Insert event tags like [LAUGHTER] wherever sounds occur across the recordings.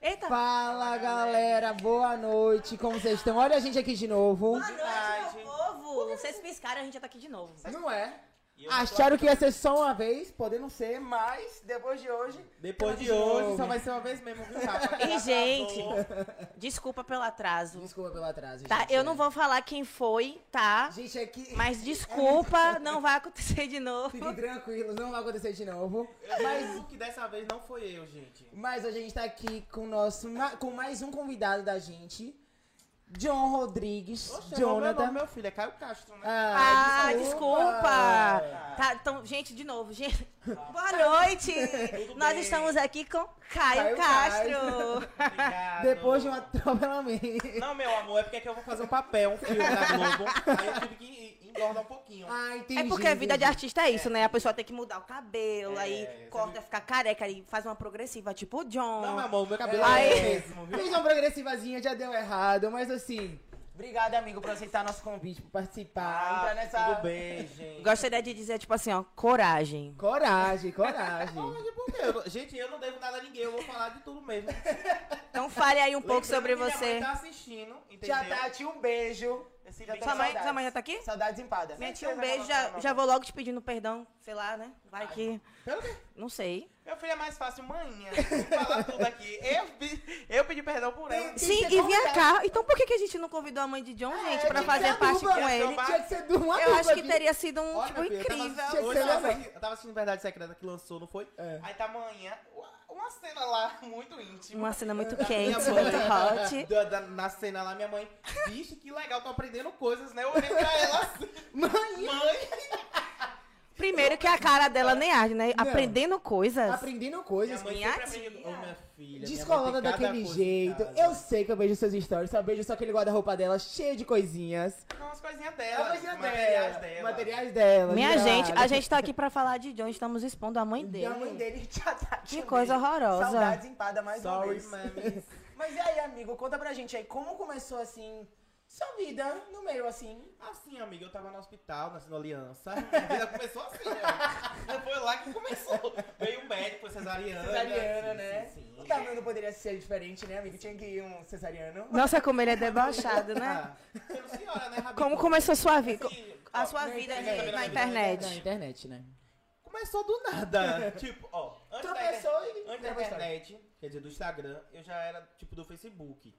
Eita! Fala galera, boa noite, como vocês estão? Olha a gente aqui de novo. Boa noite, meu povo! Vocês piscaram, a gente já tá aqui de novo. Não é? E eu Acharam que ia ser só uma vez, podendo ser, mas depois de hoje. Depois de hoje, só vai ser uma vez mesmo, viu, Rafa? E, gente, um. desculpa pelo atraso. Desculpa pelo atraso. Tá? gente. Eu não vou falar quem foi, tá? Gente, é que. [LAUGHS] Mas desculpa, não vai acontecer de novo. Fiquem tranquilos, não vai acontecer de novo. Mas, Mas que dessa vez não foi eu, gente. mas hoje a gente tá aqui com, o nosso, ma- com mais um convidado da gente: John Rodrigues. Oxe, Jonathan. Jonathan. Meu filho, é Caio Castro, né? Ah, desculpa! Tá, então, gente, de novo, gente. Boa noite! Tudo Nós bem? estamos aqui com Caio Caio Castro. [LAUGHS] Obrigado. Depois de um atropelamento. Não, meu amor, é porque é que eu vou fazer um papel, um filme da Globo. Aí eu tive que engordar um pouquinho. Ah, entendi. É porque a vida de entendi. artista é isso, né? A pessoa tem que mudar o cabelo, É, aí exatamente. corta, fica careca, aí faz uma progressiva, tipo o John. Não, meu amor, meu cabelo Ai. é mesmo, viu? Fiz uma progressivazinha, já deu errado, mas assim. Obrigado, amigo, por aceitar nosso convite, por participar. Tá, entrar nessa. Ah, tudo bem, gente. Gostaria de dizer, tipo assim, ó, coragem. [LAUGHS] Coragem, coragem. Hoje, por quê? Eu- Gente, eu não devo nada a ninguém, eu vou falar de tudo mesmo. Então fale [LAUGHS] aí um pouco Lembrando sobre que minha você. Mãe tá assistindo, entendeu? Tia tá, Tati, um beijo. Esse Já beijo. tá Sua mãe, saudades. sua mãe já tá aqui? Saudades empadas. Meti um beijo, já, já vou logo te pedindo perdão, sei lá, né? Vai que. Pelo quê? Não sei. Meu filho é mais fácil, manhã. Falar tudo aqui. Eu, pe- eu pedi perdão por ela. Tem que Sim, ser e vinha convidado. cá. Então por que, que a gente não convidou a mãe de John, gente, pra tinha que fazer ser parte dupla, com tinha que ser ele? uma- Tinha que ser de uma Eu dupla acho que aqui. teria sido um, Olha, tá tipo, meu filho, eu tava incrível. assistindo- hoje Eu Sei lá, tava, mas- assistindo, eu tava assistindo Verdade Secreta que lançou, não foi? É. Aí tá amanhã, uma- uma cena lá [LAUGHS] muito íntima. Uma cena muito Da minha quente, mãe. muito hot. [LAUGHS] Da- da- na cena lá, minha mãe, vixe, que legal, tô aprendendo coisas, né? Eu olhei pra ela assim, [LAUGHS] Mãe, mãe. Primeiro que a cara dela nem arde, né? Não. Aprendendo coisas. aprendendo Minha coisas. mãe Minha sempre tia. aprendendo. Ô, minha filha. Descolada daquele jeito. Eu sei que eu vejo seus stories, só vejo só aquele guarda-roupa dela cheio de coisinhas. São as coisinhas É dela. As coisinhas materiais É dela, dela. Materiais dela. Minha irado. gente, a gente tá aqui pra falar de John, estamos expondo a mãe E dele. a mãe dele, Tia tá Tati. Que um coisa beijo. horrorosa. Saudades empada mais uma Sorry, vez. mami. Mas e aí, amigo, conta pra gente aí, como começou assim, sua vida no meio assim? Assim, amiga, eu tava no hospital, nascendo aliança. [LAUGHS] A vida começou assim, né? Foi lá que começou. Veio um médico, cesariana. Cesariana, Sim, né? Sim, sim. O tamanho não poderia ser diferente, né, amigo? Tinha que ir um cesariano. Nossa, como ele é debochado, né? Ah, sendo senhora, né, Rabinho? Como começou sua vida? Assim, A ó, sua vida internet. na Na internet. internet, né? Começou do [LAUGHS] nada. tipo, ó. Antes da internet, Tropeçou e... antes da internet, quer dizer, do Instagram, eu já era, tipo, do Facebook.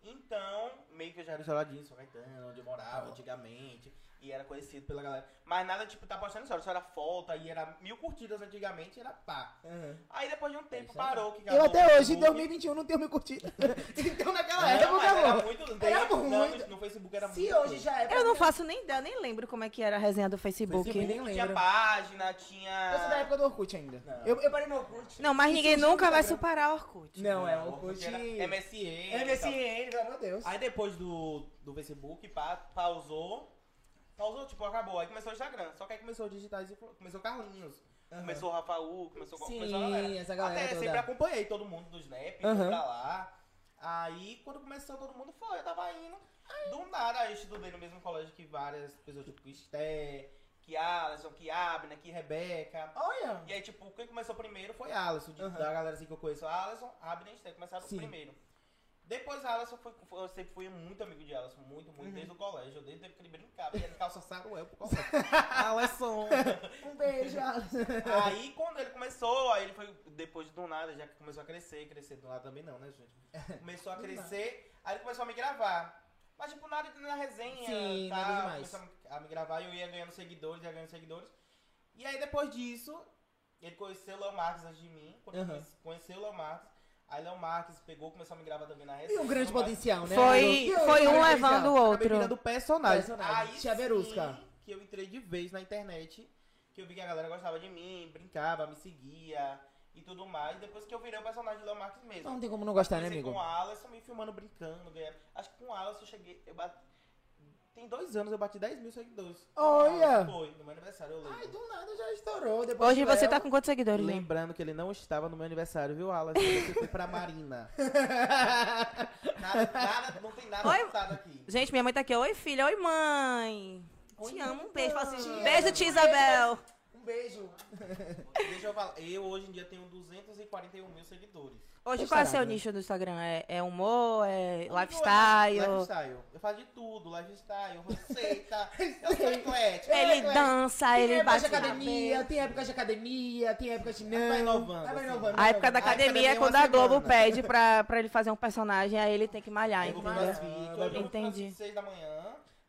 Então, meio que eu já era isoladinho, sou Caetano, onde eu Tá morava antigamente. E era conhecido pela galera. Mas nada, tipo, tá postando história. Só era foto, aí era mil curtidas antigamente, era pá. Uhum. Aí depois de um tempo Isso é parou que Eu acabou o até hoje, em Facebook. 2021, não tenho [LAUGHS] me curtido. então naquela Não, época, mas era acabou. muito, Era não, muito. No Facebook era Se muito. hoje já é... pra Eu não mim, faço nem ideia, nem lembro como é que era a resenha do Facebook. Facebook, nem Tinha lembro. página, tinha. Eu sou da época do Orkut ainda. Não. Eu, Eu, eu parei no Orkut. Não, mas Isso ninguém eu sou nunca vai Instagram. superar o Orkut. Não, é o Orkut. era MSN. e tal. MSN, pelo amor de Deus. Aí depois do, do Facebook, pá, pausou. Pausou, tipo, acabou. Aí começou o Instagram. Só que aí começou digitais influ- começou Carlinhos. Começou o Rafaú, começou, Sim, começou a galera. essa galera Até toda. sempre acompanhei todo mundo do Snap, Aham. uhum. pra lá. Aí quando começou todo mundo foi, eu tava indo. Do nada, aí eu estudei no mesmo colégio que várias pessoas, tipo que Esté, que Alisson, que Abner, que Rebeca. Olha. E aí, tipo, quem começou primeiro foi Alisson. de- Aham. Da galera assim que eu conheço, Alisson, Abner e Stan começaram Sim. primeiro. Depois Alisson foi, foi- eu sempre fui muito amigo de Alisson, muito, Uhum. muito, desde o colégio, desde o tempo que ele brincava, ia de calça saruel pro colégio. é Alisson! Um beijo, Alisson. aí quando ele começou, aí ele foi, depois do nada, já que começou a crescer, crescer do nada também não, né, [LAUGHS] gente? Começou a crescer, aí ele começou a me gravar. Mas, tipo, nada na resenha, Sim, tá? nada demais. Começou a me gravar, eu ia ganhando seguidores, ia ganhando seguidores. E aí, depois disso, ele conheceu o Léo Marques antes de mim. Quando Aham. ele conheceu o Léo Marques, aí Léo Marques pegou, começou a me gravar também na resenha. E um grande Léo Marques- potencial, né? Foi, foi um levando o Acabei outro. virando personagem. Personagem. Aí Tia Verusca. sim que eu entrei de vez na internet, que eu vi que a galera gostava de mim, brincava, me seguia e tudo mais. Depois que eu virei o personagem do Léo Marques mesmo. Então não tem como não gostar, né, Comecei amigo? Com o Alisson, me filmando, brincando, ganhando. Acho que com o Alisson eu cheguei... Eu bati... Tem dois anos eu bati 10 mil seguidores. Com o Olha! Alisson Foi, no meu aniversário, eu lembro. Ai, do nada já estourou. Depois Hoje do você Léo. tá com quantos seguidores? né? Lembrando que ele não estava no meu aniversário, viu, Alisson? Eu fui pra [LAUGHS] Marina. nada, nada, não tem nada Oi. anotado aqui. Gente, minha mãe tá aqui. Oi, filha. Oi, mãe. Oi, Te amo. Um beijo. Fala assim, mãe. beijo, tia Isabel. Um beijo. Deixa eu falar. Eu hoje em dia tenho 241 mil seguidores. Hoje, qual é o seu nicho no Instagram? É, é humor? É Eu- lifestyle? Lifestyle. Eu faço de tudo. Lifestyle, [LAUGHS] receita. eu sou eclético. Ele dança, Tem ele época bate de na academia, mesa. tem época de academia, tem época de não. Vai inovando, Vai assim. inovando. A época da A época academia é da minha quando uma a Globo semana. pede pra, pra ele fazer um personagem, aí ele tem que malhar, Eu vou pro entendeu? CrossFit, Ah, hoje eu vou pro entendi. CrossFit seis da manhã.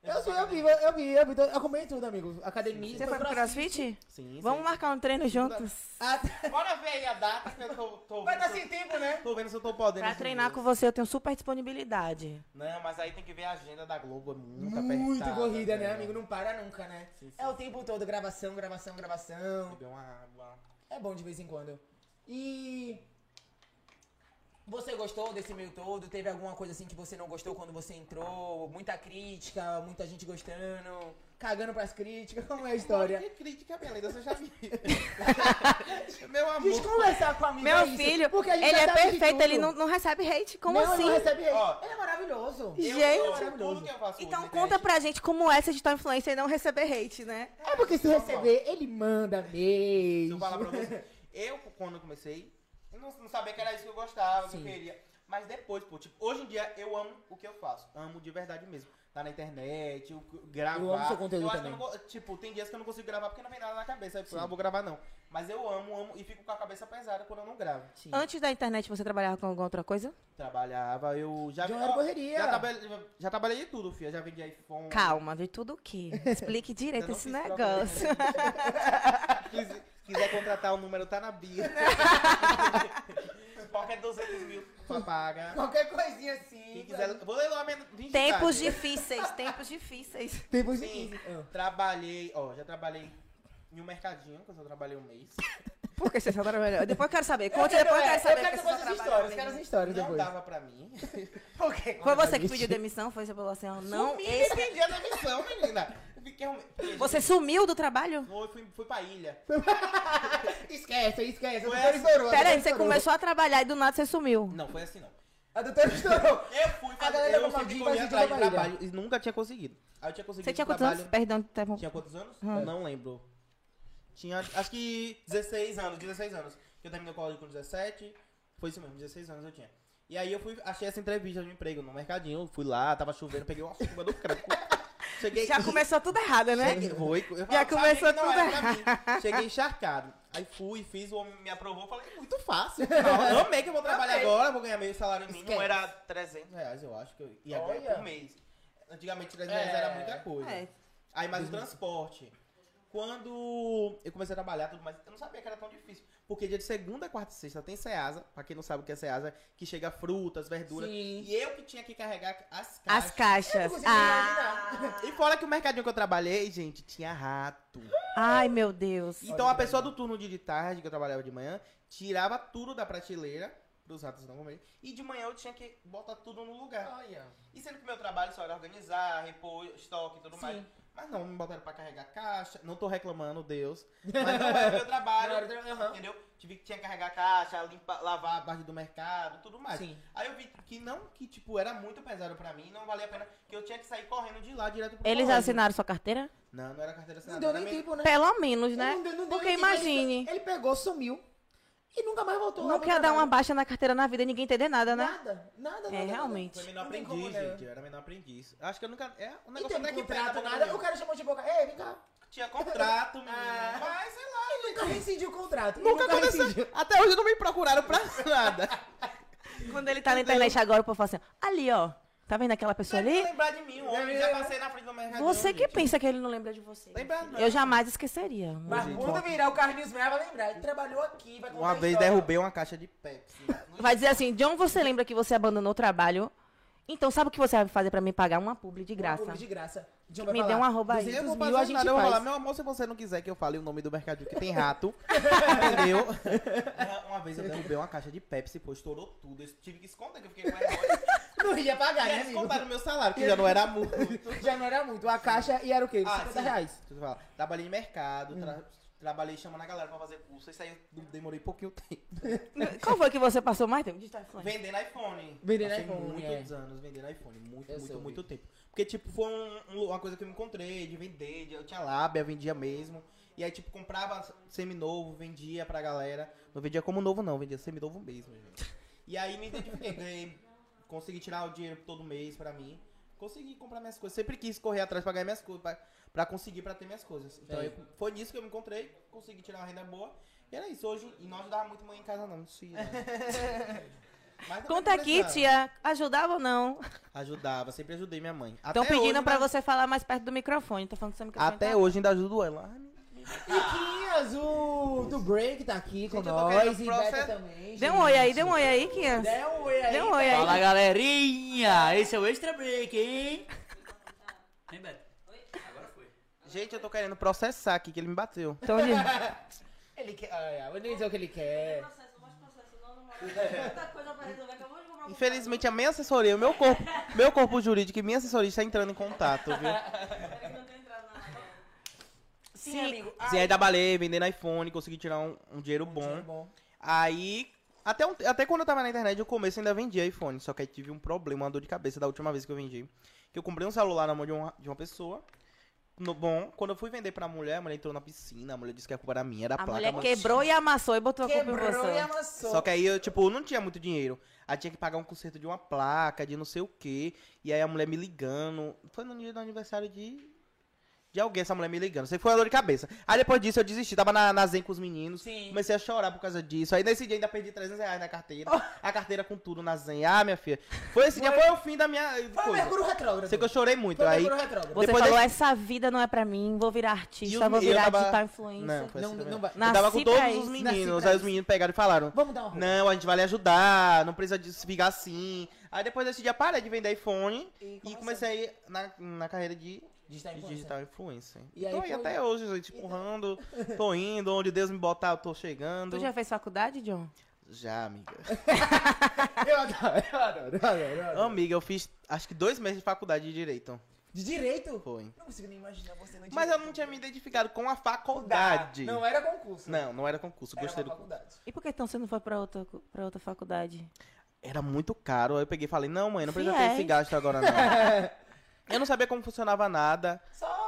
Eu sou, eu vi, eu vi, eu vi. Eu acompanhei tudo, amigo. Academia. Você foi pro CrossFit? Sim, Vamos sim. marcar um treino juntos? Ah, Bora ver aí a data que eu tô, tô, Vai dar tô- sem tempo, né? tô vendo se eu tô podendo. Pra esses treinar dias. com você, eu tenho super disponibilidade. Não, mas aí tem que ver a agenda da Globo, é muito muito apertada, corrida, né, velho. amigo? Não para nunca, né? Sim, sim. É o tempo todo, gravação, gravação, gravação. Beber uma água. É bom de vez em quando. E você gostou desse meio todo? Teve alguma coisa assim que você não gostou quando você entrou? Muita crítica, muita gente gostando, cagando pras críticas, [LAUGHS] como é a história? Que crítica, minha linda, você já [LAUGHS] viu. Meu amor. Quis conversar com a amiga é Meu isso, filho, porque a gente ele já é sabe de perfeito, tudo. ele não, não recebe hate. Como não, assim? Não recebe hate. Ó. ele é maravilhoso. eu- Gente. eu- tudo que eu faço Então hoje, conta né, pra gente como é ser digital influencer e não receber hate, né? É porque se receber, ele manda Deixa eu mesmo. falar pra você. Eu, quando eu comecei, eu não, não sabia que era isso que eu gostava, que eu Sim. queria. Mas depois, pô, tipo, hoje em dia eu amo o que eu faço. Amo de verdade mesmo. Tá na internet, eu gravar. Eu amo seu conteúdo acho também. que eu não go- tipo, tem dias que eu não consigo gravar porque não vem nada na cabeça. Aí, pô, eu não vou gravar, não. Mas eu amo, amo e fico com a cabeça pesada quando eu não gravo. Antes da internet, você trabalhava com alguma outra coisa? Trabalhava, eu já... Já era ó, correria. Já trabalhei, já- já trabalhei de tudo, filha. Já vendi iPhone. Calma, de tudo o [LAUGHS] quê? Explique ainda direito não esse fiz prova negócio. nenhuma. Se quiser contratar o número, tá na bio. Qualquer 200 mil, só paga. Qualquer coisinha Quem assim. quiser, vou ler lá minha [LAUGHS] 20 Tempos idade. difíceis, tempos difíceis. Tempos Sim, difíceis. Ah. trabalhei, ó, já trabalhei em um mercadinho, que eu só trabalhei um mês. Por que vocês só trabalham? [LAUGHS] Depois eu quero saber. Conte, depois eu quero saber. tá eu quero porque vocês saber essas só histórias, trabalham quero mesmo. essas histórias Não depois. dava pra mim. Por quê? Foi você que pediu demissão? Foi você falou assim, ó, não, esse... Pedia demissão, menina. Eu fiquei um mês. [LAUGHS] Você sumiu do trabalho? Foi, fui, fui pra ilha. Esquece, esquece. A Foi Pera assim. doutora estourou. a aí, doutora você estourou. começou a trabalhar e do nada você sumiu. Não, foi assim não. A doutora estourou. Eu fui fazer, galera eu do sempre Maldivas corri e de atrás de Bahia. trabalho e nunca tinha conseguido. Aí eu tinha conseguido né? Você tinha um quantos trabalho... anos? Perdão, tá bom. Tinha quantos anos? Não lembro. Tinha, acho que 16 anos, 16 anos. Que eu terminei o colégio com 17. Foi isso mesmo, 16 anos eu tinha. E aí eu fui, achei essa entrevista de emprego no mercadinho, fui lá, tava chovendo, peguei uma chuva do crânio. [LAUGHS] Cheguei [LAUGHS] Já começou tudo errado, né? Cheguei, É foi, eu Já sabia começou que não tudo era pra mim. Cheguei encharcado. Aí fui, fiz, o homem me aprovou, falei, muito [LAUGHS] fácil. Eu amei que eu vou trabalhar agora, vou ganhar meio salário mínimo. Esquece. Era 300 reais, eu acho que eu ia ganhar Olha. por mês. Antigamente 300 reais era muita coisa. É. Aí mais o transporte. Quando eu comecei a trabalhar tudo mais, eu não sabia que era tão difícil. Porque dia de segunda, quarta e sexta tem Ceasa, pra quem não sabe o que é Ceasa, que chega frutas, verduras. Sim. E eu que tinha que carregar as caixas. As caixas. Ah. E fora que o mercadinho que eu trabalhei, gente, tinha rato. Ai, meu Deus. Então a pessoa do turno de de tarde, que eu trabalhava de manhã, tirava tudo da prateleira, pros ratos não comerem, e de manhã eu tinha que botar tudo no lugar. Olha. E sendo que meu trabalho só era organizar, repor estoque e tudo mais. Mas não, me botaram pra carregar caixa, não tô reclamando, Deus. Mas não [LAUGHS] era meu trabalho, Não era o tra- aham. entendeu? Tive que tinha que carregar caixa, limpar, lavar a parte do mercado, tudo mais. Sim. Aí eu vi que não, que tipo, era muito pesado pra mim, não valia a pena, que eu tinha que sair correndo de lá direto pro Eles colégio. assinaram sua carteira? Não, não era carteira Não assinada. deu era nem mesmo- tempo, né? Pelo menos, né? Não deu- não deu Porque nem tempo, imagine. Ele, ele pegou, sumiu e nunca mais voltou. lá Não pro quer dar uma trabalho. baixa na carteira na vida e ninguém entender nada, né? Nada, nada, É, nada, nada. Foi realmente. menor Não tem aprendiz, como, né? Então, gente. Eu era menor aprendiz. Acho que eu nunca. É um Não negócio teve até que contrato, pega, nada. porque O cara chamou de boca. Ei, vem cá. Tinha contrato, menino. Ah. Mas sei lá. Nunca rescindiu o contrato. Nunca aconteceu. rescindiu. Até hoje não me procuraram pra [LAUGHS] nada. Quando ele tá na internet agora, o povo fala assim, ali, ó. Tá vendo aquela pessoa Deve ali? lembrar de mim, um homem. Já passei na frente do mercado. Você que pensa que ele não lembra de você. Lembra não. Eu jamais esqueceria. Mas gente, quando ó. virar o Carlinhos Maia, vai lembrar. Ele trabalhou aqui, vai contar Uma vez história. derrubei uma caixa de Pepsi. Vai dizer assim, John, você lembra que você abandonou o trabalho? Então sabe o que você vai fazer pra me pagar? Uma publi de graça. Público de graça. John vai Me falar. dê um arroba aí. 200 Eu vou mil a fazer gente nada, eu vou faz. falar, meu amor, se você não quiser que eu fale o nome do mercadinho que tem [LAUGHS] rato, entendeu? É, Uma vez eu derrubei uma caixa de Pepsi, pô, estourou tudo. Eu tive que esconder, que eu fiquei com [LAUGHS] vergonha. Não ia pagar, E né, eles amigo? contaram meu salário, que já não era muito. Já não era muito. A caixa e era o quê? Ah, 50 sim. reais. Deixa eu falar. Trabalhei em mercado, tra- Trabalhei chamando a galera pra fazer curso. Isso aí eu demorei pouquinho tempo. Qual foi que você passou mais tempo? Digital iPhone. Vendendo iPhone. Vendendo Passei iPhone, é. muitos anos vendendo iPhone. Muito, Eu muito, soube. muito tempo. Porque, tipo, foi um- um- uma coisa que eu me encontrei de vender. de- eu tinha lábia, vendia mesmo. E aí, tipo, comprava seminovo, vendia pra galera. Não vendia como novo, não. Vendia seminovo mesmo, gente. E aí me identifiquei. Ganhei, consegui tirar o dinheiro todo mês pra mim. Consegui comprar minhas coisas. Sempre quis correr atrás pra ganhar minhas coisas. Pra, pra conseguir, pra ter minhas coisas. Então, É. eu- foi nisso que eu me encontrei. Consegui tirar uma renda boa. E era isso. Hoje, e não ajudava muito mãe em casa, não. [LAUGHS] Se, né? Mas também Conta não aqui, precisava. tia. Ajudava ou não? Ajudava, sempre ajudei minha mãe. Estão Até pedindo hoje, pra ainda- você falar mais perto do microfone. Tá falando que seu microfone Até tá- hoje ainda ajudo ela. Ai, meu- Iquinhas, o do Break tá aqui com Ah. eu um tô querendo nós. E Beca processo- também. Dê um gente. oi aí, dê um oi aí, Kian. Dê um oi aí. Dê um oi Fala aí. Ah, galerinha, esse é o Extra Break, hein? Hein, Beto? Agora foi. Gente, eu tô querendo processar aqui, que ele me bateu. Então, de... [LAUGHS] Ele quer. Olha, vou nem dizer o que ele quer. Infelizmente, a minha assessoria, o meu corpo, meu corpo jurídico e minha assessoria está entrando em contato, viu? Sim, Sim. amigo. Assim, aí trabalhei, vendendo iPhone, consegui tirar um, um Dinheiro dinheiro bom. é bom. Aí, até, um- até quando eu tava na internet, eu começo ainda vendia iPhone. Só que aí tive um problema, uma dor de cabeça da última vez que eu vendi. Que eu comprei um celular na mão de uma, de uma pessoa. No, bom, quando eu fui vender pra mulher, a mulher entrou na piscina, a mulher disse que a culpa era minha, era a A placa. mulher mas- quebrou e amassou e botou a culpa em Quebrou e você. amassou. Só que aí eu, tipo, não tinha muito dinheiro. Aí tinha que pagar um conserto de uma placa, de não sei o quê. E aí a mulher me ligando. Foi no dia do aniversário de. De alguém, essa mulher me ligando. Sei que foi uma dor de cabeça. Aí depois disso eu desisti. Tava na, na Zen com os meninos. Sim. Comecei a chorar por causa disso. Aí nesse dia ainda perdi 300 reais na carteira. Oh. A carteira com tudo na Zen. Ah, minha filha. Foi esse dia, foi o fim da minha. Foi o coisa. Mercúrio Retrógrado. Sei que eu chorei muito. Foi o Aí. Mercúrio Retrógrado. Você Depois falou, desse- essa vida não é pra mim, vou virar artista, eu- vou eu virar tava- digital influencer. Não, foi Não- assim. também. não vai- eu tava Nasci com todos pra os isso. meninos. Nasci pra Aí os isso. meninos pegaram e falaram. Vamos dar uma roupa. Não, a gente vai lhe ajudar, não precisa de ficar assim. Aí depois desse dia parei de vender iPhone E e, começou. comecei na, na carreira de Digital de influencer. digital influencer. E aí tô aí foi- tá. até hoje, gente, empurrando, [LAUGHS] tô indo, onde Deus me botar, eu tô chegando. Tu já fez faculdade, John? Já, amiga. [LAUGHS] Eu adoro, eu adoro, eu adoro, eu adoro. amiga, eu fiz acho que dois meses de faculdade de direito. De direito? Foi. Não consigo nem imaginar você não Mas eu não tinha me identificado com a faculdade. Não era concurso. Não, não era concurso, era gostei uma do faculdade. E por que então você não foi pra outra, pra outra faculdade? Era muito caro. Aí eu peguei e falei, não, mãe, não precisa ter Fiéis. esse gasto [LAUGHS] agora, não. eu não sabia como funcionava nada. Só.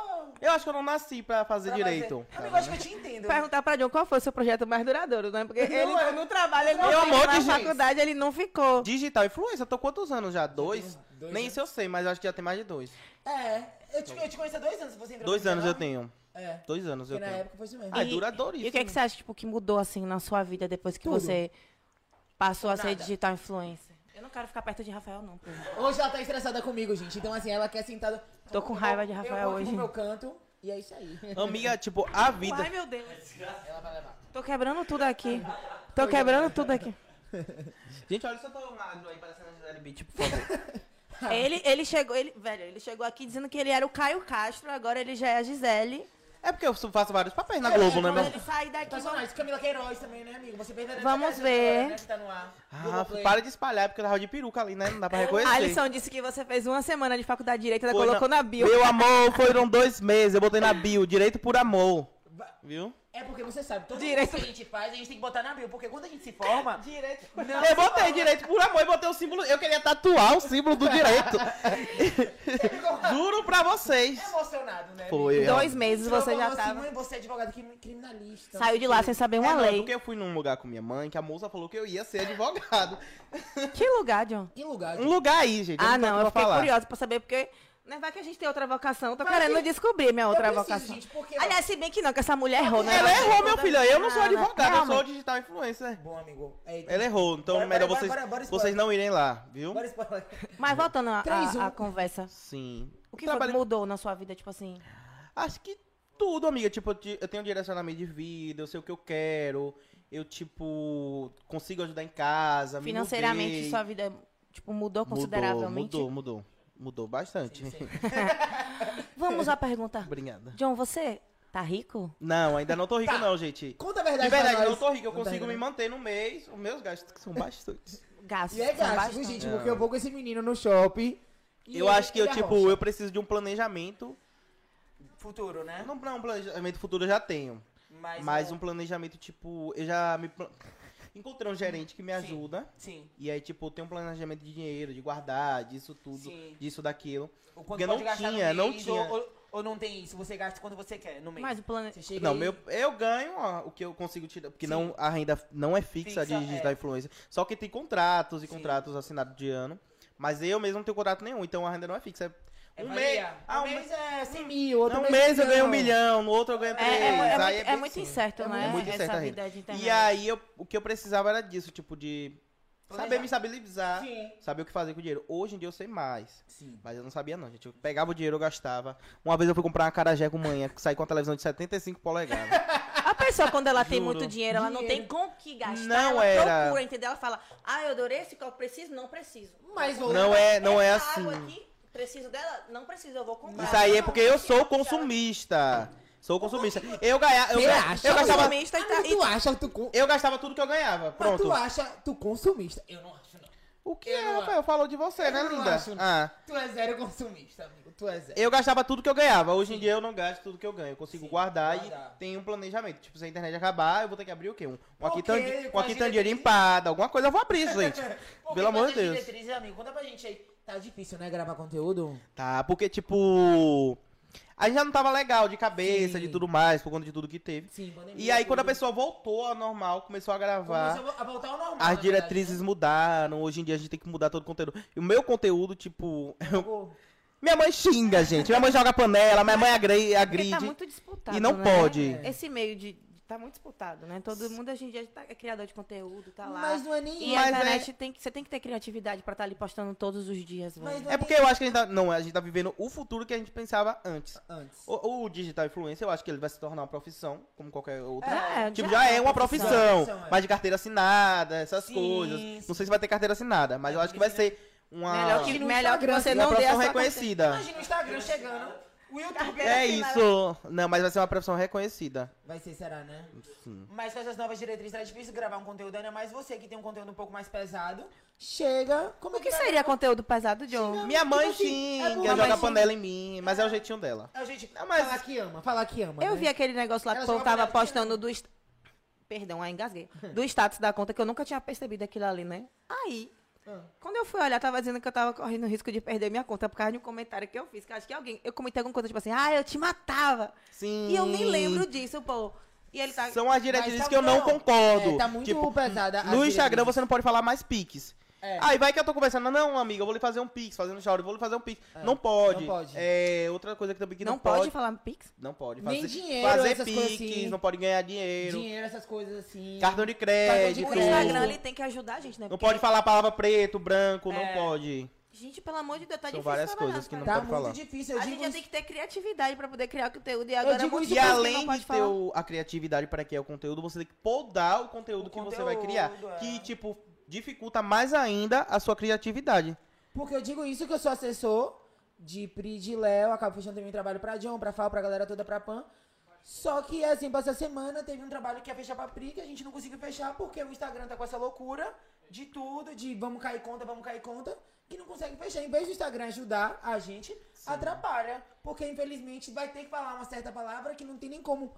Eu acho que eu não nasci pra fazer pra direito. né? fazer- Amigo, acho que eu te entendo. Perguntar pra John qual foi o seu projeto mais duradouro, né? Porque Não, ele é- no trabalho, ele não Meu fez, amor na de Deus. faculdade ele não ficou. Digital influência, eu tô quantos anos já? Dois? tenho dois Nem anos. isso eu sei, mas eu acho que já tem mais de dois. É. Eu te, eu te conheço há dois anos. Você entrou Dois no anos eu 19. tenho. É. Dois anos Porque eu na tenho. época foi isso mesmo. Ah, é E- duradouríssimo. E o que, é né? que você acha tipo, que mudou assim na sua vida depois que Tudo. você passou a ser Nada. digital influencer? Eu não quero ficar perto de Rafael, não. pô. Hoje ela tá estressada comigo, gente. Então, assim, ela quer sentada. Tô com raiva de Eu vou- Rafael Eu vou aqui hoje. pro meu canto e é isso aí. Amiga, tipo, a vida. Ai, meu Deus. É Ela vai levar. Tô quebrando tudo aqui. Tô quebrando tudo aqui. Gente, olha se eu tô magro aí, parecendo a Gisele Beach, por favor. Ele, ele chegou, ele, velho, ele chegou aqui dizendo que ele era o Caio Castro, agora ele já é a Gisele. é porque eu faço vários papéis na É, Globo, né, Quando meu? ele sair daqui, vamos- Personagens, Tá Camila Queiroz também, né, amigo? Você perdeu Vamos essa ver. galera, né, que tá no ar. Ah, Globoplay. para de espalhar, porque eu tava de peruca ali, né? Não dá pra É, reconhecer. Alisson disse que você fez uma semana de faculdade de direita, ela Foi colocou na Tá bio. Meu amor, foram dois meses, eu botei na bio, direito por amor. Va- Viu? É porque você sabe, todo Direito. mundo que a gente faz, a gente tem que botar na bio, porque quando a gente se forma. [LAUGHS] Direito. eu botei direito por amor e botei o símbolo. Eu queria tatuar o símbolo do direito. Você ficou [LAUGHS] Juro pra vocês. emocionado, né? amigo? Foi. é. Dois meses Ela você falou já assim, tava. Mãe, você é advogado crim- criminalista. Saiu de lá sem saber É, uma não, é lei. porque eu fui num lugar com minha mãe que a moça falou que eu ia ser advogado. Que lugar, John? Que lugar, Um lugar aí, gente. eu Ah, sei o que não, eu eu vou fiquei falar. curiosa pra saber, porque. Não vai que a gente tem outra vocação. Tô Mas querendo que- descobrir minha outra preciso, vocação. gente, porque, ó- Aliás, se bem que não, que essa mulher errou, né? Ela errou, meu filho. Eu não sou Ah, não. advogado, eu sou Realmente. digital influencer. Bom, amigo. É, Ela errou, então Bora, melhor bora, vocês, bora, bora, vocês spoiler. não irem lá, viu? Bora [LAUGHS] spoiler. Mas voltando à Três, à- à um. conversa. Sim. O que foi que Trabalho- mudou na sua vida, tipo assim? Acho que tudo, amiga. Tipo, eu ti- eu tenho um direcionamento de vida, eu sei o que eu quero. Eu, tipo, consigo ajudar em casa. me Financeiramente, mudei. sua vida tipo, mudou Mudou, consideravelmente? Mudou, mudou. Mudou bastante. Vamos à pergunta. [LAUGHS] Obrigada. John, você tá rico? Não, ainda não tô rico, Tá. não, gente. Conta a verdade, De verdade, pra eu nós. não tô rico, eu Conta a consigo me verdade. manter no mês. Os meus gastos que [LAUGHS] são bastantes. Gasto. E é gasto, viu, gente? Porque eu vou com esse menino no shopping. e eu ele- é acho que eu, ele tipo, arrocha. eu preciso de um planejamento. Futuro, né? Não, não, um planejamento futuro eu já tenho. Mas, é. Mas não- um planejamento, tipo, eu já me. pla- [LAUGHS] Encontrei um gerente que me ajuda. Sim, E aí, tipo, tem um planejamento de dinheiro, de guardar, disso tudo, Sim. disso, daquilo. o quanto Porque não pode gastar no tinha, mês, não tinha. Ou, ou- ou não tem isso, você gasta quando você quer no mês. Mas o plano. Você chega Não, e- meu, eu ganho ó, o que eu consigo tirar, porque Sim. não, a renda não é fixa, Fixa, de digital é. influencer. Só que tem contratos e Sim. contratos assinados de ano. Mas eu mesmo não tenho contrato nenhum, então a renda não é fixa. É É um mês. varia. Ah, um um mês, mês é 100 mil, outro não, um mês, mês eu ganho um milhão. milhão, no outro eu ganho É, é, três. mu- é aí muito, é bem muito assim. incerto, né? É muito incerto Essa a renda. vida de internet. E aí eu, o que eu precisava era disso, tipo, de saber Planejar. me estabilizar, Sim. saber o que fazer com o dinheiro. Hoje em dia eu sei mais. Sim. Mas eu não sabia não, gente. Eu pegava o dinheiro, eu gastava. Uma vez eu fui comprar uma carajé com manhã, que saí com uma televisão de 75 polegadas. [LAUGHS] A pessoa, quando ela tem Juro. muito dinheiro, ela não tem Dinheiro. com o que gastar. Não ela era. procura, entendeu? Ela fala, ah, eu adorei esse copo, preciso? Não preciso. Mas o Não é, não é Essa assim. água aqui, preciso dela? Não preciso, eu vou comprar. Isso aí é porque eu sou consumidor. consumista. Sou consumista. Eu ganhava, eu, ganha- eu gastava, consumista e tá- Amigo, e- tu acha que tu... con- eu gastava tudo que eu ganhava. Mas Pronto. tu acha tu consumista? Eu não acho, não. O que Eu é, não Rafael? Falou de você, Eu né, não linda? acho. Ah, Tu é zero consumista, amigo. Tu é zero. eu gastava tudo que eu ganhava. Hoje em dia eu não gasto tudo que eu ganho. Eu consigo guardar, guardar. e tem um planejamento. Tipo, se a internet acabar, eu vou ter que abrir o quê? Um, uma Por quitandi- quê? Com uma as quitandeira diretrizes? empada, alguma coisa eu vou abrir, [LAUGHS] gente. Porque Pelo amor de fazer Deus. diretrizes, amigo, conta pra gente aí. Tá difícil, né, gravar conteúdo? Tá, porque tipo. A gente já não tava legal de cabeça, Sim. de tudo mais, por conta de tudo que teve. Sim, pandemia. E aí, quando a pessoa voltou ao normal, começou a gravar, Começou a voltar ao normal. né, na as verdade, diretrizes mudaram. Hoje em dia a gente tem que mudar todo o conteúdo. E o meu conteúdo, tipo. [LAUGHS] minha mãe xinga, gente. Minha mãe joga panela, minha mãe agri- Porque agride. tá muito disputado. e não né? pode. Esse meio de. Tá muito disputado, né? Todo mundo hoje em dia tá, é criador de conteúdo, tá lá. Mas não é nem e isso. a Mas é- internet tem que. Você tem que ter criatividade pra estar ali postando todos os dias, Mas velho. não É porque eu acho que a gente tá. Não, a gente tá vivendo o futuro que a gente pensava antes. Antes. O, o digital influencer, eu acho que ele vai se tornar uma profissão, como qualquer outra. É, Tipo, já é uma profissão, profissão, é. mas de carteira assinada, essas Sim, coisas. sim. Não sei se vai ter carteira assinada, mas eu acho que vai ser uma, Melhor que, no melhor que Instagram, você assim, uma não dê tá profissão essa reconhecida. Imagina o Instagram chegando. O YouTube. É isso. Não, mas vai ser uma profissão reconhecida. Vai ser, será, né? Sim. Mas com essas novas diretrizes tá difícil gravar um conteúdo, ainda mais você que tem um conteúdo um pouco mais pesado. Chega. Como é O que vai- seria conteúdo pesado, John? Minha mãe assim, é xinga, bom, joga mas sim. panela em mim, mas é o jeitinho dela. É o gente. Não, mas Falar que ama, falar que ama. Eu né? vi aquele negócio lá que o Ela povo joga tava panela de postando do. est- Perdão, aí [LAUGHS] engasguei. Do status da conta, que eu nunca tinha percebido aquilo ali, né? Aí. Ah. Quando eu fui olhar, tava dizendo que eu tava correndo o risco de perder minha conta por causa de um comentário que eu fiz. Que eu acho que alguém. Eu comentei alguma coisa, tipo assim, ah, eu te matava. Sim. E eu nem lembro disso, pô. E ele tá. Hum. São as diretrizes Mas tá que eu não, bom. concordo. É, tá muito Tipo, pesada. as no Instagram diretrizes. você não pode falar mais piques. É. Aí vai que eu tô conversando, não, amiga, eu vou lhe fazer um pix, fazendo short, eu vou lhe fazer um pix. não pode. não pode. É, outra coisa que também que não, não pode falar Pix? Não pode. Nem Fazer, dinheiro, fazer essas piques, coisas assim. não pode ganhar dinheiro. Dinheiro, essas coisas assim. Cartão de crédito. O Não. Instagram ele tem que ajudar a gente, né? Não Porque- pode falar a palavra preto, branco, não pode. Gente, pelo amor de Deus, tá São difícil. várias trabalhar, coisas que não cara. Tá pode muito falar. difícil. Eu A digo gente já isso. tem que ter criatividade pra poder criar conteúdo. E agora é digo muito isso E coisa que além não pode de ter falar. o- a criatividade para criar o conteúdo, você tem que podar o conteúdo O que você vai criar. conteúdo, é. Que, tipo, dificulta mais ainda a sua criatividade. Porque eu digo isso que eu sou assessor de Pri, de Léo, acabo fechando também trabalho pra John, pra Fal, pra galera toda, pra Pan. Só que, assim, passou semana, teve um trabalho que ia fechar pra Pri, que a gente não conseguiu fechar, porque o Instagram tá com essa loucura de tudo, de vamos cair conta, vamos cair conta, que não consegue fechar. Em vez do Instagram ajudar a gente, atrapalha. Porque, infelizmente, vai ter que falar uma certa palavra que não tem nem como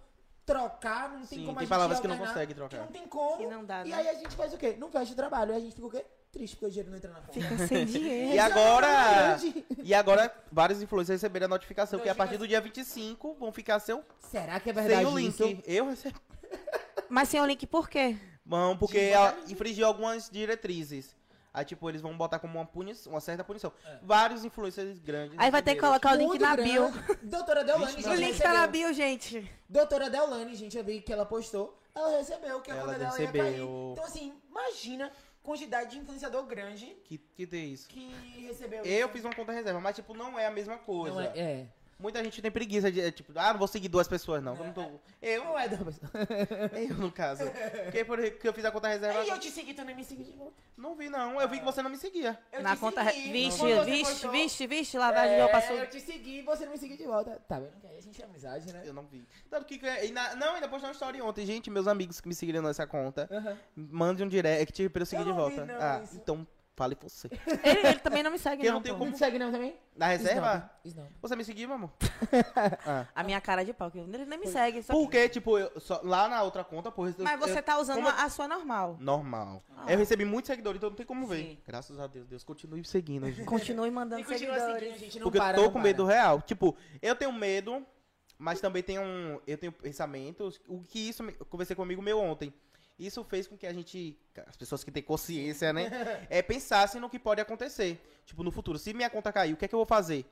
trocar, não tem como Sim, tem a gente palavras que não alternar, consegue trocar. que não tem como. Que não dá, e né? aí a gente faz o quê? Não fecha o trabalho. E a gente fica o quê? Triste, porque o dinheiro não entra na conta. Fica [LAUGHS] sem dinheiro. E agora. verdade. E agora, vários influencers receberam a notificação que a partir do dia 25 vão ficar sem, o- Será que é verdade sem o link. isso? Eu recebi. Mas sem o link por quê? Vão, porque ela infringiu algumas diretrizes. Aí, tipo, eles vão botar como uma punição, uma certa punição. É. Vários influencers grandes. assim, Aí vai ter que receberam. colocar o link Muito na grande. bio. Doutora Deolane, gente, O link tá na recebeu. bio, gente. Doutora Deolane, gente, eu vi que ela postou. Ela recebeu que a Ela conta dela recebeu. ia cair. Então, assim, imagina a quantidade de influenciador grande Que, que tem isso? que recebeu. Eu fiz uma conta reserva, mas, tipo, não é a mesma coisa. Não é, é. Muita gente tem preguiça de, é, tipo, ah, não vou seguir duas pessoas, não. Eu não tô. Eu, Não é da pessoa. É. [LAUGHS] eu no caso. Porque por que eu fiz a conta reserva. Ei, eu te segui, tu nem me segui de volta. Não vi, não. Eu vi que você não me seguia. Eu na te conta. segui. Vixe, Quando você vixe, postou- vixe, vixe, lavagem de roupa É, suja. eu te segui e você não me seguiu de volta. Tá vendo que aí a gente é amizade, né? Eu não vi. Tanto que. é, e na- não, ainda postei uma história ontem. Gente, meus amigos que me seguiram nessa conta, Aham. mande um direct pra eu seguir Eu de não vi, volta. não, ah, isso. então. Fale você. Ele, ele também não me segue, Eu não, não tenho pô. Não te segue não é. também? Na reserva? Snob. Snob. Você me seguiu, meu amor? Ah. A minha cara de pau. que Ele nem me segue. Só... Porque, tipo, eu só- lá na outra conta, pô. eu- Mas você eu- tá usando como- a sua normal. Normal. Ah. Eu recebi muitos seguidores, então não tem como ver. Sim. Graças a Deus. Deus continue seguindo, [LAUGHS] gente. Continue E mandando continua seguindo, seguidores. gente. Não Porque para, eu tô não com para. medo real. Tipo, eu tenho medo, mas também tenho um, eu tenho pensamentos. O que isso. me- Eu conversei com um amigo meu ontem. Isso fez com que a gente, as pessoas que têm consciência, né, é, pensassem no que pode acontecer. Tipo, no futuro, se minha conta cair, o que é que eu vou fazer?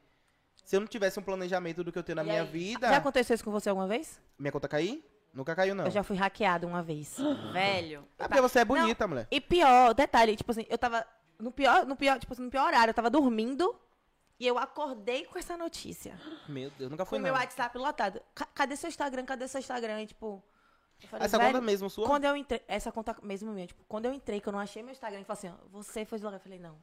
Se eu não tivesse um planejamento do que eu tenho na E minha aí? vida, Já aconteceu isso com você alguma vez? minha conta cair? Nunca caiu não. Eu já fui hackeada uma [GASPS] vez. Velho. É porque você é bonita, mulher. E pior, detalhe, tipo assim, eu tava no pior, no pior, tipo assim, no pior horário, eu tava dormindo e eu acordei com essa notícia. Meu Deus, nunca Com foi o não. meu WhatsApp lotado. Ca- Cadê seu Instagram? Cadê seu Instagram? E, tipo, eu falei, Essa velho, conta mesmo sua? Quando eu entrei, essa conta mesmo minha, tipo, quando eu entrei, que eu não achei meu Instagram, ele falou assim, ó, você foi deslogar. Eu falei, não.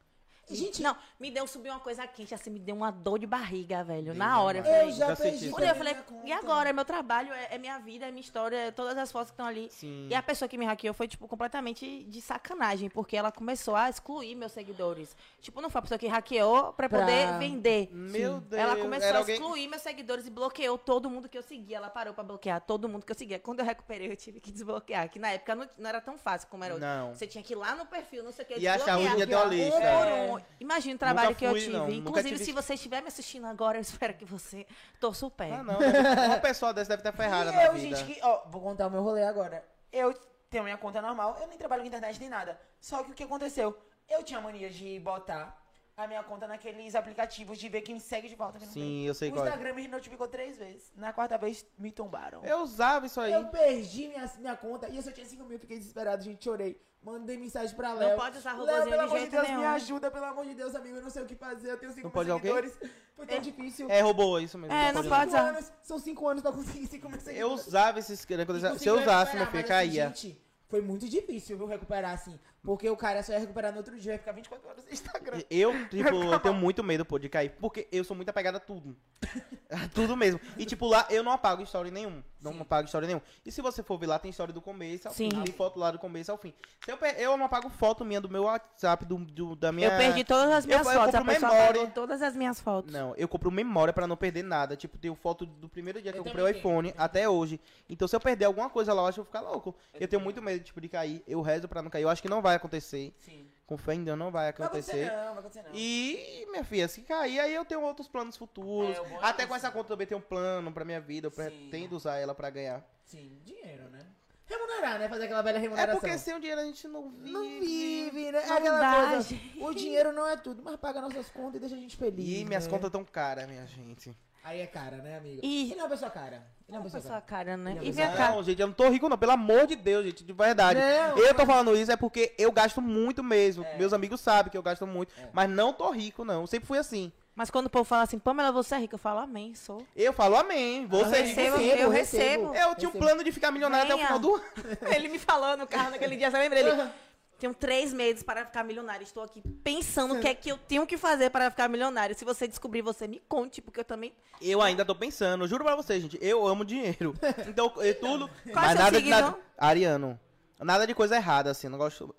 Gente- Não, me deu, subiu uma coisa quente, assim, me deu uma dor de barriga, velho. Na hora. Eu amado. falei, Eu já Já senti perdi isso. Olha, eu também falei, minha conta. e agora? É meu trabalho, é, é minha vida, é minha história, é todas as fotos que estão ali. Sim. E a pessoa que me hackeou foi, tipo, completamente de sacanagem, porque ela começou a excluir meus seguidores. Tipo, não foi a pessoa que hackeou pra, Pra- poder vender. Meu Deus. Ela começou era a alguém- excluir meus seguidores e bloqueou todo mundo que eu seguia. Ela parou pra bloquear todo mundo que eu seguia. Quando eu recuperei, eu tive que desbloquear, que na época não, não era tão fácil como era hoje. Não. Você tinha que ir lá no perfil, não sei o que, E achar desbloquear. hoje é idealista. Um por um. Imagina o trabalho Nunca que eu fui, tive. não. Nunca Inclusive, tive- se você estiver me assistindo agora, eu espero que você torça o pé. Ah, não. deve- Uma pessoa dessa deve estar ferrada E na eu, vida. gente, que, ó, Vou contar o meu rolê agora. eu tenho minha conta normal, eu nem trabalho com internet nem nada. Só que o que aconteceu? Eu tinha mania de botar a minha conta naqueles aplicativos de ver quem me segue de volta. que não Sim, tem. eu sei O qual é. Instagram me notificou três vezes. Na quarta vez, me tombaram. Eu usava isso aí. Eu perdi minha, minha conta e eu só tinha 5 mil, fiquei desesperado, gente, chorei. Mandei mensagem pra Léo. pode usar Léo, robozinho pelo de amor jeito Deus, me nenhum. ajuda, pelo amor de Deus, amigo, eu não sei o que fazer, eu tenho 5 Não mil pode alguém? seguidores. Foi tão difícil. É robô, é isso mesmo. É, não Pode pode Cinco usar. anos, são 5 anos pra conseguir 5 mil seguidores. Eu usava esses. né, quando eu usava- E Se eu consegui usasse, meu recuperar, filho, mas, assim, caía. gente, foi muito difícil, viu, recuperar assim. Porque o cara só ia recuperar no outro dia, ia ficar 24 horas no Instagram. Eu, tipo, eu tenho muito medo, pô, de cair. Porque eu sou muito apegado a tudo. [LAUGHS] A tudo mesmo. E, tipo, lá eu não apago story nenhum. Não apago story nenhum. E se você for ver lá, tem story do começo ao Sim. fim. Tem foto lá do começo ao fim. Se eu, pe- eu não apago foto minha do meu WhatsApp, do, do- da minha. Eu perdi todas as Eu- minhas eu fotos. A compro pessoa memória. apagou todas as minhas fotos. Não, eu compro memória pra não perder nada. Tipo, tenho foto do primeiro dia que eu, comprei o iPhone até hoje. Então, se eu perder alguma coisa lá, eu acho que eu vou ficar louco. Eu, tenho muito medo, tipo, de cair. Eu rezo pra não cair. Eu acho que não vai acontecer. Sim. Com fé ainda não vai Vai acontecer acontecer. não, vai acontecer não. E, minha filha, se cair, aí eu tenho outros planos futuros. É, eu gosto Até com disso. essa conta também tem um plano pra minha vida. Eu Sim. pretendo usar ela pra ganhar. Sim, dinheiro, né? Remunerar, né? Fazer aquela velha É remuneração. porque sem o dinheiro a gente não vive. Não vive, né? É Não aquela dá, coisa. gente. O dinheiro não é tudo, mas paga nossas contas e deixa a gente feliz. E minhas né? contas tão caras, minha gente. Aí é cara, né, amigo? E- Ele é uma pessoa cara. Ele é Não uma foi pessoa sua cara. cara, né? Não, E minha cara. Não, gente, eu não tô rico, não. Pelo amor de Deus, gente, de verdade. Não, eu tô falando isso é porque eu gasto muito mesmo. É. Meus amigos sabem que eu gasto muito. Mas não tô rico, não. Eu sempre fui assim. Mas quando o povo fala assim, Pamela, você é rica, eu falo, amém, sou. Eu falo amém. Eu Você é rico. recebo, recebo, eu recebo. recebo. Eu tinha o Recebo. plano de ficar milionário até o Venha. final do ano. [LAUGHS] Ele me falou no carro naquele dia, você lembra? Ele, tenho três meses para ficar milionário. Estou aqui pensando o que é que eu tenho que fazer para ficar milionário. Se você descobrir, você me conte, porque eu também... Eu ainda tô pensando, juro pra vocês, gente. Eu [LAUGHS] amo dinheiro. Então, eu tudo. Qual é seu nada, de signo? nada, Ariano. Nada de coisa errada, assim. Não gosto.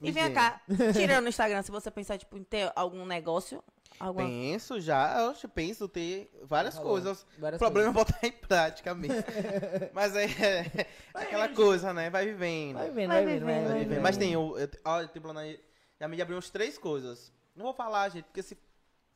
E vem Gente, cá, tirando o Instagram, se você pensar, tipo, em ter algum negócio, alguma... Penso já, eu acho- penso ter várias Falou, coisas. várias o problema é botar em prática mesmo. Mas é, é aquela coisa, né? Vai vivendo. Vai vendo, Vai vai vendo. vivendo, Vai vai vivendo. Mas tem, eu, eu, olha, tem plano aí. Já me abriu umas três coisas. Não vou falar, gente, porque se.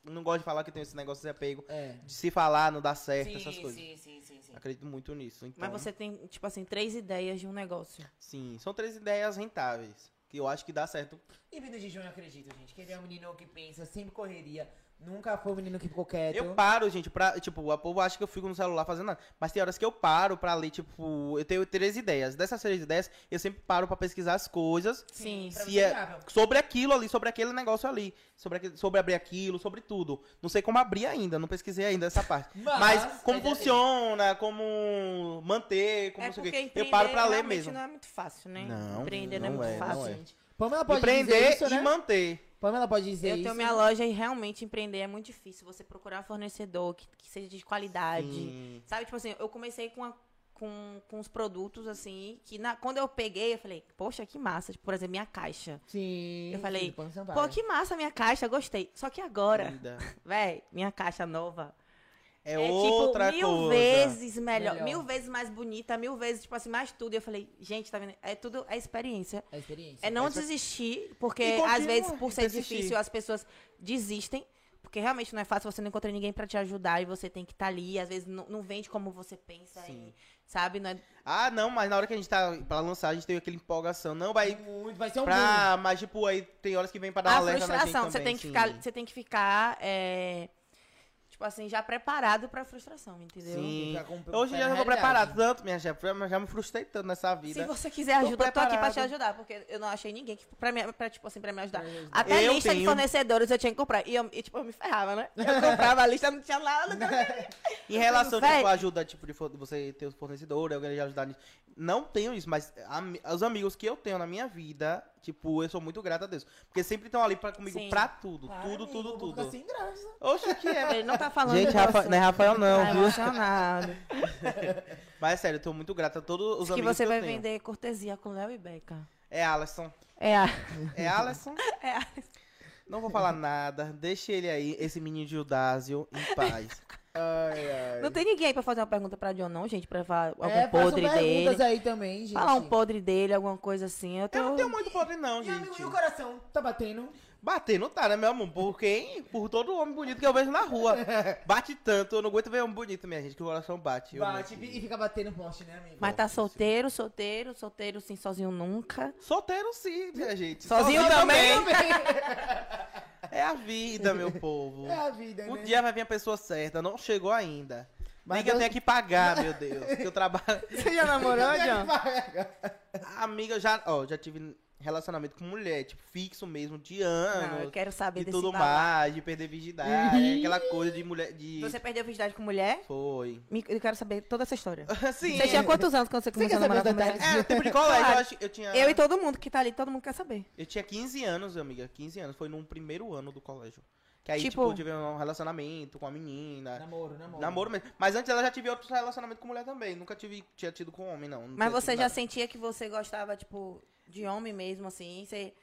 Não gosto de falar que tem esse negócio de apego. É. De se falar, não dá certo, sim, essas coisas. sim, sim, sim, sim. Acredito muito nisso. Mas então- você tem, tipo assim, três ideias de um negócio. Sim, são três ideias rentáveis. Que eu acho que dá certo. E vindo de junho, eu acredito, gente. Que ele é um menino que pensa, sempre correria. Nunca foi um menino que ficou quieto. Eu paro, gente, pra. Tipo, a povo acha que eu fico no celular fazendo nada. Mas tem horas que eu paro pra ler, tipo, eu tenho três ideias. Dessas três ideias, eu sempre paro pra pesquisar as coisas. Sim. Pra Se você é viável. sobre aquilo ali, sobre aquele negócio ali. Sobre, aquele- sobre abrir aquilo, sobre tudo. Não sei como abrir ainda, não pesquisei ainda essa parte. Mas- Mas, como mas é assim. funciona, como manter, como é não sei o porque quê. empreender Eu paro pra ler realmente mesmo. não é muito fácil, né? Não, Empreender não, não é muito é, fácil. não é. gente. Pamela pode Empreender dizer isso, e né? manter. Pamela pode dizer Eu isso. tenho minha loja e realmente empreender é muito um difícil. Você procurar fornecedor que, que seja de qualidade. Sim. Sabe, tipo assim, eu comecei com uma com, com os produtos, assim, que na, quando eu peguei, eu falei, poxa, que massa. Tipo, por exemplo, minha caixa. Sim. Eu falei, Pan Sampaio. Pô, que massa minha caixa, gostei. Só que agora, Linda. véi, minha caixa nova É, tipo, outra mil coisa. vezes melhor, Melhor. mil vezes mais bonita, mil vezes, tipo assim, mais tudo. E eu falei, gente, tá vendo? É tudo, é experiência. A experiência. É não Essa- desistir, porque E continua às vezes, por ser desistir. difícil, as pessoas desistem. Porque realmente não é fácil, você não encontra ninguém pra te ajudar e você tem que estar ali. Às vezes não, não vende como você pensa Sim. e, sabe? Não é... Ah, não, mas na hora que a gente tá pra lançar, a gente teve aquela empolgação. Não, vai Muito, vai ser um boom. pra... Mas, tipo, aí tem horas que vem pra dar a alerta na gente frustração, você tem também, que sim. ficar, tipo, você tem que ficar, é, tipo assim, já preparado pra frustração, entendeu? Sim. Fica com- Hoje é pela eu já tô realidade. preparado tanto, minha chefe. Eu já me frustrei tanto nessa Se vida. você quiser ajuda, eu tô aqui pra te preparado. ajudar, porque eu não achei ninguém que, pra, me, pra, tipo assim, pra me ajudar. Pra me ajudar. Até Eu lista de tenho. fornecedores eu tinha que comprar. E, eu, e, tipo, eu me ferrava, né? Eu [LAUGHS] comprava a lista, não tinha nada. não tinha- Em relação, tenho, tipo, véi. ajuda, tipo, de for- você ter os fornecedores, alguém já ajudar nisso. Não tenho isso, mas ami- os amigos que eu tenho na minha vida, tipo, eu sou muito grato a Deus. Porque sempre estão ali pra, comigo Sim. pra tudo. Para, tudo, amigo, tudo, eu vou tudo. ficar sem graça. Oxe, que é, [LAUGHS] Ele não tá falando Gente, do Rafa- assunto. não é Rafael não, Tá viu? emocionado. Mas é sério, eu tô muito grato a todos os Diz que amigos você que eu vai tenho. vender cortesia com Léo e Beca. É Alisson. É a... É Alisson? [LAUGHS] É a... Não vou falar nada. Deixa ele aí, esse menino Gildásio, [LAUGHS] em paz. [LAUGHS] Não tem ninguém aí pra fazer uma pergunta pra John, não, gente? Pra falar algum É, façam podre perguntas dele. aí também, gente. Falar um podre dele, alguma coisa assim. Eu tô... Eu não tenho muito podre, não, E, amigo, gente. e o coração? Tá batendo? Bater não tá, né, meu amor? Por quem? Por todo homem bonito que eu vejo na rua. Bate tanto, eu não aguento ver homem bonito, minha gente, que o coração bate. eu Bate mesmo. e fica batendo poste, né, amigo? Mas tá solteiro, solteiro, solteiro, sim, sozinho nunca. Solteiro sim, minha gente. Sozinho também? [LAUGHS] É a vida, meu povo. É a vida, né? Um dia vai vir a pessoa certa, não chegou ainda. Mas Nem que eu Deus- tenho que pagar, meu Deus. que eu trabalho. Você já [LAUGHS] namorou, John? Amiga, eu já, ó, já tive relacionamento com mulher, tipo, fixo mesmo, de Não, eu anos. quero saber e desse tudo babado. mais, de perder virgindade, aquela coisa de mulher. De... Você perdeu a virgindade com mulher? Foi. [LAUGHS] Me- Eu quero saber toda essa história. Sim. Você tinha quantos anos quando você Você começou quer a namorar saber com os mulher? detalhes? Era tempo de colégio, Claro. eu acho. Eu tinha, Eu e todo mundo que tá ali, todo mundo quer saber. eu tinha 15 anos, amiga. 15 anos. Foi no primeiro ano do colégio. Que aí, Tipo- tipo, eu tive um relacionamento com a menina. Namoro, namoro. É. Namoro mesmo. Mas antes ela já tive outros relacionamentos com mulher também. Nunca tive, tinha tido com homem, não. Não Mas tinha você tido já nada. sentia que você gostava, tipo, de homem mesmo, assim? Você,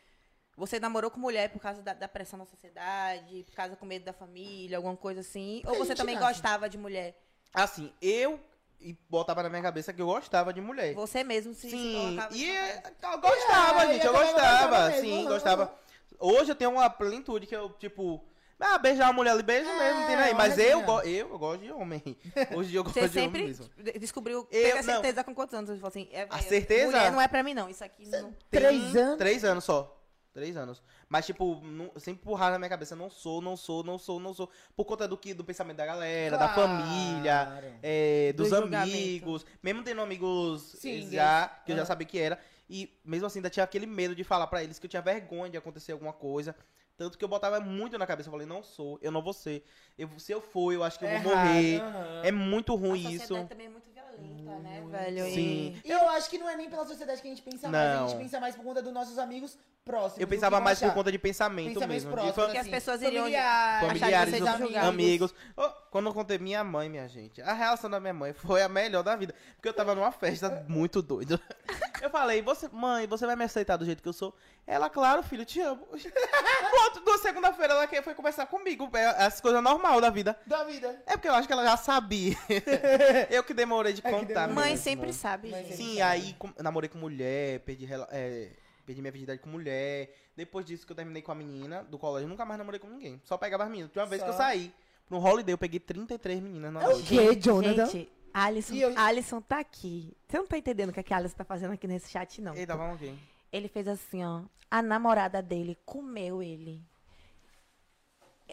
você namorou com mulher por causa da, da pressão da sociedade, por causa com medo da família, alguma coisa assim? Ou que a você gente também acha? gostava de mulher? Assim, eu e botava na minha cabeça que eu gostava de mulher. Você mesmo se, se Sim, colocava... e é- eu gostava, É, gente, eu eu também gostava gostava, mesmo, sim, aham, gostava. Hoje eu tenho uma plenitude que eu, tipo, ah, beijar uma mulher ali, beijo É, mesmo, não tem nada aí. Mas olha eu, aqui, ó. go- eu, gosto de homem. [LAUGHS] Hoje eu gosto Você de homem sempre mesmo. de- descobriu, Eu- teve a não. certeza com quantos anos? Você falou assim, é, A é, certeza? Mulher não é pra mim, não. Isso aqui não... Tem Três anos? Três anos só. Três anos. Mas, tipo, não, sempre empurrar na minha cabeça, não sou, não sou, não sou, não sou. Por conta do que? Do pensamento da galera, Ah. da família. é, dos Do julgamento. amigos, mesmo tendo amigos Sim, eh, gays. já, que eu já Aham. sabia que era, e mesmo assim ainda tinha aquele medo de falar pra eles que eu tinha vergonha de acontecer alguma coisa. Tanto que eu botava muito na cabeça, eu falei, não sou, eu não vou ser. Eu, se eu for, eu acho que eu vou morrer. É muito A ruim isso. tá sociedade também é muito violenta, né, velho? Sim. E- E eu acho que não é nem pela sociedade que a gente pensa mais, a Não. gente pensa mais por conta dos nossos amigos próximos. Eu do que pensava vão mais por achar. conta de pensamento Pensamento mesmo. de próximo, fa- Porque as Assim, pessoas iriam familiares, achar que familiares, vocês dos eram amigos. julgados. Ô, quando eu contei minha mãe, minha gente, a reação da minha mãe foi a melhor da vida. Porque eu tava numa festa muito doido. [LAUGHS] Eu falei, você, mãe, você vai me aceitar do jeito que eu sou? Ela, claro, filho, te amo. [LAUGHS] Pronto, na segunda-feira ela que- foi conversar comigo. é, As coisas normal da vida. Da vida. [LAUGHS] É porque eu acho que ela já sabia. [LAUGHS] eu que demorei É de que contar. demorou. Mãe mesmo. sempre sabe, Mãe gente. sempre Sim, aí com- namorei com mulher, perdi, rela- é, perdi minha virgindade com mulher. Depois disso que eu terminei com a menina do colégio, eu nunca mais namorei com ninguém. Só pegava as meninas. Tinha uma vez que eu Só. saí pro holiday, eu peguei 33 meninas na É o noite. quê, Jonathan? Gente, Alisson, E eu- Alisson tá aqui. Você não tá entendendo o que, é que Alisson tá fazendo aqui nesse chat, não. Eita, vamos ver. Ele fez assim, ó. A namorada dele comeu ele.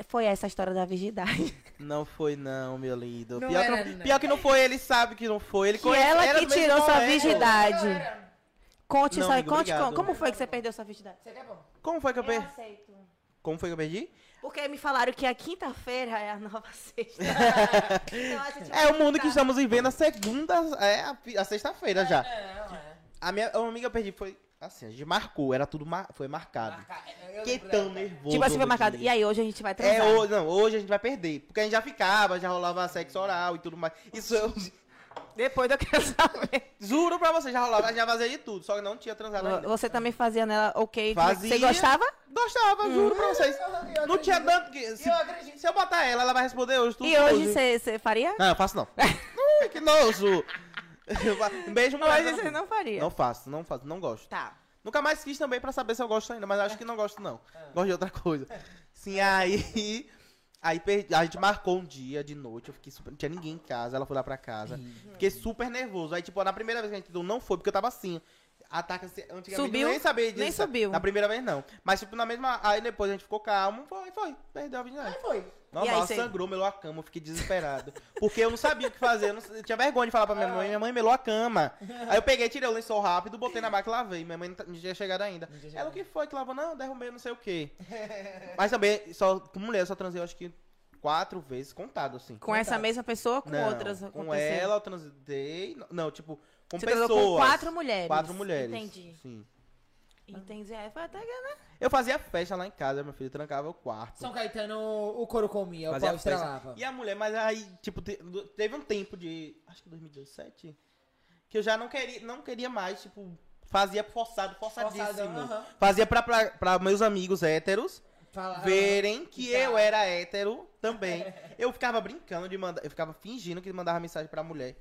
Foi essa a história da [LAUGHS] virgindade. Não foi não, meu lindo. Não pior, era, que não, não. pior que não foi, ele sabe que não foi. Ele Que conhece- ela era que do mesmo tirou sua colégio. virgindade. Conte Não, só, amigo, conte obrigado. como, como foi que você perdeu sua virgindade. Você quer bom? Como foi que eu perdi? aceito. Como foi que eu perdi? Porque me falaram que a quinta-feira é a nova [LAUGHS] [LAUGHS] sexta. Então, acho que É o mundo que tá. estamos vivendo a segunda, é a, a sexta-feira já. Não, é. A minha a amiga eu perdi foi assim, a gente marcou, era tudo mar- foi Ah, marcado. Fiquei tão nervoso. Tipo assim, foi no marcado. dia. E aí, hoje a gente vai transar. É, hoje, não, hoje a gente vai perder. Porque a gente já ficava, já rolava sexo oral e tudo mais. Isso eu. Depois eu quero [LAUGHS] saber. Juro pra você, já rolava, já vazia de tudo, só que não tinha transado ainda. tá Você também fazia nela ok? como é que Você Fazia. gostava? Gostava, Hum. juro pra vocês. Eu acredito. Não [LAUGHS] tinha tanto que. Se Eu acredito. se eu botar ela, ela vai responder hoje. Tudo E hoje tudo. você você faria? Não, eu faço [LAUGHS] não. Ui, que nojo. [LAUGHS] Eu fa- um Beijo, mulher. Hoje você não faria. Não faço, não faço, não gosto. Tá. Nunca mais fiz também pra saber se eu gosto ainda, mas acho que não gosto, não. É. Gosto de outra coisa. Sim, aí. [LAUGHS] Aí perdi- a gente marcou um dia de noite, eu fiquei super. Não tinha ninguém em casa, ela foi lá pra casa. Fiquei super nervoso. Aí, tipo, na primeira vez que a gente deu, não foi, porque eu tava assim. Ataca assim, antigamente Subiu, eu nem sabia disso. nem subiu. Na primeira vez não. Mas, tipo, na mesma. Aí depois a gente ficou calmo, foi, foi, perdeu a virgindade. Aí foi. E aí, Normal, cê- sangrou, melou a cama, eu fiquei desesperado. Porque eu não sabia o que fazer, eu, não- eu tinha vergonha de falar pra minha mãe, minha mãe melou a cama. Aí eu peguei, tirei o lençol rápido, botei na máquina e lavei. Minha mãe não, tá- não tinha chegado ainda. Ela, o que foi que lavou? Não, derrubei, não sei o quê. [LAUGHS] Mas também, só, com mulher, eu só transei, eu acho que quatro vezes, contado assim. Com essa mesma pessoa ou com Não, outras? Com aconteceu? ela eu transei, não, tipo, com Você pessoas. transou com quatro mulheres. Quatro mulheres, Entendi. Sim. Entendi. É, foi até que Eu fazia festa lá em casa, meu filho trancava o quarto. São Caetano, o couro comia, o Fazia pau festa. Ah. estrelava. E a mulher, mas aí, tipo, te- do- teve um tempo de. Acho que 2017. Que eu já não queria, não queria mais, tipo, fazia forçado, forçadíssimo. Forçadão, aham. Fazia pra, pra, pra meus amigos héteros Fala- verem que tá. eu era hétero [LAUGHS] também. Eu ficava brincando de mandar. Eu ficava fingindo que mandava mensagem pra mulher.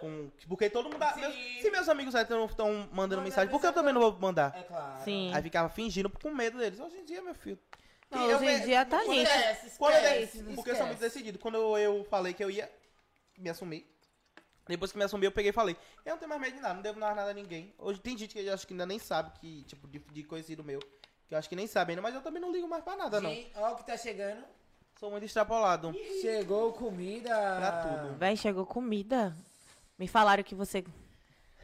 Com- porque todo mundo. meus- se meus amigos héteros estão mandando mensagem, por que eu também não vou mandar? É claro. Sim. Aí ficava fingindo com medo deles. Hoje em dia, meu filho. Não, eu hoje em ve- dia tá quando nisso. eu- é Esquece, quando eu de- esquece, Porque eu sou muito esquece. decidido. Quando eu, eu falei que eu ia me assumir, depois que me assumi, eu peguei e falei: Eu não tenho mais medo de nada, não devo mais nada a ninguém. Hoje tem gente que eu acho que ainda nem sabe que, tipo, de, de conhecido meu, que eu acho que nem sabe ainda, mas eu também não ligo mais pra nada, não. Gente, ó o que tá chegando. Sou muito extrapolado. Chegou comida. Pra tudo. Véi, chegou comida. Me falaram que você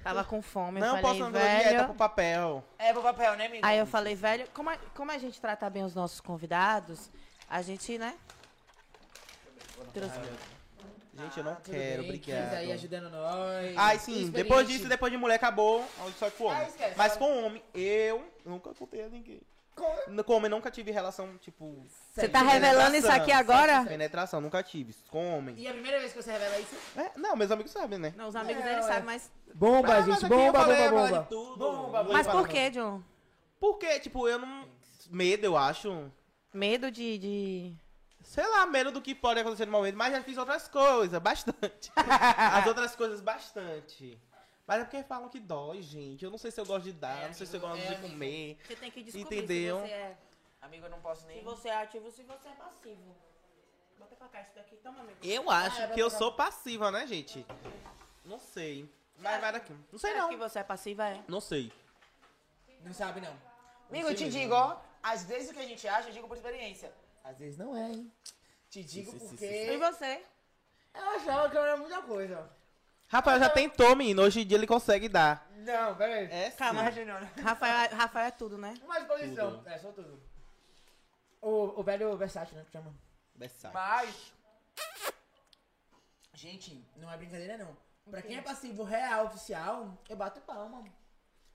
tava com fome. não eu posso falei, andar de dieta tá pro velho. papel. É pro papel, né, amigo? Aí eu falei, velho, como a, como a gente trata bem os nossos convidados, a gente, né? Trouxe. Gente, eu não Ah, Tudo quero, bem, Cris obrigado. aí ajudando nós. Ai, sim, Experiente. depois disso, depois de mulher acabou, aí só com homem. Ah, esquece. Mas com homem, eu nunca contei a ninguém. Com- No- Com homem, nunca tive relação, tipo. Você tá Sério. revelando isso aqui agora? Penetração, nunca tive. Com homem. E a primeira vez que você revela isso? É, não, meus amigos sabem, né? Não, os amigos É, dele ué. sabem, mas. Bomba, Ah, mas gente, aqui eu bomba, falei, eu bomba, falei bomba. de tudo. Bomba, Não Mas vou por falar, quê, John? não. Porque, tipo, eu não. Medo, eu acho. Medo de. de... Sei lá, medo do que pode acontecer no momento, mas já fiz outras [LAUGHS] coisas, bastante. As outras coisas, bastante. Mas é porque falam que dói, gente. Eu não sei se eu gosto de dar, É, não sei se eu amigo, gosto é, de amigo. comer. Você tem que descobrir se Entendeu? você é, Amigo, eu não posso nem. você é ativo se você é passivo. Bota pra cá isso daqui, toma, amigo. Eu acho Ah, é que eu verdade. sou passiva, né, gente? Não sei. Mas vai daqui. Não sei, Será que não. você é passiva? É. Não sei. Não sabe, não. Amigo, eu te digo, ó. Às vezes o que a gente acha, eu digo por experiência. Às vezes não é, hein? Te digo Sim, sim, porque... E você? Eu achava que eu era muita coisa. Rafael já tentou, menino. Hoje em dia ele consegue dar. Não, peraí. É, Calma. Imaginando. Rafael, Rafael é tudo, né? Mais posição. É, sou tudo. O, o velho Versace, né, que chama. Mas. Gente, não é brincadeira, não. Pra quem é passivo real, oficial, eu bato palma.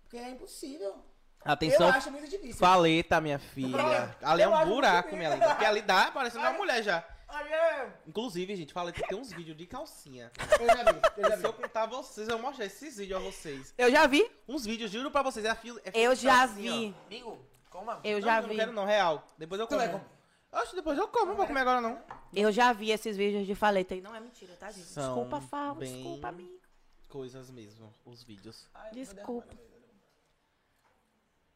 Porque é impossível. Atenção, Eu acho muito difícil. faleta, minha filha. Pronto. Ali é Eu um acho que buraco, sim. minha língua. Porque ali dá parecendo uma Olha. mulher já. Olha, Inclusive, gente, faleta tem uns vídeos de calcinha. eu já vi, eu já Se eu vi. contar a vocês, eu vou mostrar esses vídeos a vocês. Eu já vi. Uns vídeos, juro pra vocês, é a fila. É fila Eu de já calcinha, vi. ó. Amigo, coma. Eu Não, já não vi. quero não, real. Depois eu Tu como. vai comer. Acho que depois eu como, não vou comer agora não. Eu já vi esses vídeos de faleta e não é mentira, tá, gente? São desculpa, Fábio. bem- Desculpa, amigo. Coisas mesmo, os vídeos. Desculpa.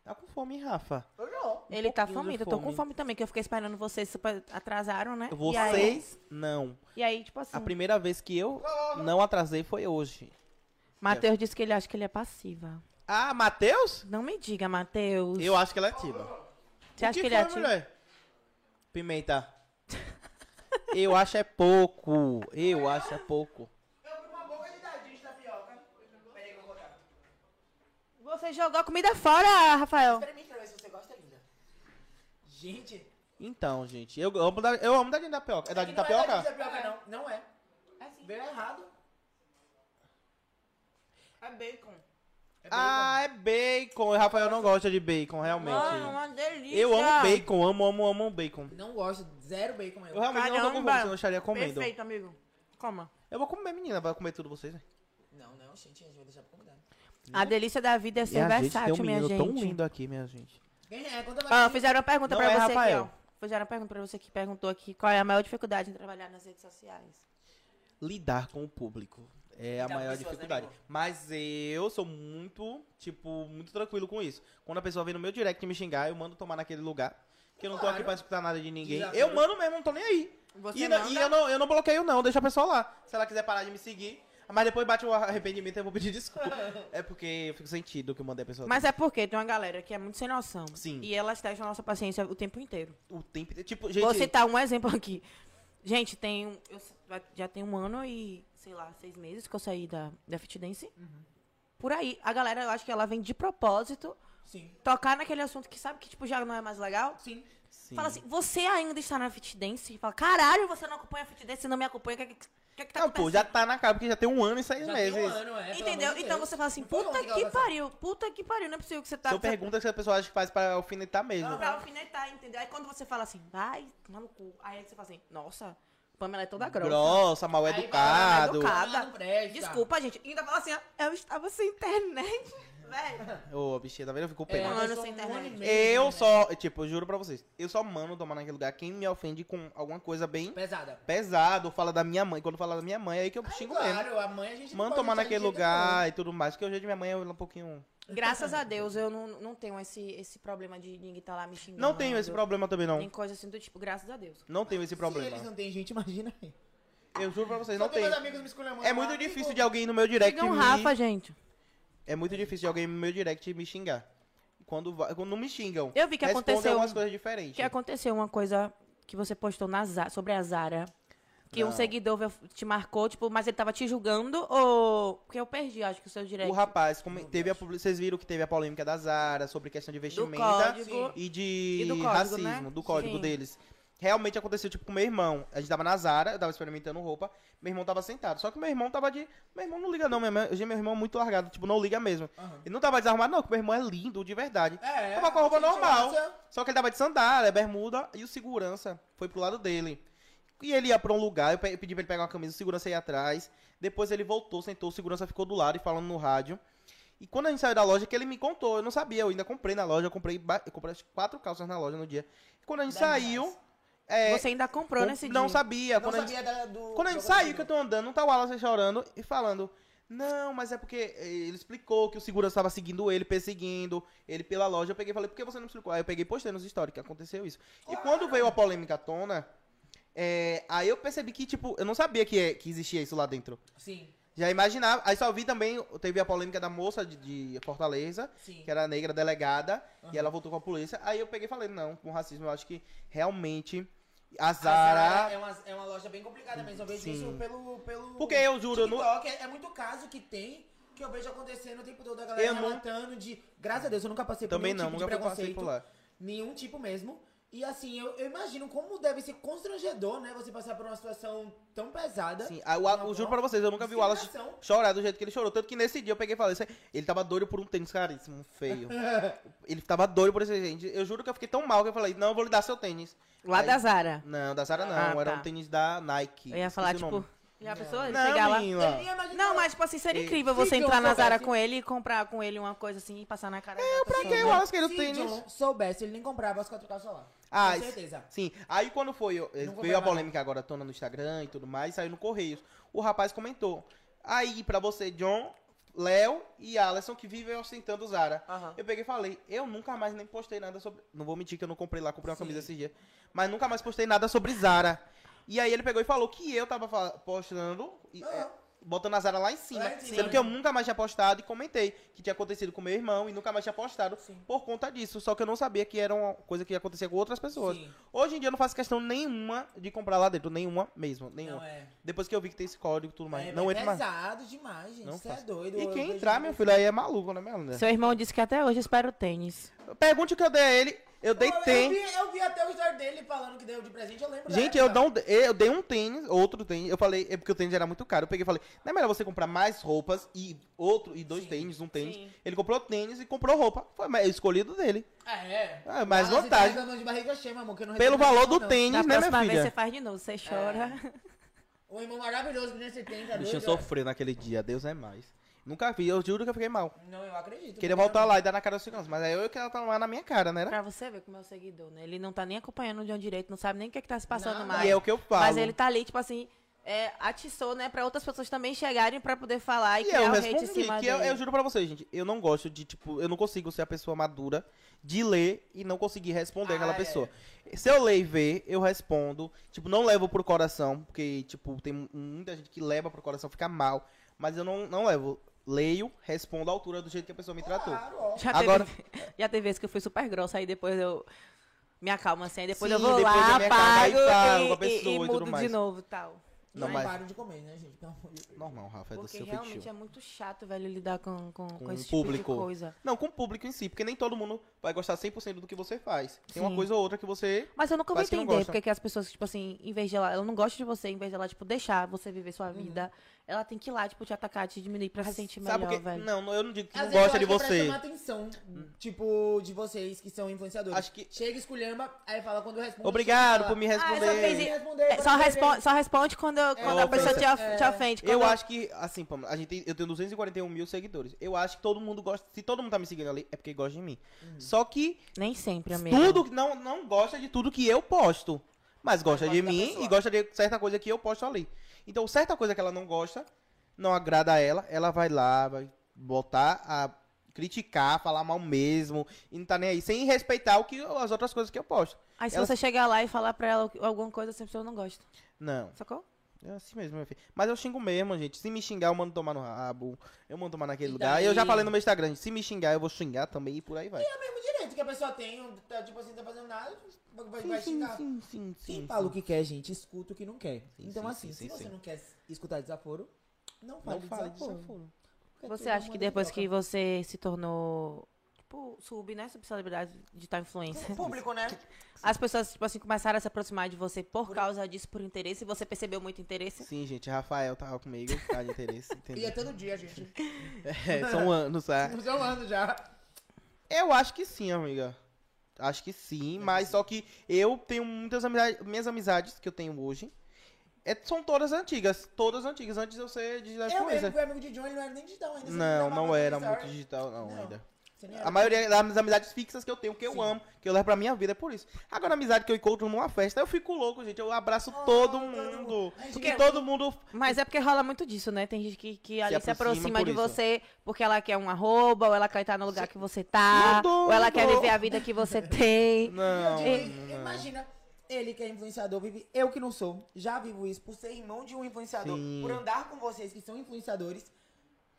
Tá com fome, hein, Rafa? Eu não. Ele tá pouquinho de faminto. Eu tô com fome. fome também, que eu fiquei esperando vocês. super Atrasaram, né? E aí, Vocês, não. e aí tipo assim, A primeira vez que eu não atrasei foi hoje. Matheus disse que ele acha que ele é passiva. Ah, Matheus? Não me diga, Matheus. Eu acho que ela é ativa. Você O acha que, ele é foi, ativo? mulher? Pimenta. Eu acho é pouco. Eu acho é pouco. Você jogou a comida fora, Rafael. Experimenta pra ver se você gosta, linda. Gente, Então, gente, eu amo da, eu amo dadinho da pioca. É dadinho da pioca? tapioca, não. Não é. É assim. Veio errado. É bacon. Ah, é bacon. O Rafael não gosta de bacon, Mano, é realmente. uma delícia. Eu amo bacon, amo, amo, amo bacon. Não gosto. Zero bacon, eu. Eu realmente não tô com fome, Caramba. senão eu estaria comendo. Perfeito, amigo. Coma. Eu vou comer, menina, vai comer tudo vocês, né? Não, gente, a gente vai deixar pra convidar. A delícia da vida é E ser a gente tem um versátil, minha menino tão gente. lindo aqui, minha gente. Quem é? Conta pra Ah, mim. fizeram uma pergunta Não pra é você aqui, ó. Rafael. Fizeram uma pergunta pra você que perguntou aqui qual é a maior dificuldade em trabalhar nas redes sociais. lidar com o público. É a Lidar com maior pessoas, né, dificuldade. amigo? Mas eu sou muito, tipo, muito tranquilo com isso. Quando a pessoa vem no meu direct me xingar, eu mando tomar naquele lugar. Porque eu não tô aqui pra escutar nada de ninguém. Desafio. Eu mando mesmo, não tô nem aí. Você E, não- manda? e eu, não, eu não bloqueio, não, deixa a pessoa lá. Se ela quiser parar de me seguir. Mas depois bate o arrependimento eu vou pedir desculpa. é porque eu fico sentido que eu mandei a pessoa. Mas é porque tem uma galera que é muito sem noção. Sim. E elas testam a nossa paciência o tempo inteiro. O tempo. inteiro. Tipo, gente. Vou citar um exemplo aqui. Gente, tem um, eu s- vai- já tem um ano e, sei lá, seis meses que eu saí da, da Fit Dance. Uhum. Por aí, a galera, eu acho que ela vem de propósito Sim. tocar naquele assunto que sabe que, tipo, já não é mais legal. Sim. Sim. Fala assim, você ainda está na Fit Dance? E fala, caralho, você não acompanha a Fit Dance, você não me acompanha, o que, que, que, que tá Não, pô, acontecendo? já tá na cara, porque já tem um ano e seis Já meses. tem um ano, é. pelo Entendeu? amor de então Deus. você fala assim, Não foi puta ontem ela que vai sair. pariu, puta que pariu, não é possível que você tá... São perguntas que as pessoas acham que faz pra alfinetar mesmo. Pra alfinetar, entendeu? Aí quando você fala assim, vai, maluco, aí você fala assim, nossa, Pamela é toda grossa. grossa, mal Aí, Ela é educado. Ela não Educada. tá. presta. Desculpa, gente. Ainda fala assim, ó, eu estava sem internet, [LAUGHS] velho. Ô, bichinha, tá vendo? Eu fico É, Mano, pena. mas sem só um internet. ano e meio, Eu né? só, tipo, eu juro pra vocês, eu só mando tomar naquele lugar quem me ofende com alguma coisa bem Pesada. pesada, ou fala da minha mãe. Quando fala da minha mãe, é aí que eu Aí, xingo mesmo. claro, a mãe a gente Mando não pode tomar deixar de naquele jeito lugar e tudo mais, porque o jeito de minha mãe é um pouquinho. Graças a Deus, eu não, não tenho esse, esse problema de ninguém tá lá me xingando. Não tenho esse problema também, Nem não. coisa assim do tipo, graças a Deus. Não tenho esse nenhum. Se eles problema. não têm gente, imagina aí. Eu juro pra vocês, Só não que tenho. meus amigos me esculhambam, É eu muito falo, difícil amigo, de alguém no meu direct. Chega um me- Rafa, gente. É muito difícil de alguém no meu direct me xingar. Quando, va- quando não me xingam. Eu vi que respondem aconteceu algumas um- coisas diferentes. Que aconteceu uma coisa que você postou na Za- sobre a Zara. Que um Não. seguidor veio- te marcou, tipo, mas ele tava te julgando ou. Porque eu perdi, acho que o seu direct. O rapaz, como teve a, publi- vocês viram que teve a polêmica da Zara sobre questão de do vestimenta código. e de E do código, racismo, né? do código Sim. deles. Realmente aconteceu, tipo, com meu irmão. A gente tava na Zara, eu tava experimentando roupa, meu irmão tava sentado. Só que meu irmão tava de. Meu irmão não liga, não. Meu irmão, hoje meu irmão é muito largado, tipo, não liga mesmo. Aham. Ele não tava desarmumado, não, porque meu irmão é lindo, de verdade. É, tava com a roupa gente, normal. nossa. Só que ele tava de sandália, bermuda, e o segurança foi pro lado dele. E ele ia pra um lugar, eu pe- eu pedi pra ele pegar uma camisa, o segurança ia atrás. Depois ele voltou, sentou, o segurança ficou do lado e falando no rádio. E quando a gente saiu da loja, que ele me contou, eu não sabia, eu ainda comprei na loja, eu comprei, ba- eu comprei acho que quatro calças na loja no dia. E quando a gente Dez saiu. é, Você ainda comprou com- nesse não dia. sabia. Não quando a gente sabia da- do... quando a do gente saiu, acontecimento. que eu tô andando, não tá o Wallace chorando e falando. Não, mas é porque eh, ele explicou que o segurança tava seguindo ele, perseguindo ele pela loja. Eu peguei e falei, por que você não me explicou? Aí eu peguei e postei nos stories que aconteceu isso. E quando veio a polêmica à tona, eh, aí eu percebi que, tipo, eu não sabia que, é- que existia isso lá dentro. Sim, Já imaginava. Aí só vi também, teve a polêmica da moça de, de Fortaleza, sim. que era negra delegada, e Aham. ela voltou com a polícia. Aí eu peguei e falei, não, com racismo eu acho que realmente a A Zara Zara... é um uma, é uma loja bem complicada, mas eu vejo Sim. isso pelo, pelo... Porque eu juro, eu não, TikTok, é, é muito caso que tem, que eu vejo acontecendo o tempo todo, a Eu galera não- relatando de... Graças a Deus, eu nunca passei por Também nenhum não, tipo nunca de fui- passei preconceito. por lá. Nenhum tipo mesmo. E assim, eu, eu imagino como deve ser constrangedor, né? Você passar por uma situação tão pesada. Sim, aí o Al- Uma eu juro boa pra vocês, eu nunca vi o Wallace discriminação. chorar do jeito que ele chorou. Tanto que nesse dia eu peguei e falei, "Cê- ele tava doido por um tênis caríssimo, um feio. ele tava doido por esse gente. Eu juro que eu fiquei tão mal que eu falei, não, eu vou lhe dar seu tênis. Lá Aí- da Zara. Não, da Zara não, Ah, era tá. um tênis da Nike. Eu ia esqueci falar, o nome. tipo, já pensou? Ele chegar não, lá. Eu menina. nem imaginava. Não, mas tipo assim, seria E- incrível você Se entrar eu na Zara soubesse- com ele e comprar com ele uma coisa assim e passar na cara dele. Pra um que o Wallace queria o Se tênis? John soubesse, ele nem comprava as quatro calças lá. Ah, Com isso- certeza. Sim. Aí quando foi, eu- vou veio a levar, polêmica agora tona no Instagram e tudo mais, saiu no Correios. O rapaz comentou. Aí, pra você, John, Léo e Alisson, que vivem ostentando Zara. Aham. Eu peguei e falei, eu nunca mais nem postei nada sobre. Não vou mentir que eu não comprei lá, comprei uma camisa esse dia. Mas nunca mais postei nada sobre Zara. E aí ele pegou e falou que eu tava fa- postando. e, é, Aham. Botando a Zara lá em cima. Ah. Lá em cima. Sendo que eu nunca mais tinha postado e comentei que tinha acontecido com meu irmão e nunca mais tinha postado Sim. por conta disso. Só que eu não sabia que era uma coisa que ia acontecer com outras pessoas. Sim. Hoje em dia eu não faço questão nenhuma de comprar lá dentro. Nenhuma mesmo. Nenhuma. Não é. Depois que eu vi que tem esse código e tudo mais. é, não é entra mais. pesado demais, gente. Não Você é faço. doido. E eu quem vejo entrar, muito meu filho, aí é maluco, né, minha linda? Seu irmão disse que até hoje espera o tênis. Pergunte o que eu dei a ele. Eu dei Eu- eu tênis. vi- Eu vi até o story dele falando que deu de presente, eu lembro. então. da Gente, eu, época. não, eu dei um tênis, outro tênis. Eu falei, é porque o tênis era muito caro. Eu peguei e falei, não é melhor você comprar mais roupas e outro, e dois tênis, um tênis. Sim. Ele comprou tênis e comprou roupa. Foi mas é o escolhido dele. Ah, é. Ah, mais Wallace tá vantagem. reclamando de barriga cheia, meu amor, que eu não Pelo recebo nada, valor do não. Na tênis, né, próxima minha vez você filha? É. faz de novo, você chora. [LAUGHS] Um irmão maravilhoso que nem você tem, tá O bichinho doido? sofreu naquele dia, Deus é mais. Nunca vi, eu juro que eu fiquei mal. Não, eu acredito. Queria voltar lá e dar na cara do segurança, mas aí eu que ela tá lá na minha cara, né? né? Pra você ver como é o seguidor, né? Ele não tá nem acompanhando de onde direito, não sabe nem o que, é que tá se passando Nada. mais. E é o que eu falo. Mas ele tá ali, tipo assim, é, atiçou, né? Pra outras pessoas também chegarem pra poder falar e, E é criar eu o hate em respondi, cima que eu, dele. eu juro pra vocês, gente, eu não gosto de, tipo, eu não consigo ser a pessoa madura de ler e não conseguir responder Ah, aquela é. pessoa. Se eu ler e ver, eu respondo, tipo, não levo pro coração, porque, tipo, tem mu- muita gente que leva pro coração, fica mal, mas eu não, não levo. Leio, respondo à altura do jeito que a pessoa me tratou. Claro, ó. Ah, Já Agora- teve, [LAUGHS] já teve vezes que eu fui super grossa, aí depois eu me acalmo assim, aí depois Sim, eu vou depois eu lá, me apago acalmo, aí falo e, com a e- e pessoa e tudo mudo de mais. novo e tal. Não, Não, mas- param de comer, né, gente? Pelo amor de Deus. Normal, Rafa, é do Porque seu realmente feitio. é muito chato, velho, lidar com, com, com, Com esse o tipo público. de coisa. Não, com o público em si, porque nem todo mundo vai gostar 100% do que você faz. Tem uma Sim. coisa ou outra que você... Mas eu nunca vou Parece que não entender gosta. porque que as pessoas, tipo assim, em vez de ela, ela não gosta de você, em vez de ela, tipo, deixar você viver sua Uhum. vida, ela tem que ir lá, tipo, te atacar, te diminuir pra se sentir melhor, Sabe por quê? velho. Não, não, eu não digo que Às não vezes eu gosta de acho que você. Hum. Presta atenção, tipo, de vocês que são influenciadores. Acho que- Chega, esculhamba, aí fala quando responde. Obrigado fala, por me Ah, responder. só fez isso. Responder, É, só, responder. responde, só responde quando, quando a pessoa te, af- te ofende. É Eu um. quando- acho que, assim, Pamela, a gente tem- eu tenho 241 mil seguidores. Eu acho que todo mundo gosta. Se todo mundo tá me seguindo ali, é porque gosta de mim. Hum. Só que Nem sempre, amigo. tudo não, não gosta de tudo que eu posto. Mas gosta de gosta da mim pessoa. e gosta de certa coisa que eu posto ali. Então, certa coisa que ela não gosta, não agrada a ela, ela vai lá, vai botar a criticar, falar mal mesmo, e não tá nem aí, sem respeitar o que as outras coisas que eu posto. Aí se Ela- você chegar lá e falar pra ela alguma coisa, assim, a pessoa não gosta. Não. Sacou? É assim mesmo, meu filho. Mas eu xingo mesmo, gente. Se me xingar, eu mando tomar no rabo. Eu mando tomar naquele E lugar. daí? Eu já falei no meu Instagram, gente. Se me xingar, eu vou xingar também e por aí vai. É o mesmo direito que a pessoa tem, tá, tipo assim, não tá fazendo nada, vai, vai sim, xingar. sim, sim, Quem sim, fala o sim. que quer, gente, escuta o que não quer. Sim, então, sim, assim, sim, se sim, você sim. não quer escutar desaforo, não fale Não de fale de desaforo. desaforo. Porque Você todo acha que mundo é depois troca. que você se tornou, tipo, sub, né? Subcelebridade digital influencer. Público, né? As pessoas, tipo assim, começaram a se aproximar de você por causa disso, por interesse. E você percebeu muito interesse? Sim, gente. Rafael tava comigo. Tá de interesse. E é Entendeu? todo dia, gente. [LAUGHS] É, são anos, tá? Não são anos já. Eu acho que sim, amiga. Acho que sim, mas só que eu tenho muitas amizades, minhas amizades que eu tenho hoje é- são todas antigas, todas antigas, antes de eu ser digital Eu mesmo, influencer. fui amigo de John, ele não era nem digital ainda. você Não, gravava não era story. muito digital não, Não. ainda. Você nem A era. maioria das minhas amizades fixas que eu tenho, que eu Sim. amo, que eu levo pra minha vida, é por isso. Agora, a amizade que eu encontro numa festa, eu fico louco, gente. Eu abraço Oh, todo mundo. Porque todo mundo. Mas é porque rola muito disso, né? Tem gente que, que ali se, aproxima aproxima, por de isso. você porque ela quer um arroba, ou ela quer estar no lugar que você tá, Mudou, ou ela quer mudou. viver a vida que você tem. Não. Eu digo, Imagina, ele que é influenciador, vive. Eu que não sou, já vivo isso por ser irmão de um influenciador, Sim. por andar com vocês que são influenciadores.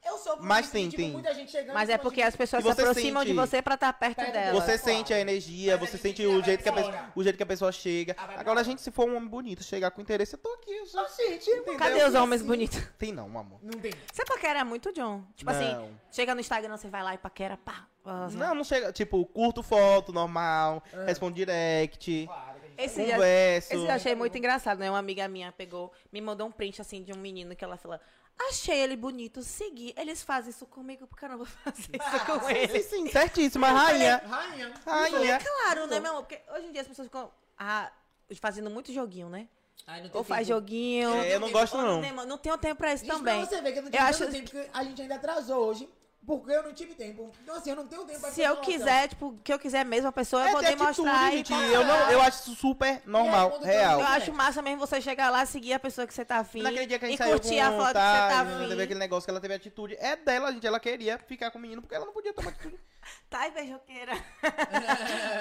Eu sou por Mas isso, tem, tipo, tem. muita gente chegando. Mas é porque as pessoas E se você aproximam sente- de você pra estar perto, Perto dela. Você dela. sente a energia, Mas a você gente sente já o vai jeito, que a pra pessoa, fora. o jeito que a pessoa chega. Ah, vai pra Agora, fora. gente, se for um homem bonito, chegar com interesse, eu tô aqui. assim, Eu só gente, Cadê os homens bonitos? Tem não, amor. Não tem. Você paquera muito, John? Tipo assim, Não. chega no Instagram, você vai lá e paquera, pá. assim. Não, não chega. Tipo, curto foto, normal, Ah. respondo direct, Claro que a gente- Esse dia, converso. esse eu achei Uhum. muito engraçado, né? Uma amiga minha pegou, me mandou um print assim de um menino que ela falou: Achei ele bonito, segui. Eles fazem isso comigo porque eu não vou fazer [LAUGHS] isso com Sim, ele. sim, sim, [LAUGHS] certíssima, rainha. É, Rainha. é Rainha. Claro, né, meu amor? Porque hoje em dia as pessoas ficam ah, fazendo muito joguinho, né? Ai, não tem Ou faz tempo. joguinho. É, eu não gosto, ou não. tem- Não tenho tempo pra isso Gente, também. Pra você ver que eu não eu tive tanto acho tempo, que a gente ainda atrasou hoje, porque eu não tive tempo. Então, assim, eu não tenho tempo pra se fazer eu uma então. quiser, tipo, o que eu quiser mesmo, a pessoa, eu vou ter demonstrar e É gente. Eu, não, eu acho isso super normal, tudo real. Eu Gente. acho massa mesmo você chegar lá, seguir a pessoa que você tá afim. Naquele dia que a gente e saiu curtir com a foto tá, que e você tá Teve afim. aquele negócio que ela teve atitude. É dela, gente. Ela queria ficar com o menino porque ela não podia tomar atitude. Tá, e beijoqueira.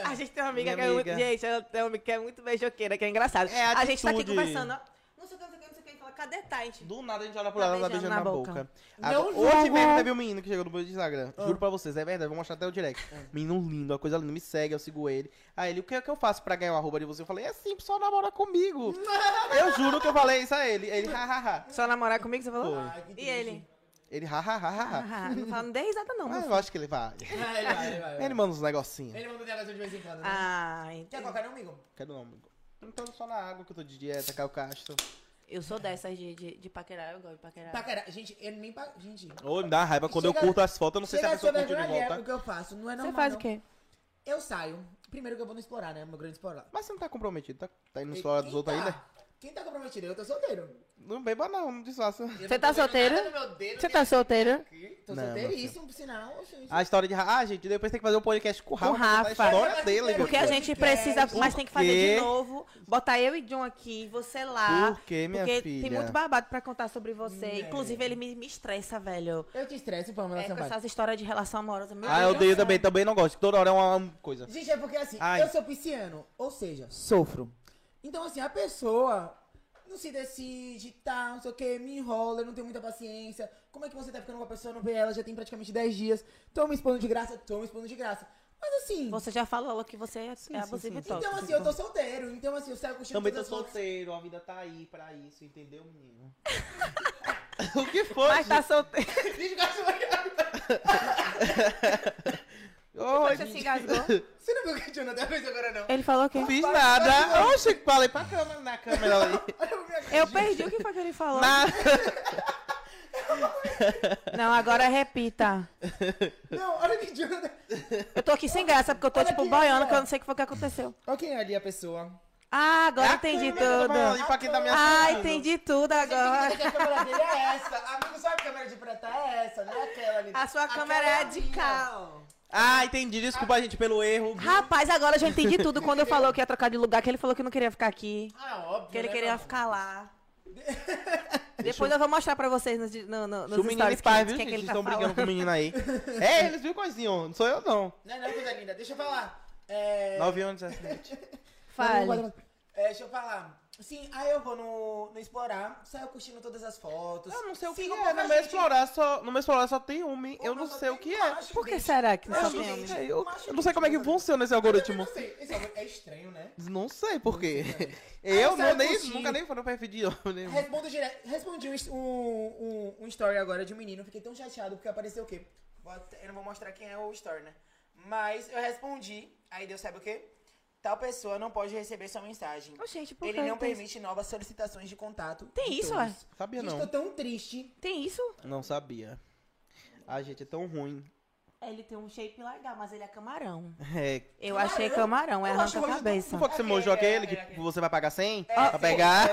a gente tem uma amiga Minha que é muito. amiga. Gente, ela tem uma amiga que é muito beijoqueira, que é engraçado. É a gente tá aqui atitude. conversando, ó. Não sei o que, não sei o que, não sei o que. e Fala, cadê tá, gente? Do nada a gente olha pra Tá ela, ela tá beijando beijando na, na boca. boca. Agora- Não hoje julgo. mesmo teve um menino que chegou no meu Instagram. Juro pra vocês, é verdade. Vou mostrar até o direct. Menino lindo, uma coisa linda. Me segue, eu sigo ele. Aí ele, o que é que eu faço pra ganhar o arroba de você? Eu falei, é simples, só namora comigo. [LAUGHS] eu juro que eu falei isso a ele. Ele, hahaha. Só namorar comigo, você falou? Foi. Ai, que "Ah, e triste. ele? Ele, hahaha. Ah, não fala, não dei risada, não. Mas meu eu acho que ele vai. Ah, ele vai, ele vai. Ele manda uns negocinhos. Ele manda um negócio de vez em quando. filho. Ah, né? Ai, Quer colocar, não, amigo? Quero não, amigo. Então só na água que eu tô de dieta, Caio Castro. eu sou dessas de, de, de paquerar, eu gosto de paquerar. Tá, cara, gente, ele nem. pa- Gente. Ô, me dá uma raiva quando Chega- eu curto as fotos, eu não sei se a Chega pessoa ser curte de vergonha alheia O volta. que eu faço? Não é normal. você faz não. o quê? Eu saio. Primeiro que eu vou no explorar, né? Meu grande explorar. Mas você não tá comprometido, tá? Tá indo no celular dos outros Eita! ainda? Quem tá comprometido? Eu tô solteiro. Não beba não, não disfarça. Você tá solteira? Você tá solteira? Tô Não, solteiríssimo, por sinal. Oxente. A história de Rafa. Ah, gente, depois tem que fazer um podcast com o Rafa. Com o contar Rafa. A história dele. Porque a gente. gente precisa, mas tem que fazer de novo. Botar eu e John aqui, você lá. Por quê, minha porque filha? tem muito babado pra contar sobre você. Inclusive, ele me, me estressa, velho. Eu te estresso, Pamela É, com Sampaio. essas histórias de relação amorosa. Meu Ah, eu Deus do odeio céu. também, também não gosto. Toda hora é uma uma coisa. Gente, é porque assim, Ai. eu sou pisciano, ou seja, sofro. Então, assim, a pessoa não se decide, tá, não sei o que, me enrola, eu não tenho muita paciência. Como é que você tá ficando com a pessoa, não vê ela, já tem praticamente 10 dias, tô me expondo de graça, tô me expondo de graça. Mas assim, Você já falou que você é, é abusivo e então tóxico. assim, eu tô solteiro, então assim, eu saio com o Também tô todas as fotos. solteiro, a vida tá aí pra isso, entendeu, menino? [LAUGHS] o que foi? Mas tá solteiro. [LAUGHS] Ô, Você se gente, [LAUGHS] engasgou? Você não viu o que a Jonathan fez agora, não? Ele falou o quê? não fiz nada. Oxe, falei pra câmera, na câmera ali. Olha pra minha cara. Eu perdi o que foi que ele falou. Nada. Não, agora repita. Não, olha que Jonathan. Eu tô aqui sem graça, porque eu tô Olha tipo aqui, boiando, aqui, ó. que eu não sei o que foi que aconteceu. Olha quem é ali a pessoa. Ah, agora Ah, entendi câmera da tudo. Maioli, pra quem tá me Ah, assistindo. entendi tudo agora. A câmera dele é essa. [LAUGHS] Amigo, só a câmera de preta é essa, não é aquela ali. A sua Aquela câmera é de minha. cá. Ah, entendi. Desculpa, gente, pelo erro. Rapaz, agora eu já entendi tudo. Quando eu falou que ia trocar de lugar, que ele falou que não queria ficar aqui. Ah, óbvio. Que ele né, queria meu ficar lá. Depois eu vou mostrar pra vocês nos, no, no, Se o nos menino stories e pai, quem- viu, quem é gente? que Eles ele tá estão falando. brigando com o menino aí. É, eles viu coisinho, não sou eu não. Não, é não, coisa linda. Deixa eu falar. É... 9 anos, 17. Fale. É, deixa eu falar. Sim, aí eu vou no, no Explorar, saio curtindo todas as fotos. Eu não sei o que Sigo é. No pouca meu gente. explorar só, no meu explorar só tem um, hein? Eu Pô, não mas sei só o tem um que é. macho Por que dentro. será que não Macho sabemos? dentro. É, Eu, Macho eu não sei como é que dentro. funciona esse Eu também algoritmo. não sei. Esse é é estranho, né? Não sei por quê. Eu Ah, sabe não, nem, curtir. nunca nem fui no perfil de homem. né? Respondo direto. Respondi um, um, um story agora de um menino, fiquei tão chateado porque apareceu o quê? Vou até- Eu não vou mostrar quem é o story, né? Mas eu respondi, aí Deus sabe o quê? Tal pessoa não pode receber sua mensagem. Ô, gente, por Ele que não tem- permite novas solicitações de contato. Tem de isso, todos. é? Sabia Gente, tô não. tão [LAUGHS] triste. Tem isso? Não sabia. A gente é tão ruim. Ele tem um shape legal, mas ele é camarão. É. Eu achei camarão, é Eu acho arranca a hoje cabeça. Não foi que você Ok, mojou é, aquele é, que é. você vai pagar 100 É, pra pegar?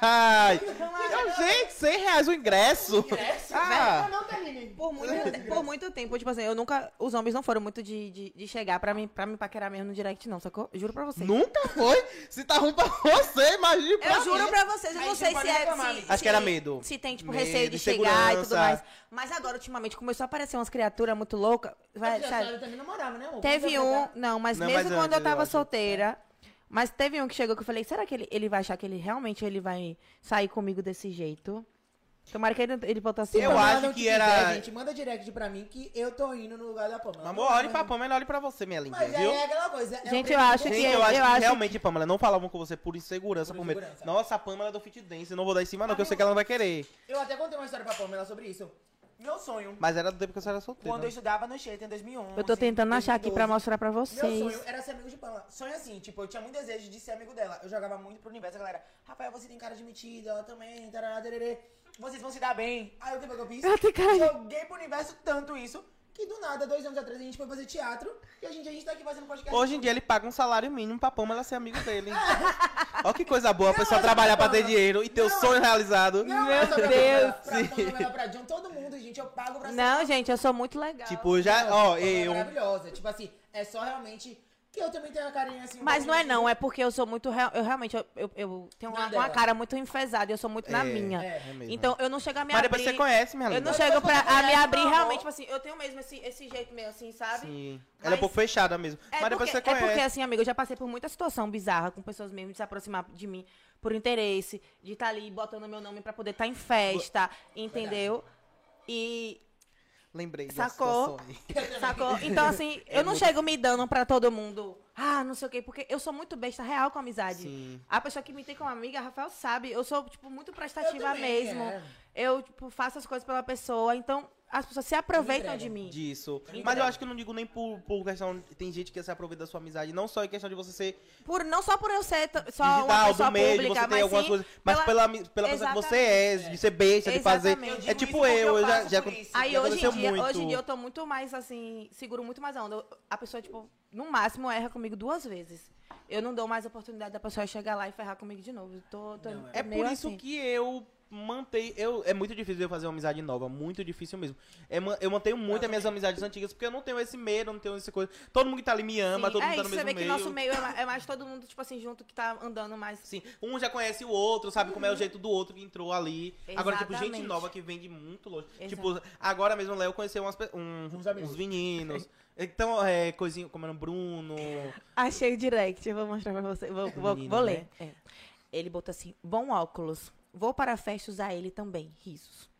Ai. Então, gente, 100 reais o ingresso. Ingresso? Ah, não, Karine. Por muito, por muito tempo, tipo assim, eu nunca. Os homens não foram muito de, de, de chegar pra mim, pra me paquerar mesmo no direct, não, sacou? Juro pra vocês. nunca foi. Se tá ruim pra você, imagina pra Eu juro mim. pra vocês, eu Aí não você sei não se pode é. reclamar, Se, amiga. Acho que era medo. Se tem, tipo, Medo, receio de chegar e tudo insegurança. mais. Mas agora, ultimamente, começou a aparecer umas criaturas muito loucas. Mas Vai, já sabe? sabe, eu também namorava, né? amor? Teve Quando eu um. pegar- Não, mas é Não, mesmo mas quando antes, eu tava eu acho. é. solteira. Mas teve um que chegou que eu falei, será que ele, ele vai achar que ele realmente ele vai sair comigo desse jeito? Tomara que ele, ele botou assim. Eu não. Pamela acho não te que quiser, era- gente, manda direct pra mim que eu tô indo no lugar da Pamela. Amor, olhe pra Pamela, olhe pra você, minha linda, Mas aí viu? é aquela coisa. é o Gente, preço eu do acho bom. que- Gente, eu acho eu que acho realmente, Pamela, não falavam com você por insegurança, Por por, medo. insegurança. Nossa, a Pamela é do Fit Dance, não vou dar em cima, não, que eu sei Amigo. que ela não vai querer. Eu até contei uma história pra Pamela sobre isso. um Meu sonho, Mas era do tempo que você era solteira. quando eu estudava no Shater em 2011. Eu tô tentando achar aqui pra 2012, mostrar pra é vocês. Meu sonho era ser amigo de Pamela. Sonho assim, tipo, eu tinha muito desejo de ser amigo dela. Eu jogava muito pro universo, a galera. Rafael, você tem cara de metida, ela também, tarará, tererê. Vocês vão se dar bem. Aí o que foi que eu fiz? Ela tem cara de- Joguei pro universo tanto isso, que do nada, dois anos atrás, a gente foi fazer teatro. E hoje em dia a gente tá aqui fazendo podcast. Hoje em dia ele paga um salário mínimo pra Pamela ser amigo [LAUGHS] dele. Olha que coisa boa, a Não, pessoa mas trabalhar pra Pamela- ter dinheiro e ter o Não, sonho realizado. Não, Meu essa pra Deus. Pamela, Pra Pamela, pra John, todo mundo, gente, eu pago pra ser Não, gente, eu sou muito legal. Tipo, já, ó, Ela é eu. maravilhosa. Tipo assim, é só realmente que eu também tenho a carinha assim. um Mas não é pouquinho não, é porque eu sou muito. real- Eu realmente eu, eu- eu tenho Na uma, dela. uma cara muito enfesada, eu sou muito na É, minha. é mesmo. então eu não chego a me Mas abrir. depois você conhece, minha eu linda. não chego pra a me conhece, tá abrir meu amor. realmente, tipo assim, eu tenho mesmo esse, esse jeito meio assim, sabe? Sim. Ela é um Mas- pouco fechada mesmo. É mas depois porque, você é porque, conhece. assim, amigo, eu já passei por muita situação bizarra com pessoas mesmo de se aproximar de mim por interesse, de estar ali botando meu nome pra poder estar em festa, entendeu? [LAUGHS] E Lembrei das Sacou? situações. Sacou? Então, assim, É eu não chego me dando pra todo mundo. Ah, não sei o quê, porque eu sou muito besta real com amizade. Sim. A pessoa que me tem como amiga, a Rafael sabe, eu sou, tipo, muito Eu prestativa também, mesmo. é. Eu, tipo, faço as coisas pela pessoa, então as pessoas se aproveitam Entrega. de mim. Disso. Me Mas eu entrega. acho que eu não digo nem por, por questão. Tem gente que se aproveita da sua amizade, não só em questão de você ser Por, não só por eu ser t- só uma digital, pessoa do meio, de pública, você ter mas algumas sim coisas. Mas pela... pela, pela, pessoa que você é, Exatamente. de ser besta, de fazer. Exatamente. Eu digo É isso tipo porque eu, eu eu já, passo já por isso. Aí já hoje em, aconteceu dia, muito. hoje em dia eu tô muito mais assim, seguro muito mais a onda. Eu- A pessoa, tipo, no máximo, erra comigo duas vezes. Eu não dou mais oportunidade da pessoa chegar lá e ferrar comigo de novo. Eu Tô, tô É por meio isso assim. que eu mantenho. Eu, é muito difícil eu fazer uma amizade nova, muito difícil mesmo. É ma- eu mantenho muito as minhas amizades antigas, porque eu não tenho esse medo, não tenho essa coisa. Todo mundo que tá ali me ama, Sim, todo mundo é isso, tá no você mesmo vê meio. que nosso meio é ma- é mais, todo mundo, tipo assim, junto, que tá andando mais. Sim, um já conhece o outro, sabe como é o jeito do outro que entrou ali. Agora, tipo, gente Exatamente. nova que vem de muito longe. Exato. Tipo, agora mesmo o Léo conheceu umas, pe- um- Uns amigos. uns [LAUGHS] meninos. Então, é, coisinha, como era o Bruno. Achei o direct, eu vou mostrar pra você. Vou, vou- Menino, vou né? ler. É. Ele botou assim: bom óculos. Vou para a festa usar ele também. Risos.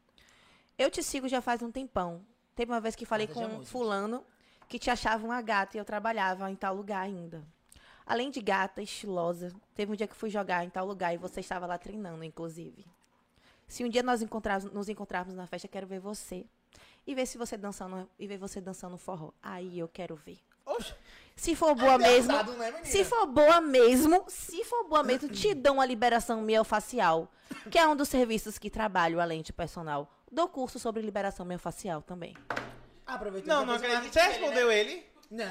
Eu te sigo já faz um tempão. Teve uma vez que falei Nada de com amor, um gente. fulano que te achava uma gata e eu trabalhava em tal lugar ainda. Além de gata, estilosa, teve um dia que fui jogar em tal lugar e você estava lá treinando, inclusive. Se um dia nós encontrarmos, nos encontrarmos na festa, quero ver você. E ver se você dançando e ver você dançando forró. Aí eu quero ver. Oxe, Se for boa mesmo, Engraçado, né, menina? se for boa mesmo, se for boa mesmo, te dão a liberação miofacial, que é um dos serviços que trabalho além de personal. Dou curso sobre liberação miofacial também. Aproveitando não, que não eu fiz acredito. Você marketing dele, respondeu ele? né?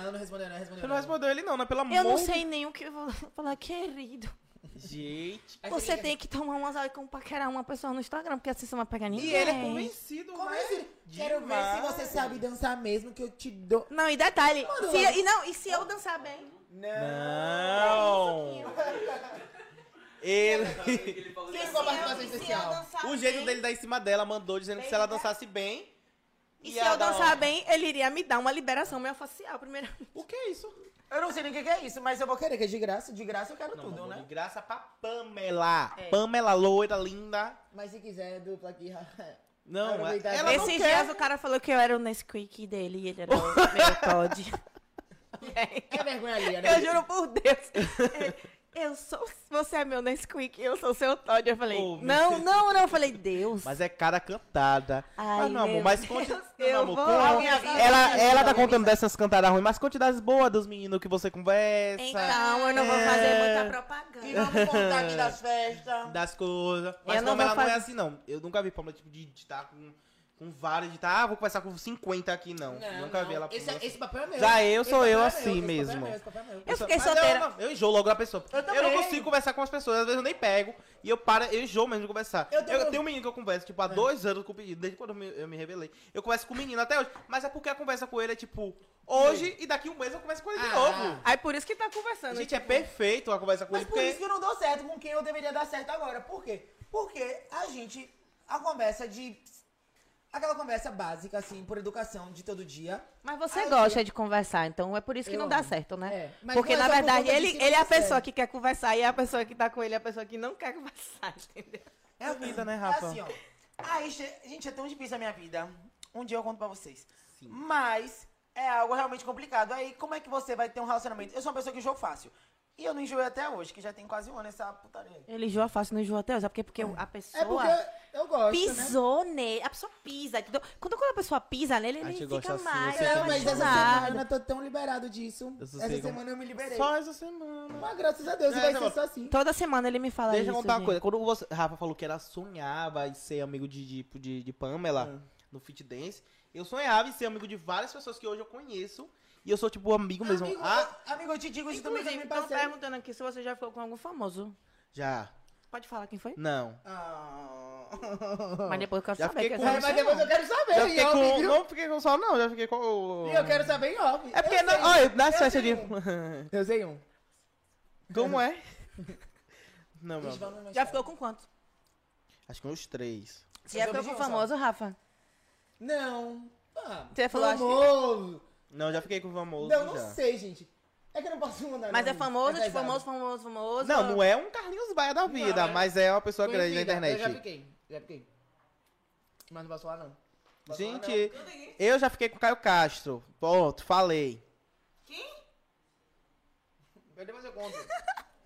Não, não respondeu, não respondeu. Você não respondeu ele, não, né? Pelo amor Eu não de- sei nem o que eu vou [LAUGHS] falar, querido. Gente. Aí Você fica- tem que tomar umas aulas como paquerar uma pessoa no Instagram, porque assim você não vai pegar ninguém. E ele é convencido, Como né? é assim? Quero ver se Demais. você sabe dançar mesmo, que eu te dou. Não, e detalhe, Mano, se, mas- e não, e se eu dançar bem? É Não! Ele. [LAUGHS] Tem E se uma eu- participação e se eu especial. dançar O jeito bem? dele dar em cima dela mandou dizendo que se ela dançasse bem. E se ia eu dar dançar um- bem, ele iria me dar uma liberação miofacial primeiro. O que é isso? Eu não sei nem o que que é isso, mas eu vou querer, que é de graça. De graça eu quero Não, tudo, vamos né? De graça pra Pamela. É. Pamela loira, linda. Mas se quiser, é dupla aqui. [LAUGHS] é Não, é- Aproveitar ela não Esses quer. dias o cara falou que eu era o Nesquik dele e ele era o meu Todd. É vergonha ali, né? Eu juro por Deus. É, Eu sou. Você é meu Nesquik, eu sou seu Todd. Eu falei, Oh, meu não, não, não. Eu falei, Deus. Mas é cara cantada. Ai, mas não, amor, meu mas conte. Deus, não, eu amor, vou- conte- Alguém avisa, Ela, alguém ela avisa, tá alguém contando avisa. dessas cantadas ruins, mas conte das boas dos meninos que você conversa. Então, eu não vou fazer muita propaganda. E vamos contar aqui das festas. das coisas. Mas não vou Pamela não é fazer- assim, não. Eu nunca vi Pamela, tipo, de estar com, com vários, de estar, ah, vou conversar com 50 aqui, não. nunca vi ela esse, Pamela assim. esse papel é meu. Já eu sou Esse eu papel é assim meu, esse papel é mesmo. meu, esse papel é meu. Eu fiquei Mas solteira. Eu, não- eu enjoo logo da pessoa. Eu Eu, não também. consigo conversar com as pessoas, às vezes eu nem pego. E eu paro, eu enjoo mesmo de conversar. Eu Eu, também. É. tenho um menino que eu converso, tipo, há dois anos com o menino, desde quando eu me, eu me revelei. Eu converso com o menino até hoje, mas é porque a conversa com ele é tipo, hoje e daqui um mês eu converso com ele de Ah. né, tipo, novo. Aí por isso que tá conversando. Gente, é perfeito a conversa com Mas ele, por isso porque que eu não dou certo com quem eu deveria dar certo agora. Por quê? Porque a gente. A conversa de. Aquela conversa básica, assim, por educação de todo dia. Mas você Ai, gosta de conversar, então é por isso que Eu não dá amo. certo, né? É, mas Porque na não é só por verdade conta ele, disso que ele é não a dá pessoa certo. que quer conversar e a pessoa que tá com ele é a pessoa que não quer [LAUGHS] conversar, entendeu? É a vida, né, Rafa? É assim, ó. Ai, che- gente, é tão difícil a minha vida. Um dia eu conto pra vocês. Mas é algo realmente complicado. Aí, como é que você vai ter um relacionamento? Eu sou uma pessoa que enjoo fácil. E eu não enjoei até hoje, que já tem quase um ano essa putaria. aí. Ele enjoa fácil, não enjoa até hoje. É porque, porque a pessoa. eu né? gosto, né? pisou nele. A pessoa pisa. entendeu? Quando, quando a pessoa pisa nele, ele gente fica gosta assim, mais. você Não, Não, acredita? mas essa apaixonado. semana eu tô tão liberado disso. Eu Essa sossego. semana eu me liberei. só essa semana. Mas graças a Deus É, vai tá ser bom. só assim. Toda semana ele me fala Deixa isso. eu contar uma gente. coisa. Quando você, Rafa falou que ela sonhava em ser amigo de, de, de, de Pamela É. no Fit Dance, eu sonhava em ser amigo de várias pessoas que hoje eu conheço. E eu sou, tipo, amigo mesmo. Amigo, Ah, eu- amigo, eu te digo isso também, já Inclusive, me estão passei. perguntando aqui se você já ficou com algum famoso. já. Pode falar quem foi? Não. Ah. Mas depois eu quero Já saber. fiquei que com- um. eu não sei Mas, mas depois não. eu quero saber, Já em fiquei off, com. viu? Não fiquei com sol, não. Já fiquei com. o- E eu quero saber em off. É porque, Eu na, sei. olha, nas Eu festas sei de. um. Eu sei um. [LAUGHS] [LAUGHS] Como é? Não, meu. amor. Já ficou com quanto? Acho que uns três. Você já sou ficou com bem famoso, É, Rafa? Não. Ah, Você falou, acho que- famoso. Não, já fiquei com o famoso. Não, não já. sei, gente. É que eu não posso mandar. Mas é nome. famoso, de pesado. famoso, famoso, famoso. Não, não é um Carlinhos Baia da vida, é. mas é uma pessoa grande na Conhecida. né? Eu já internet. fiquei. Já fiquei. Mas não posso falar, não. Posso falar, não. Gente, eu já fiquei com o Caio Castro. Pronto, falei. Mas Depois eu conto.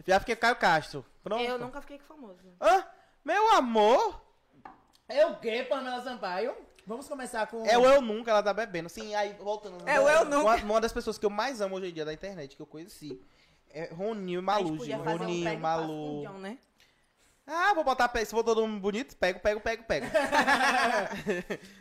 Já fiquei com o Caio Castro. Pronto. Eu nunca fiquei com famoso. Hã? meu amor! É o quê, Pamela Sampaio? Vamos começar com. É o Eu Nunca, ela tá bebendo. Sim, aí voltando. É o Eu Uma- Nunca. Uma, das pessoas que eu mais amo hoje em dia da internet, que eu conheci. É A Roninho e gente Malu, podia gente. fazer um Roninho, pega e passa com o Malu. John, né? Ah, vou botar, pe- se for todo mundo bonito, pego, pego, [LAUGHS] pego, pego.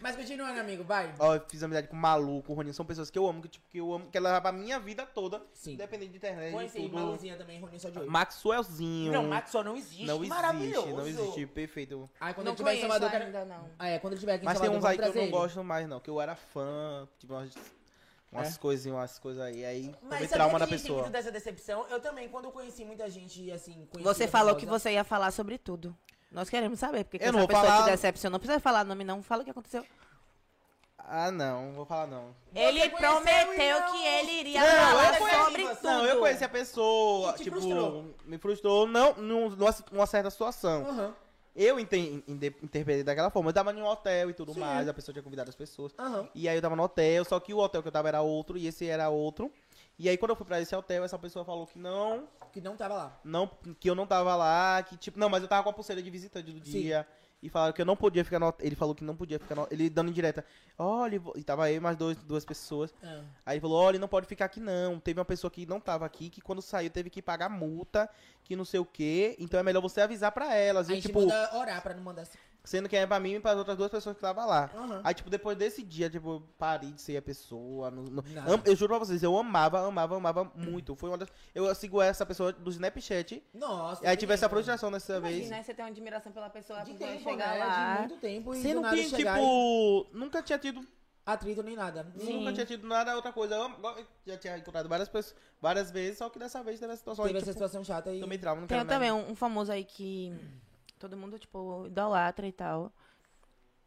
Mas continuando, amigo, vai. Ó, eu fiz amizade com o Malu, com o Roninho, são pessoas que eu amo, que, tipo, que eu amo, que ela vai pra minha vida toda, Sim. independente de É internet, Conheci de tudo. Maluzinha também, Roninho só de oito. Maxwellzinho. Não, Max só não existe. Não existe, Maravilhoso. não existe, perfeito. Aí quando Não né? ele tiver em conheço Salvador, eu quero- ainda, não. Ah, é, quando ele tiver aqui em Mas tem Salvador, uns aí que vamos eu não trazer ele. gosto mais, não, que eu era fã, tipo, umas, umas É. coisinhas, umas coisas aí, aí também Mas trauma sabe da que a gente tem pessoa. muito dessa decepção? Eu também, quando eu conheci muita gente, assim... conhecida Você falou que famosa- você ia falar sobre tudo. Nós queremos saber, porque que Eu essa não vou pessoa falar- te decepcionou. Não precisa falar nome, não. Fala o que aconteceu. Ah, não, vou falar não. ele conheceu prometeu e não- que ele iria Não, falar eu conheci, sobre tudo. não, eu conheci a pessoa, E te tipo, frustrou. me frustrou, não, num- numa, numa certa situação. Aham, Eu enten- inde- interpretei daquela forma. Eu tava em um hotel e tudo Sim. mais, a pessoa tinha convidado as pessoas. aham. E aí eu tava no hotel, só que o hotel que eu tava era outro e esse era outro. E aí quando eu fui pra esse hotel, essa pessoa falou que não, Que não tava lá. não que eu não tava lá, que tipo, não, mas eu tava com a pulseira de visitante do Sim. dia. E falaram que eu não podia ficar no hotel. Ele falou que não podia ficar no Ele dando indireta. Olha, vo- e tava eu e mais dois, duas pessoas. Ah. Aí ele falou, olha, ele não pode ficar aqui não. Teve uma pessoa que não tava aqui, que quando saiu teve que pagar multa, que não sei o quê. Então é melhor você avisar pra elas. A E gente tipo, manda orar pra não mandar assim. Sendo que é pra mim e pras outras duas pessoas que tava lá. Aham. Aí, tipo, depois desse dia, tipo, eu parei de ser a pessoa. não- não- Nada. Am- eu juro pra vocês, eu amava, amava, amava muito. Foi uma das... Eu sigo essa pessoa do Snapchat. Nossa. E aí tive menino. essa frustração dessa vez. Imagina, aí você tem uma admiração pela pessoa, De por tempo, chegar né? De lá. muito tempo e do Sendo nada que, chegar e tipo, nunca tinha tido. atrito nem nada. Nunca tinha tido nada outra coisa. Eu am- eu já tinha encontrado várias pessoas várias vezes, só que dessa vez teve essa situação. aí, Teve essa tipo, situação chata aí. Tomei trauma, não Tem quero também mais. um, um famoso aí que todo mundo, tipo, idolatra e tal.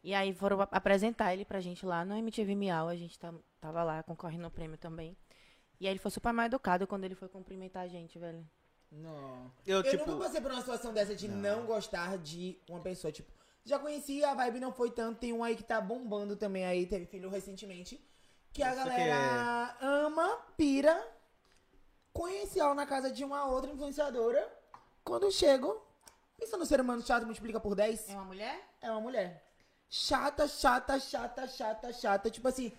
E aí foram a- apresentar ele pra gente lá no MTV Miau, a gente tá- tava lá concorrendo ao prêmio também. E aí ele foi super mal educado quando ele foi cumprimentar a gente, velho. Não. Eu, Eu, tipo... nunca passei por uma situação dessa de não. gostar de uma pessoa. Tipo, já conhecia, a vibe não foi tanto. Tem um aí que tá bombando também aí, teve filho recentemente. Que a Isso que é galera ama, pira. Conheci ela na casa de uma outra influenciadora. Quando eu chego, pensa no ser humano chato, multiplica por 10. uma mulher? É uma mulher. Chata, chata, chata, chata, chata. Tipo assim,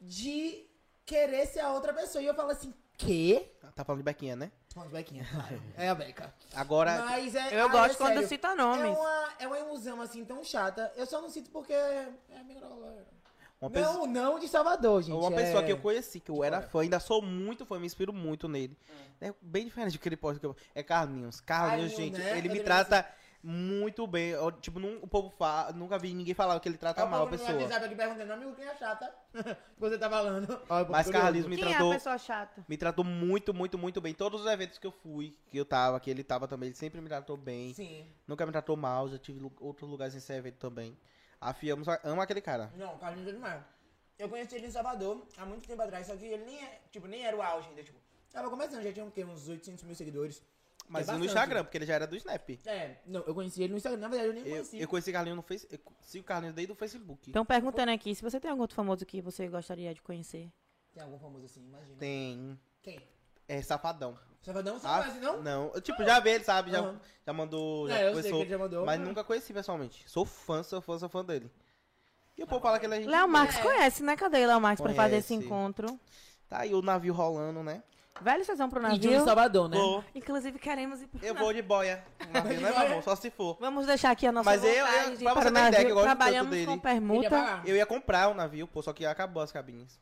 de querer ser a outra pessoa. E eu falo assim, quê? Tá falando de Bequinha, né? Bom, de Bequinha, claro. É a Beca. Agora... Mas é, Eu ah, gosto é quando sério. cita nomes. É uma, é uma ilusão, assim, tão chata. Eu só não cito porque é amigo da galera. Uma Não, pessoa- não de Salvador, gente. Uma pessoa é- que eu conheci, que eu era fã, ainda sou muito fã, me inspiro muito nele. É bem diferente do que ele pode. que eu- É Carlinhos. Carlinhos, Carlinhos, gente, né? ele me Ele trata muito bem. Eu, tipo, nun- o povo fala, nunca vi ninguém falar que ele trata Olha É o é mal a povo no pessoa. WhatsApp aqui perguntando, amigo, quem é chata? [LAUGHS] você tá falando. Mas Carlinhos me Quem tratou. é a pessoa chata? Me tratou muito, muito, muito bem. Todos os eventos que eu fui, que eu tava, que ele tava também, ele sempre me tratou bem. Sim. Nunca me tratou mal, já tive lu- outros lugares em ser evento também. A Fia ama- ama aquele cara. Não, Carlinhos é demais. Eu conheci ele em Salvador há muito tempo atrás, só que ele nem, é, tipo, nem era o auge ainda, tipo. Tava começando, já tinha o quê? Uns 800 mil seguidores. Mas É e no bastante. Instagram, porque ele já era do Snap. É, não, eu conheci ele no Instagram. Na verdade, eu nem Eu, conheci. eu conheci o Carlinhos no Facebook. Eu conheci o Carlinhos desde o Facebook. Então- Estão perguntando aqui se você tem algum outro famoso que você gostaria de conhecer. Tem algum famoso assim, imagina. Tem. Quem? É safadão. Salvadão, você Ah, conhece, não? Não. Eu, tipo, já vi ele, sabe? Já, Aham. já mandou. Já É, eu sei conversou, que ele já mandou. Mas Ah. nunca conheci pessoalmente. Sou fã, sou fã, sou fã dele. E o povo Tá fala que ele é gente. Léo Marques conhece, né? Cadê Léo Marques pra fazer Conhece. esse encontro? Tá aí o navio rolando, né? Velho, vocês vão pro E Júlio navio? Salvador, né? Vou. Inclusive, queremos ir pro um Eu vou [LAUGHS] de boia. O navio não é meu amor, só se for. Vamos deixar aqui a nossa Mas eu- eu- vontade de ir pra para você o ter ideia navio. que eu gosto tanto Trabalhamos dele. é com Ele ia permuta. pagar. Eu ia comprar o navio, pô, só que acabou as cabines.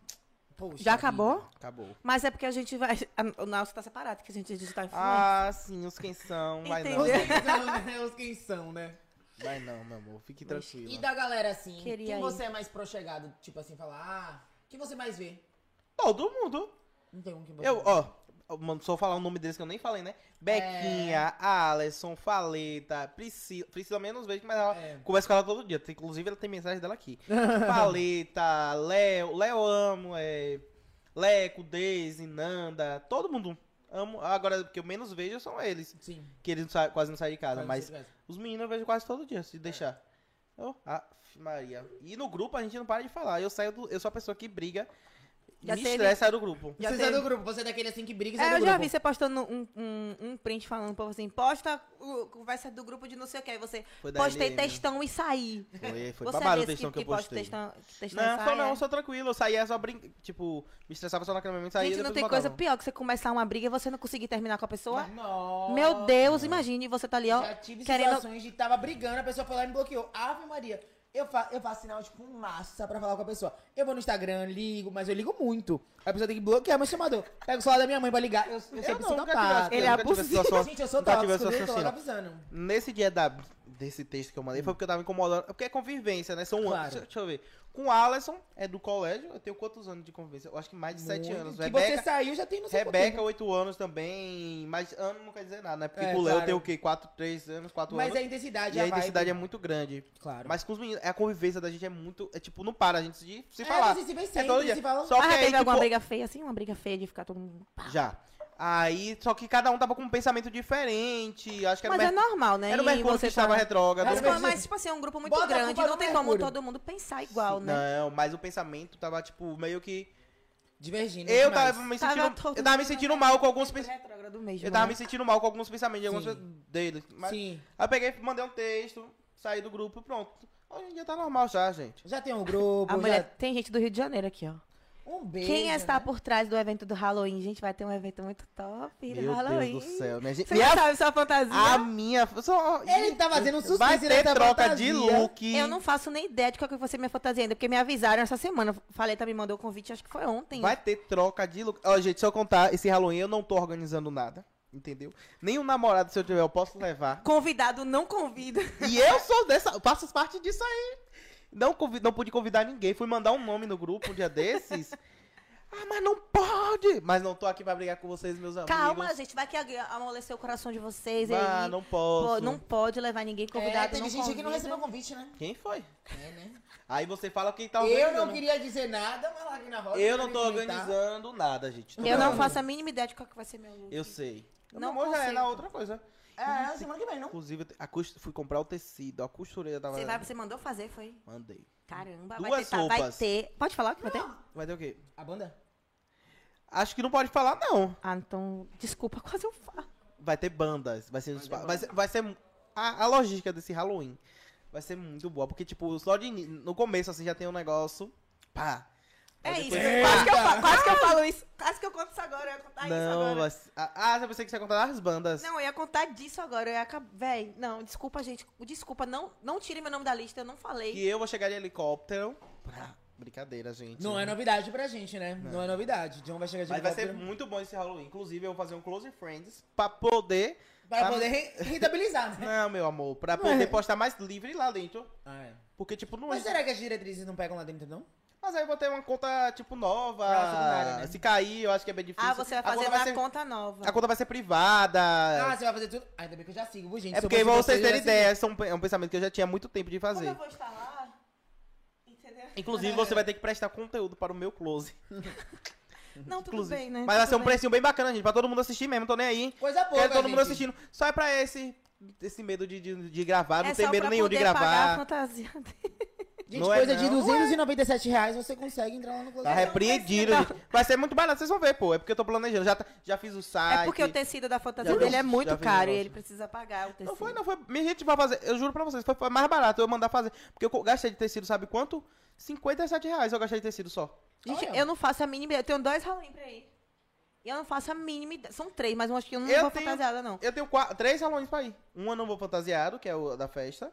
Poxa Já acabou? vida. Acabou. Mas é porque a gente vai. a- o nosso tá separado, que a gente é digital influencer. Ah, sim, os quem são. Vai Entendeu? não. Os quem são, né? Os quem são, né? Vai não, meu amor. Fique E tranquilo. da galera assim, Queria quem ir. você é mais prochegado? Tipo assim, falar, ah, quem você mais vê? Todo mundo. Não tem um que você. Eu, ó, eu mando só falar o nome deles que eu nem falei, né? É. Bequinha, Alisson, Faleta, Priscila. Priscila menos vezes, mas ela É. conversa com ela todo dia. Tem- Inclusive, ela tem mensagem [LAUGHS] dela aqui. Faleta, Léo, Léo amo, é, Leco, Deise, Nanda, todo mundo. Amo. Agora, o que eu menos vejo são eles. Sim. Que eles não sa- quase não saem de casa, Quase mas não saem de É. casa. os meninos eu vejo quase todo dia, se deixar. Oh, Maria. E no grupo a gente não para de falar. Eu saio do. Eu sou a pessoa que briga. Já Me teve- estressa do grupo. Já Você teve. é do grupo, você é daquele assim que briga e sai É, do eu já grupo. vi você postando um, um, um print falando pra você assim, posta o- conversa do grupo de não sei o que, aí você Foi da postei LM. textão e saí. Foi, foi você babado é o desse textão que, eu posta postei. textão, que textão Não, sai, sou não, é? sou tranquilo. Eu saía só brin... Tipo, me estressava só na cama mesmo e saía. Gente, não depois tem voltava. coisa pior que você começar uma briga e você não conseguir terminar com a pessoa. Nossa. Meu Deus, imagine você tá ali, ó, Já tive querendo... situações de tava brigando, a pessoa foi lá e me bloqueou. Ave Maria. Eu, fa eu faço sinal, tipo, massa pra falar com a pessoa. Eu vou no Instagram, ligo, mas eu ligo muito. Aí A pessoa tem que bloquear meu chamador. Pega o celular da minha mãe pra ligar. Eu, eu sou Eu nunca tive essa- psicopata. Ele é eu nunca tive essa abusivo. situação- Gente, eu sou nunca tive tóxico, essa viu? Tô situação. logo avisando. Nesse dia da, desse texto que eu mandei, foi porque eu tava incomodando. Porque é convivência, né? São anos. Claro. Deixa, deixa eu ver. Com o Alisson, é do colégio, eu tenho quantos anos de convivência? Eu acho que mais de sete Muito. anos. Que você Rebeca, saiu, já tem no Rebeca, tá oito anos também. Mas ano não quer dizer nada, né? Porque É, com o Léo claro. tem o quê? Quatro, três anos, quatro Mas é a anos. intensidade, E a vibe. intensidade é muito grande. Claro. Mas com os meninos, a convivência da gente é muito. É tipo, não para a gente de se É, então, falar. vocês se vê é todo sempre, dia. se falam. Só que ah, já aí, teve alguma tipo, briga feia assim? Uma briga feia de ficar todo mundo... pá. Já. Aí, só que cada um tava com um pensamento diferente. Acho que era Mas o é Mer- normal, né? Era o E Mercúrio você que estava tá- retrógrado. Mas, Era o Mercúrio. mas, tipo assim, é um grupo muito Bota a grande, culpa não no tem como Mercúrio. todo mundo pensar igual, né? Não, mas o pensamento tava, tipo, meio que. Divergindo. Eu demais. tava me Tava sentindo. todo eu tava me mundo sentindo mal com alguns pensamentos. Retrógrado é mesmo, Eu tava né? me sentindo mal com alguns pensamentos de alguns Sim. deles. Mas... Sim. Aí eu peguei, mandei um texto, saí do grupo e pronto. Hoje em dia tá normal já, gente. Já tem um grupo. A mulher... já- Tem gente do Rio de Janeiro aqui, ó. Um beijo. Quem é está né? por trás do evento do Halloween? Gente, vai ter um evento muito top do Halloween. minha gente. Você tá já sabe sua fantasia? A minha. Só... Ele tá fazendo um suspense Vai ter nessa troca fantasia. de look. Eu não faço nem ideia de qual que vai ser minha fantasia ainda, porque me avisaram essa semana. Faleta me mandou o convite, acho que foi ontem. Vai ter troca de look. Ó, gente, se eu contar, esse Halloween eu não tô organizando nada. Entendeu? Nem um namorado, se eu tiver, eu posso levar. Convidado não convida. E eu sou dessa. Faço parte disso aí. Não, convi- não pude convidar ninguém. Fui mandar um nome no grupo um dia desses. ah, mas não pode! Mas não tô aqui pra brigar com vocês, meus Calma, Tá, amigos. gente, vai que ag- amolecer o coração de vocês. Ah, aí. não Pô, posso. não pode levar ninguém É, convidado. teve não gente que convida. não recebeu convite, né? Quem foi? É, né? Aí você fala quem tá Eu organizando. não queria dizer nada, mas lá aqui na roda. Eu não tô queria comentar. organizando nada, gente. Tô Eu não brincando. faço a mínima ideia de qual que vai ser meu look. Eu sei. Meu Não amor já consigo. era outra coisa. É, semana que vem, não? Inclusive, eu te- a cos- fui comprar o tecido, a costureira tava. Você, vai, você mandou fazer, foi? Mandei. Caramba, Duas vai ter. tá, Vai roupas. ter. Pode falar o que vai ter? Vai ter o quê? A banda? Acho que não pode falar, não. Ah, então, desculpa, [LAUGHS] quase eu falo. Vai ter bandas. Vai ser. Vai, ser, vai ser mu- a, a logística desse Halloween vai ser muito boa. Porque, tipo, só de, ini- no começo, assim, já tem um negócio. Pá. É Aí isso. depois- Quase que, eu, fa- quase que eu falo isso. Quase que eu conto isso agora. Eu ia contar isso não, agora. vai ser- Ah, ah, você pensei que você ia contar das bandas. Não, eu ia contar disso agora. Eu ia acabar. Véi, não, desculpa, gente. Desculpa, não, não tire meu nome da lista. Eu não falei. Que eu vou chegar de helicóptero. Ah, brincadeira, gente. Não é novidade pra gente, né? Não, é novidade. John vai chegar de Mas vai ser um helicóptero muito bom esse Halloween. Inclusive, eu vou fazer um Close Friends pra poder. Pra tá- poder [LAUGHS] re- rentabilizar, né? Não, meu amor. Pra é. poder postar mais livre lá dentro. Ah, é. Porque, tipo, não Mas é. será que as diretrizes não pegam lá dentro, não? Mas aí eu vou ter uma conta, tipo, nova. Ah, secundária, né? Se cair, eu acho que é bem difícil. é ah, você vai A fazer conta uma ser- conta nova. A conta vai ser privada. Ah, você vai fazer tudo? Ah, ainda bem que eu já sigo, viu, gente. é Se eu porque, pra fosse vocês você, eu terem já sigo. ideia, esse é um, é um pensamento que eu já tinha há muito tempo de Como eu fazer. vou é- estar lá? Entendeu? Inclusive, você vai ter que prestar conteúdo para o meu close. Não, tudo Uhum. Inclusive. bem, né? Mas vai ser Tudo bem. um precinho bem bacana, gente. Pra todo mundo assistir mesmo, tô nem aí. Coisa boa, Quero É, todo gente. mundo assistindo. Só é pra esse, esse medo de, de, de gravar. Não É tem só medo pra nenhum de poder pagar a gravar. fantasia dele. Gente, Não é, coisa de não. 297 reais você consegue entrar lá no Close Tá Friends. repreendido. Não. gente. Vai ser muito barato, vocês vão ver, pô. É porque eu tô planejando. Já, tá- já fiz o site. É porque o tecido da fantasia Já dele vi- é já muito vi o caro e negócio. ele precisa pagar o tecido. Não foi, não foi. Minha gente vai fazer. Eu juro pra vocês, foi, foi mais barato eu mandar fazer. Porque eu co- gastei de tecido, sabe quanto? R$ 57 reais eu gastei de tecido só. Gente, Olha. eu não faço a mínima ideia. Eu tenho dois Halloween pra ir. E eu não faço a mínima ideia. São três, mas eu acho que eu não Eu vou tenho- fantasiada, não. Eu tenho quatro, três salões pra ir. Um eu não vou fantasiado, que é o da festa.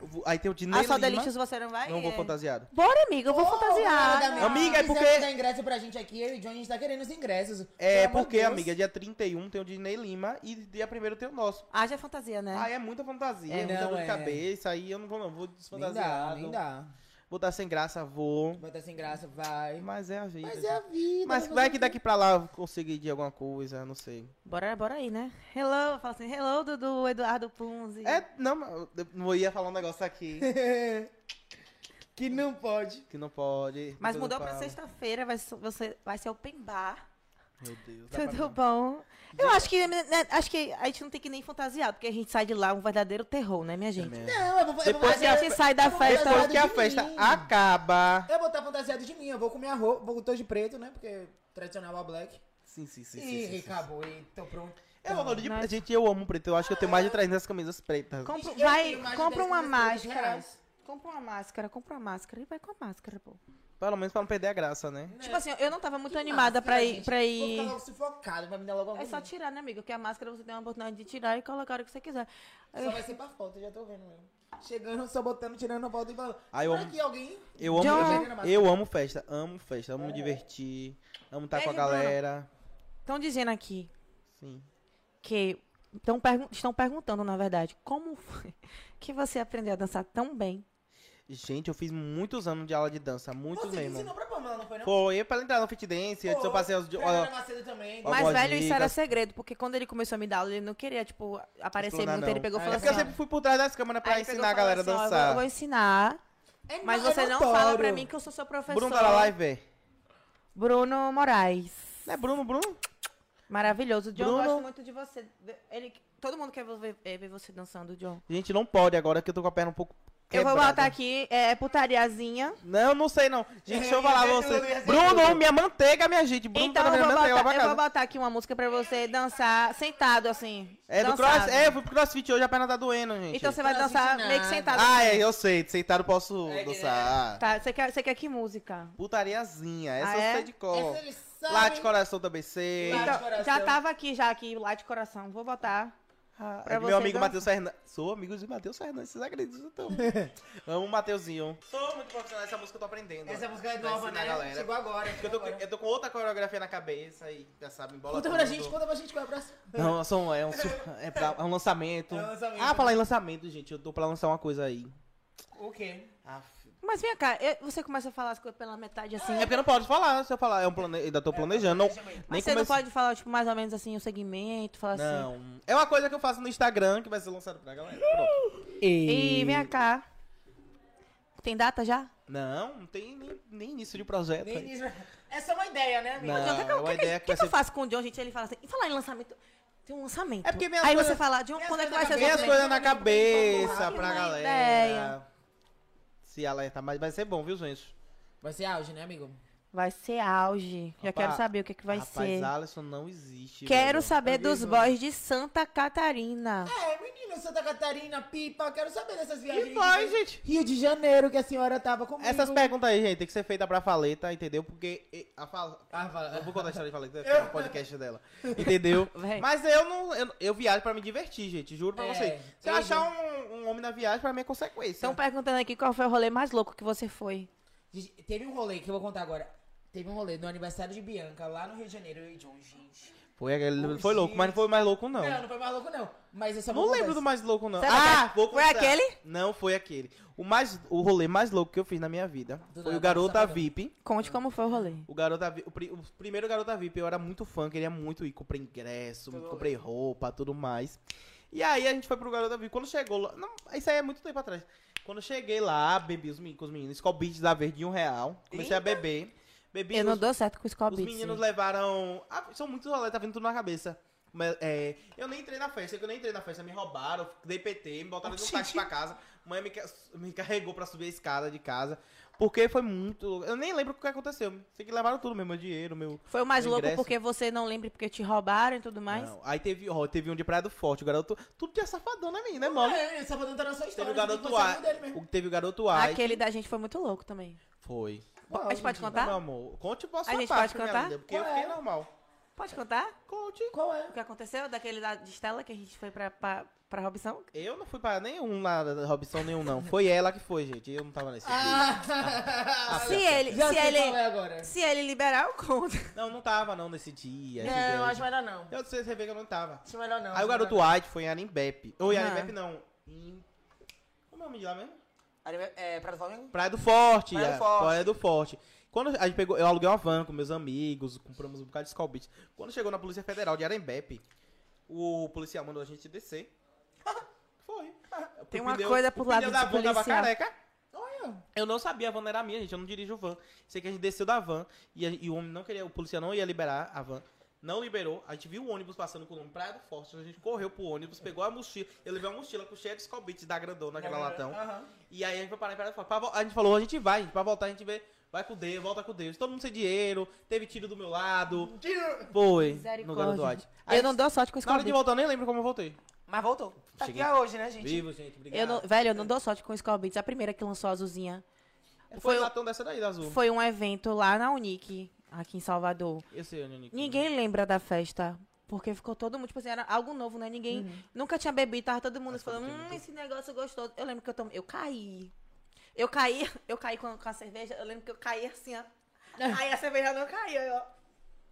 Eu vou- Aí tem o de Ney Ah, só Lima, delícias você não vai? Não vou É. fantasiado. Bora, amiga, eu vou né? Ô, fantasiada. amiga, Amiga, é se porque- quiser dar ingresso pra gente aqui, eu e o John, a gente tá querendo os ingressos. É Pelo amor de porque, Deus. amiga, dia 31 tem o de Ney Lima e dia 1 tem o nosso. Haja fantasia, né? Aí é muita fantasia, É, muita não, dor de é. cabeça. Aí eu não vou, não. Vou Nem dá, desfantasiado. nem dá. Vou dar sem graça, vou. Vai estar sem graça, vai. Mas é a vida. Mas gente. é a vida. Mas vai que daqui pra lá eu consigo ir de alguma coisa, não sei. Bora, bora aí, né? Hello, fala assim, hello, Dudu, Eduardo Punzi. É, não, mas eu não ia falar um negócio [LAUGHS] aqui que não pode. que não pode. Mas depois eu mudou pra falo. sexta-feira, vai, ser- você- vai ser open bar. Meu Deus. tá dá pra Tudo mim. bom? Eu acho que, né, acho que a gente não tem que nem fantasiar, porque a gente sai de lá um verdadeiro terror, né, minha gente? Não, eu vou, eu vou Depois A que a gente sai da eu vou fazer festa. Depois que a de festa mim. acaba. Eu vou estar fantasiado de mim, eu vou com minha roupa, vou tô de preto, né? Porque tradicional é black. Sim, sim, sim. e sim, sim, sim. acabou, e tô pronto. Eu vou de Nós- preto. Gente, eu amo preto. Eu acho que eu tenho mais de 300 camisas pretas. Compra, Eu tenho mais vai, de compra 10 uma camisas pretas máscara. reais. Compra uma máscara, compra uma máscara e vai com a máscara, pô. Pelo menos pra não perder a graça, né? Tipo assim, eu não tava muito Que animada pra máscara, ir. gente. Pra Vou ir... ficar logo sufocado, vai me dar logo algum. É só tirar, né, amigo? Porque a máscara você tem uma oportunidade de tirar e colocar o que você quiser. Só vai ser pra foto, já tô vendo mesmo. Chegando, só botando, tirando a foto e falando. Aí eu Por amo- aqui alguém. Eu amo, John. eu, eu amo festa. Amo festa. Amo me divertir. Amo estar com a Beijo, Bruno. galera. Estão dizendo aqui Sim. que. Tão pergun- estão perguntando, na verdade, como foi [LAUGHS] que você aprendeu a dançar tão bem? Gente, eu fiz muitos anos de aula de dança. Muitos Você que mesmo. ensinou pra Pamela, não foi não? Foi eu pra entrar no Fit Dance. antes eu passei os. Pra Ana Macedo também. Ó, Mas, boas velho, isso era dicas. segredo, porque quando ele começou a me dar aula, ele não queria, tipo, aparecer Explanar, muito. Ele não. pegou e É falou porque eu assim. ó. sempre fui por trás das câmeras Aí pra ele pegou ensinar e a galera a falou assim, ó, eu vou- Eu vou dançar. ensinar, É mas no- é você não notório. fala pra mim que eu sou seu professor. Bruno tá na live? é? Bruno Moraes. Não é Bruno, Bruno? Maravilhoso. John, eu Bruno- gosto muito de você. Ele, todo mundo quer ver, é, ver você dançando, John. Gente, não pode agora que eu tô com a perna um pouco. Eu vou quebrada. botar aqui, é putariazinha. Não, não sei não. Gente, deixa [LAUGHS] eu Ia falar ser você. tudo, ia ser Bruno, tudo. minha manteiga, minha gente. Bruno Então tá na eu minha vou, manteiga lá pra botar, eu casa. vou botar aqui uma música pra você dançar sentado, assim. É do dançado. cross, é, eu fui pro crossfit hoje, a perna tá doendo, gente. Então você vai Crossfit dançar nada. meio que sentado. Ah, assim. é, eu sei. Sentado eu posso É que- dançar. Tá, você quer, você quer que música? Putariazinha, essa Ah, eu é? sei de cor. Essa eles sabem. Lá de coração também sei. Lá de Então, coração. já tava aqui, já aqui, lá de coração. Vou botar. Ah, pra você meu amigo dançar. Matheus Fernandes. Sou amigo de Matheus Fernandes, vocês [LAUGHS] acreditam? então? Amo o Mateuzinho. Sou muito profissional, essa música eu tô aprendendo. Essa música é Pra nova, ensinar né? a galera. Chegou agora. Eu tô, com- eu tô com outra coreografia na cabeça e já sabe, embola Conta tudo. pra gente, conta pra gente qual é a próxima. Não, são, é, um, su- é, pra- é um lançamento. É um lançamento. Ah, falar em lançamento, gente. Eu tô pra lançar uma coisa aí. O quê? Mas vem cá, eu- você começa a falar as coisas pela metade assim. É porque não pode falar. Se eu falar, é um plane... ainda tô planejando. Não, nem Mas você não comece- pode falar, tipo, mais ou menos assim, o segmento, falar assim. Não. É uma coisa que eu faço no Instagram que vai ser lançado pra galera. Pronto. E vem cá. Tem data já? Não, não tem nem, nem início de projeto. Nem aí. nisso. É só uma ideia, né, amigo? Não, John, é uma ideia o que, que vai que eu ser. faço com o John, gente? Ele fala assim, e falar em lançamento? Tem um lançamento. É porque minhas Aí você coisas- fala, John, minhas quando é que vai coisas ser na Tem as Exatamente. coisas na Vamos lá, cabeça que pra uma galera. ideia. Se alerta, mas vai ser bom, viu, gente? Vai ser auge, né, amigo? Vai ser auge. Já Rapaz, quero saber o que, é que vai Rapaz, ser. Alisson não existe. Quero velho. saber Amigo. dos boys de Santa Catarina. É, menino, Santa Catarina, pipa, quero saber dessas viagens. Que vai, gente? Rio de Janeiro, que a senhora tava comigo. Essas perguntas aí, gente, tem que ser feita pra Faleta, entendeu? Porque e, a Fal- Ah, fala. Eu vou contar a história de Faleta no podcast dela. [LAUGHS] Entendeu? Véi. Mas eu não. Eu, eu viajo pra me divertir, gente. Juro pra É, vocês. Se eu eu achar um, um homem na viagem, pra mim é consequência. Estão perguntando aqui qual foi o rolê mais louco que você foi. Gente, Teve um rolê que eu vou contar agora. Teve um rolê no aniversário de Bianca, lá no Rio de Janeiro, eu e John, gente. foi, aquele- Ô, foi louco, mas não foi o mais louco, não. Não, Não, não foi mais louco, não. Mas eu só vou lembro contar do mais louco, não. Sabe ah, aquele- vou foi contar. aquele? Não foi aquele. O, mais, o rolê mais louco que eu fiz na minha vida Do foi nada, o Garota sabadão. VIP. Conte como foi o rolê. O garota Vi- o, pri- o primeiro garota VIP, eu era muito fã, queria muito ir, comprei ingresso, comprei roupa, tudo mais. E aí a gente foi pro garota VIP. Quando chegou lá, não, isso aí é muito tempo atrás. Quando eu cheguei lá, bebi os meninos, com os meninos, Skull Beats da Verde de um real. Comecei a beber. Bebi Eu não os, dou certo com o Skull os Beats. meninos levaram. Ah, são muitos rolês, tá vindo tudo na cabeça. Mas, é, eu nem entrei na festa, que eu nem entrei na festa, me roubaram, dei PT, me botaram de um táxi pra casa. Mãe me, ca- me carregou pra subir a escada de casa. Porque foi muito. Eu nem lembro o que aconteceu. Sei que levaram tudo, meu, meu dinheiro, meu. Foi o mais O louco ingresso. porque você não lembra porque te roubaram e tudo mais. Não. Aí teve, ó, teve um de Praia do Forte, o garoto. Tudo de safadão, né, menina? É mole. É, eu só vou contar na sua Teve história. você tem o que é garoto contar A. o dele mesmo. o- Teve o garoto A. Aquele da gente foi muito louco também. Foi. A gente pode Então, meu contar? amor, conte a sua gente parte, pode minha contar? linda, porque eu Qual fiquei é? normal. Pode contar? Conte. Qual é? [LAUGHS] O que aconteceu? Daquele da de Estela que a gente foi pra, pra, pra Robson? Eu não fui pra nenhum lá da Robson, nenhum não. Foi ela que foi, gente. Eu não tava nesse. Ah, [LAUGHS] se ele, já se sei qual é ele, agora. se ele liberar, eu conto. Não, não tava não nesse dia. entendeu? Não, acho melhor não. Eu sei, você vê que eu não tava. Acho melhor não. Aí o garoto White foi em Arimbep. Ou em Ah. Arimbep não. Em... Como é o nome de lá mesmo? É, pra Flamengo? Praia do Forte. Praia do é, Forte. Praia do Forte. Quando a gente pegou, eu aluguei uma van com meus amigos, compramos um bocado de Skull Beats. Quando chegou na Polícia Federal de Arembep, o policial mandou a gente [LAUGHS] descer. Foi. Tem O uma pneu- coisa pro o lado pneu de da van tava policial. careca. Olha. Eu não sabia, a van era minha, gente. Eu não dirijo van. Sei que a gente desceu da van e, a- e o homem não queria, o policial não ia liberar a van. não liberou. A gente viu o ônibus passando com o nome Praia do Forte. A gente correu pro ônibus, pegou a mochila. Eu levei uma mochila com cheia de Scobit da grandona, É. aquela latão. Aham. E aí a gente foi parar em Praia do Forte. Pra vo- A gente falou, a gente vai, gente, pra voltar a gente vê. Vai com Deus, volta com Deus. Todo mundo sem dinheiro, teve tiro do meu lado. Tiro! Foi, no Galo Duarte. Aí, Eu não dou sorte com Na hora de Scobit. voltar, eu nem lembro como eu voltei. Mas voltou. Tá Cheguei. aqui hoje, né, gente? Vivo, gente, obrigado. Eu não, velho, eu não dou sorte com Scobit. A primeira que lançou a azulzinha. É, Foi, foi o o- latão dessa daí, da Azul. Foi um evento lá na Unic, aqui em Salvador. Eu sei, Nico. Ninguém lembra da festa. Porque ficou todo mundo, tipo assim, era algo novo, né? Ninguém nunca tinha bebido, tava todo mundo falando, hum, esse negócio gostoso. Eu lembro que eu tomei, eu caí. Eu caí, [LAUGHS] eu caí com a, com a cerveja, eu lembro que eu caí assim, ó. Aí a cerveja não caiu, eu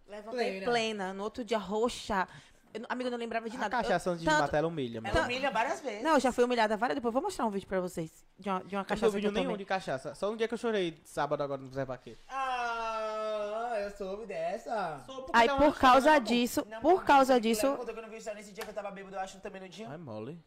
levantei Plena. plena. No outro dia, roxa. Eu, não- amiga, eu não lembrava de A nada. Eu- cachaça antes de tanto- matar, ela humilha, mano. Ela humilha várias vezes. Não, eu já fui humilhada várias, depois eu vou mostrar um vídeo pra vocês. De uma, de uma Não tem cachaça que vídeo eu nenhum tomei. de cachaça. Só no dia que eu chorei sábado agora no Zé Baqueiro. Ah, eu soube dessa. Aí por causa disso, Não, por mas causa você disso, lembra quando eu não vi isso nesse dia que eu tava bêbado, eu acho, também no dia? Ai, mole.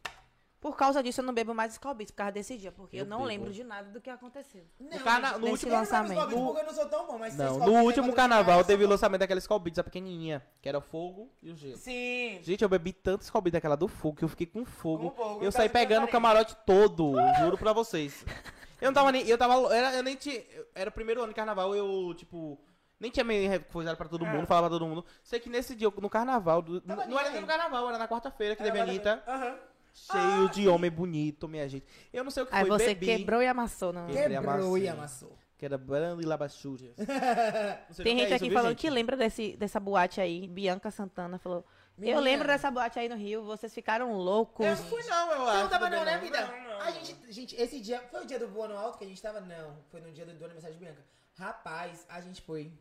por causa disso eu não bebo mais Scalbits por causa desse dia, porque eu, Eu não bebo. lembro de nada do que aconteceu. Não, No carna- gente, no Nesse último- lançamento. eu não bebo Scooby, porque eu não sou tão bom, mas Não, vocês no colocam último aí pra carnaval trocar, teve o eu sou lançamento daquela Skull Beats, a pequenininha, que era o fogo e o gelo. Sim. Gente, eu bebi tanto Skull Beats, aquela do fogo, que eu fiquei com fogo. tá Com fogo, eu eu saí quase pegando o camarote todo, juro pra vocês. Eu não tava nem... Eu tava... lo- Era, eu nem tinha... eu- Era o primeiro ano de carnaval, eu, tipo... Nem tinha meio coisado pra todo mundo, falava pra todo mundo. Sei que nesse dia, no carnaval... do- Tava não era nem nem aí. no carnaval, era na quarta-feira Ah, que Era teve a Anitta. Aham. Cheio de homem bonito, minha gente. Eu não sei o que Aí foi, você bebi. quebrou e amassou, não. Quebrou e Quebrou e amassou. amassou. Que era Brando e Labachúria. [LAUGHS] é Tem gente aqui falando que lembra desse, dessa boate aí. Bianca Santana falou. Menina. Eu lembro dessa boate aí no Rio, vocês ficaram loucos. Eu não fui não, eu Você acho. não tava não, também né, vida? Não, não, A não. gente, gente, esse dia, foi o dia do Boa no Alto que a gente tava? Não, foi no dia do, do aniversário de Bianca. Rapaz, a gente foi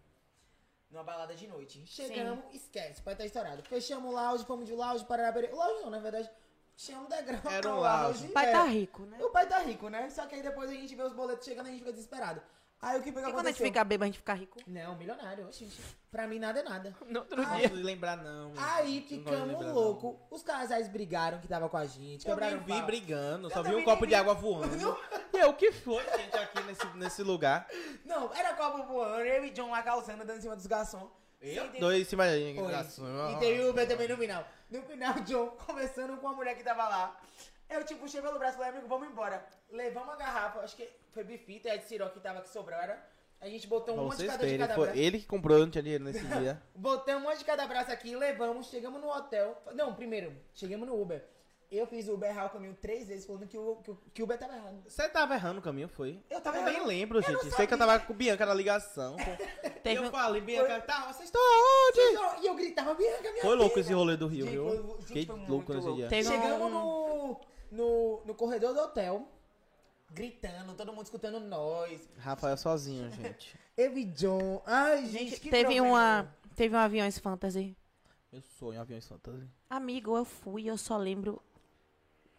Numa balada de noite. Chegamos, esquece, pode estar estourado. Fechamos o lounge, fomos de lounge, para O lounge não, na verdade, fechamos o degrau Era um ao O pai é. tá rico, né? O pai tá rico, né? Só que aí depois a gente vê os boletos chegando e a gente fica desesperado. Aí o que foi que E quando a gente aconteceu? fica bêbado, a gente fica rico. Não, milionário, oxe, gente. Pra mim nada é nada. No outro Ai. dia. Ah, Não lembrar não. meu Aí gente. Hum, Não gosto de ficamos lembrar, não. loucos. Os casais brigaram que tava com a gente. Eu quebraram nem o vi pau. brigando, só vi também um nem copo vi. de água voando. [LAUGHS] E eu, o que foi, gente, aqui nesse, nesse lugar? Não, Era copo voando, eu e John lá calçando, dando em cima dos garçons. Sem ter- Dois em cima da gente. Foi. graças a- E teve um o Uber também no final. No final, John [LAUGHS] conversando com a mulher que tava lá. Eu, tipo, puxei pelo braço e falei, amigo, vamos embora. Levamos a garrafa, acho que foi bifita, é de ciró que tava que sobrara. A gente botou um Pra monte de vocês cada de verem, cada foi braço. ele que comprou, eu não tinha dinheiro nesse dia. Botamos um monte de cada braço aqui, levamos, chegamos no hotel. Não, primeiro, chegamos no Uber. Eu fiz o Uber errar o caminho três vezes, falando que o, que o- que o Uber tava errado. Você tava errando o caminho, foi? Eu tava eu errando. nem lembro, gente. Sei que eu tava com Bianca na ligação. [LAUGHS] E Teve eu um- falei, Bianca, tá, vocês estão aonde? E eu gritava, Bianca, minha Foi louco filha." esse rolê do Rio, né? Gente, foi- viu? gente, Fiquei foi muito louco nesse louco. dia. Teve um- Chegamos no, no, no corredor do hotel, gritando, todo mundo escutando nós. Rafael sozinho, [LAUGHS] gente. Eu e John. Ai, gente, que Teve problema. uma. Teve um aviões fantasy. Meu sonho, aviões fantasy. Amigo, eu fui, eu só lembro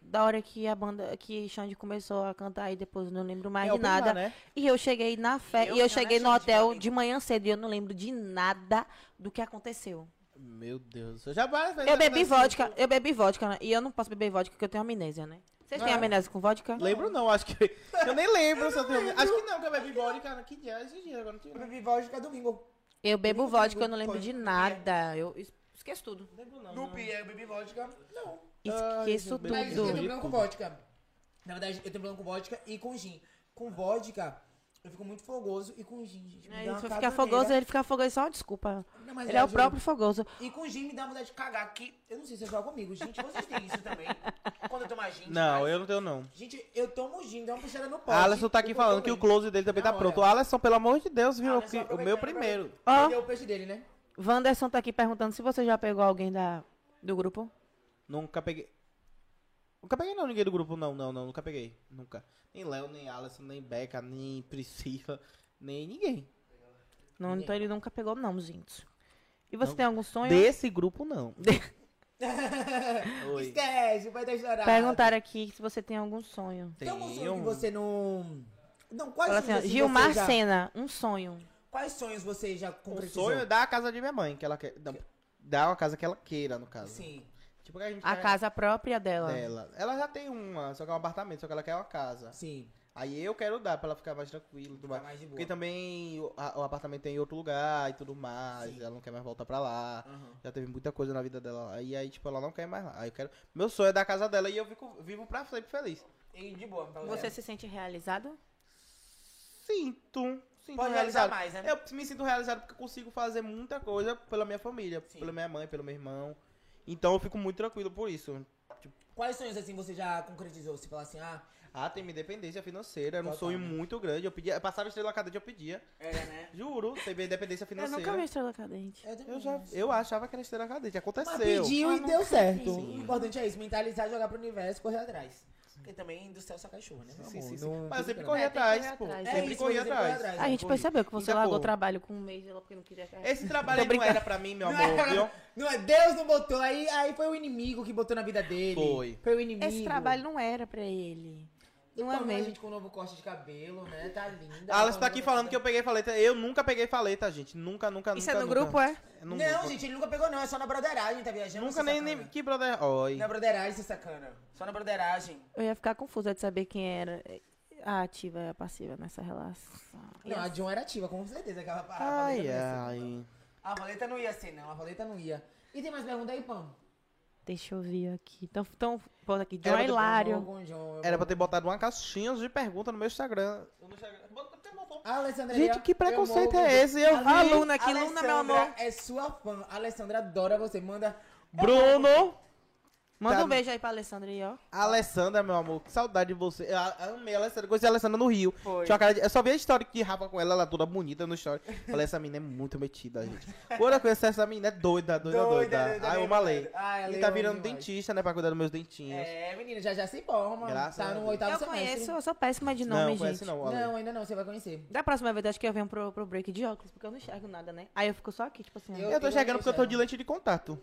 da hora que a banda, que Xande começou a cantar e depois eu não lembro mais É, de o Brilhar, nada. né? E eu cheguei na fé, Eu e eu não, cheguei né, no Xande, hotel amigo? de manhã cedo e eu não lembro de nada do que aconteceu. Meu Deus do céu. Já várias vezes Eu bebi aconteceu. vodka, eu bebi vodka, né? e eu não posso beber vodka porque eu tenho amnésia, né? Vocês têm Ah. amnésia com vodka? Lembro não, acho que. [LAUGHS] Eu nem lembro se eu tenho. Acho que não, que eu bebi vodka, cara. Que dia? é Esse dia, agora não tinha. Eu Não bebi vodka domingo. Eu bebo Nunca vodka, eu não lembro lembro de de nada. Eu es- esqueço tudo. lembro não. No pia, eu bebi vodka. Não. Ai, Esqueço meu Deus. Mas Do- tudo. eu tenho de problema com tudo. vodka. Na verdade, eu tenho problema com vodka e com gin. Com vodka, eu fico muito fogoso e com gin, gente. me dá Ele uma ficar caganeira. É, fogoso, ele ficar fogoso é só uma desculpa. Não, mas Ele é o juro. próprio fogoso. E com gin me dá vontade de cagar aqui. Eu [LAUGHS] não sei se é só comigo, gente. Gente, vocês têm isso também? Quando eu tomar gin, Não, faz. eu não tenho não. Gente, eu tomo gin, dá uma puxada no pote. Alisson tá aqui eu falando controlo que o ele. close dele também Na tá hora. pronto. Alisson, pelo amor de Deus, viu? Alisson, Que- o meu aproveitando, primeiro. Ó. Perdeu o peixe dele, né? Wanderson tá aqui perguntando se você já pegou alguém da, do grupo. Nunca peguei. Nunca peguei não, ninguém do grupo, não, não, não. Nunca peguei. Nunca. Nem Léo, nem Alisson, nem Beca, nem Priscila, nem ninguém. Não, então ele nunca pegou, não, gente. E você tem algum sonho? Desse grupo, não. [LAUGHS] Oi. Esquece, vai dar estourado. Perguntaram aqui se você tem algum sonho. Tem algum sonho que Tenho. você não... Não, quais Fala assim, ó, sonhos assim, Gilmar você já... Senna, um sonho. Quais sonhos você já O concretizou? sonho é dar a casa de minha mãe, que ela quer. Não, dar uma casa que ela queira, no caso. Sim. Tipo, que a gente A quer casa própria dela. dela. Ela já tem uma, só que é um apartamento, só que ela quer uma casa. Sim. Aí eu quero dar pra ela ficar mais tranquila e tudo mais. Ficar mais de boa. Porque também o, a- o apartamento tem em outro lugar e tudo mais. Ela não quer mais voltar pra lá. Já teve muita coisa na vida dela. lá. E aí, tipo, ela não quer mais lá. Aí eu quero. Meu sonho é da casa dela e eu fico, vivo pra sempre feliz. E de boa, pra Você você. se sente realizado? Sinto. Sinto Pode realizar realizado. mais, né? Eu me sinto realizado porque eu consigo fazer muita coisa pela minha família, Sim. pela minha mãe, pelo meu irmão. Então eu fico muito tranquilo por isso. Quais sonhos assim você já concretizou? Você fala assim, ah, Ah, tem minha independência financeira, era um Total, sonho né? muito grande. Eu pedia, eu passava estrela cadente, eu pedia. era, né? Juro, tem minha independência Eu financeira. nunca né? vi estrela cadente. Eu, também Eu já, não sei. eu achava que era estrela cadente, Mas aconteceu. pediu e Eu deu nunca certo. Ah, fiz. O importante é isso, mentalizar, jogar pro universo, correr atrás. Tá Porque também do céu só cachorro, né? meu Sim, amor? sim, sim. não- Mas eu sempre É, corri tem que correr atrás, pô. atrás. Sempre É isso, corri você correu atrás. atrás. A gente corri. percebeu que você Então, largou pô, o trabalho com um mês dela porque não queria ficar. Esse trabalho aí não brincando. era pra mim, meu Não [LAUGHS] amor, era- viu? Não é Deus não botou, aí, aí foi o inimigo que botou na vida dele. Foi. Foi o inimigo. Esse trabalho não era pra ele. Não é Então, né, mesmo. gente com um novo corte de cabelo, né? Tá linda. A Alice tá aqui falando que eu peguei faleta. Eu nunca peguei faleta, gente. Nunca, nunca, nunca. Isso é no nunca. grupo, é? No não, grupo. gente, ele nunca pegou, não. É só na broderagem, tá viajando. Nunca seu nem, sacana. nem. Que brother. Oi. Na broderagem, você sacana. Só na broderagem. Eu ia ficar confusa de saber quem era a ativa e a passiva nessa relação. Não, a John era ativa, com certeza. Que a, a, a é Ai, roleta não ia ser. ai. Ah, A roleta tá não ia assim, ser, não. A roleta não ia. E tem mais pergunta aí, Pam? Deixa eu ver aqui. Então, então bota aqui. Era John pra ter Hilário. Algum John, eu Era pra vou- ter botado uma caixinha de pergunta no meu Instagram. No Instagram. Alessandra Gente, Leal, que eu preconceito morro- é esse? Eu vi. Aluna aqui, Luna, meu Alessandra amor. é sua fã. A Alessandra adora você. Manda. Bruno. Manda Tá- um beijo aí pra Alessandra aí, ó. Alessandra, meu amor, que saudade de você. Eu a- amei a Alessandra, conheci a Alessandra no Rio. Foi. Tinha uma cara de- eu só vi a história que Rafa com ela, ela toda bonita no story. Falei, essa menina é muito metida, gente. Quando eu conheci essa menina, é doida, doida, Doida, doida. doida, Ai, eu doida, malei. doida. Ai, ela E é tá bom virando demais. dentista, né, pra cuidar dos meus dentinhos. É, menina, já já se forma. Graças a tá no Deus. oitavo eu semestre. conheço, eu sou péssima de não, nome, conhece gente. não, Ale. Não, ainda não. Você vai conhecer. Da próxima vez, acho que eu venho pro, pro break de óculos, porque eu não enxergo nada, né? Aí eu fico só aqui, tipo assim. ó. Eu, tô chegando porque eu tô de lente de contato.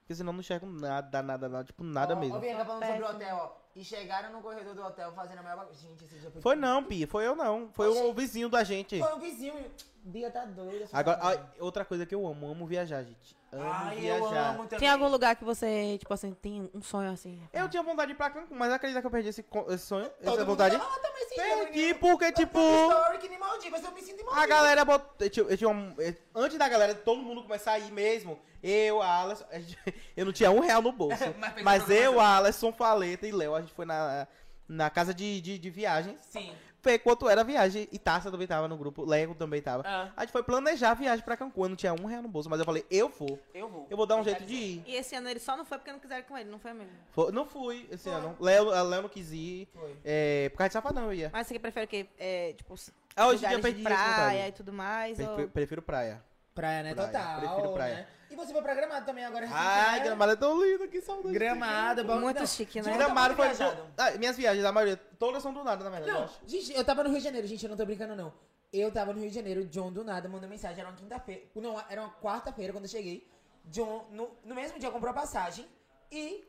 Porque senão eu não enxergo nada, nada, nada. Tipo, nada ó, mesmo. Ó, Bianca falando sobre o Péssimo. hotel, ó. E chegaram no corredor do hotel fazendo a maior bagunça. Gente, esse dia foi... Foi não, Bia, foi eu não. Foi o vizinho da gente. Foi um vizinho. Bia tá doida. essa Agora, menina. ah, outra coisa que eu amo, amo viajar, gente. Amo Ai, viajar. eu amo também. Tem algum lugar que você, tipo assim, tem um sonho assim? Eu tinha vontade de ir pra Cancún, mas acredita que eu perdi esse, co- esse sonho, Todo essa mundo vontade? fala, ah, também se Perdi porque, tipo, Story que nem Maldivas, eu me sinto em a Maldivas. galera botou... Eu tinha, eu tinha um- eu- antes da galera, todo mundo começar a ir mesmo, eu, a Alisson... a gente- [LAUGHS] eu não tinha um real no bolso. Mas fez mas uma eu, programação. a Alisson, Faleta e Léo, a gente foi na, na casa de, de, de viagens. Sim. Ver quanto era a viagem. E Taça também tava no grupo, Lego também tava. Ah. A gente foi planejar a viagem pra Cancún, eu não tinha um real no bolso, mas eu falei, eu vou. Eu vou. Eu vou dar um jeito de ir. E esse ano ele só não foi porque não quiseram ir com ele, não foi mesmo? Foi- não fui esse ano. Léo, a Léo não quis ir. Foi. É, por causa de safadão eu ia. Mas você prefere o quê? É, tipo, Ah, hoje em lugares dia eu perdi de essa praia vontade. e tudo mais? Prefe- ou... Prefiro, praia. Praia, né? Praia, Total. prefiro praia. né? E você foi pra Gramado também agora. Ai, recentemente, né? Gramado é tão lindo, que saudade. Gramado, bom. Muito Não, chique, né? Gramado Gramado foi... Muito viajado. Ah, minhas viagens, a maioria, todas são do nada, na verdade. eu Não, acho. gente, eu tava no Rio de Janeiro, gente, eu não tô brincando, não. Eu tava no Rio de Janeiro, John do nada mandou mensagem, era uma quinta-feira. Não, era uma quarta-feira quando eu cheguei. John, no, no mesmo dia, comprou a passagem e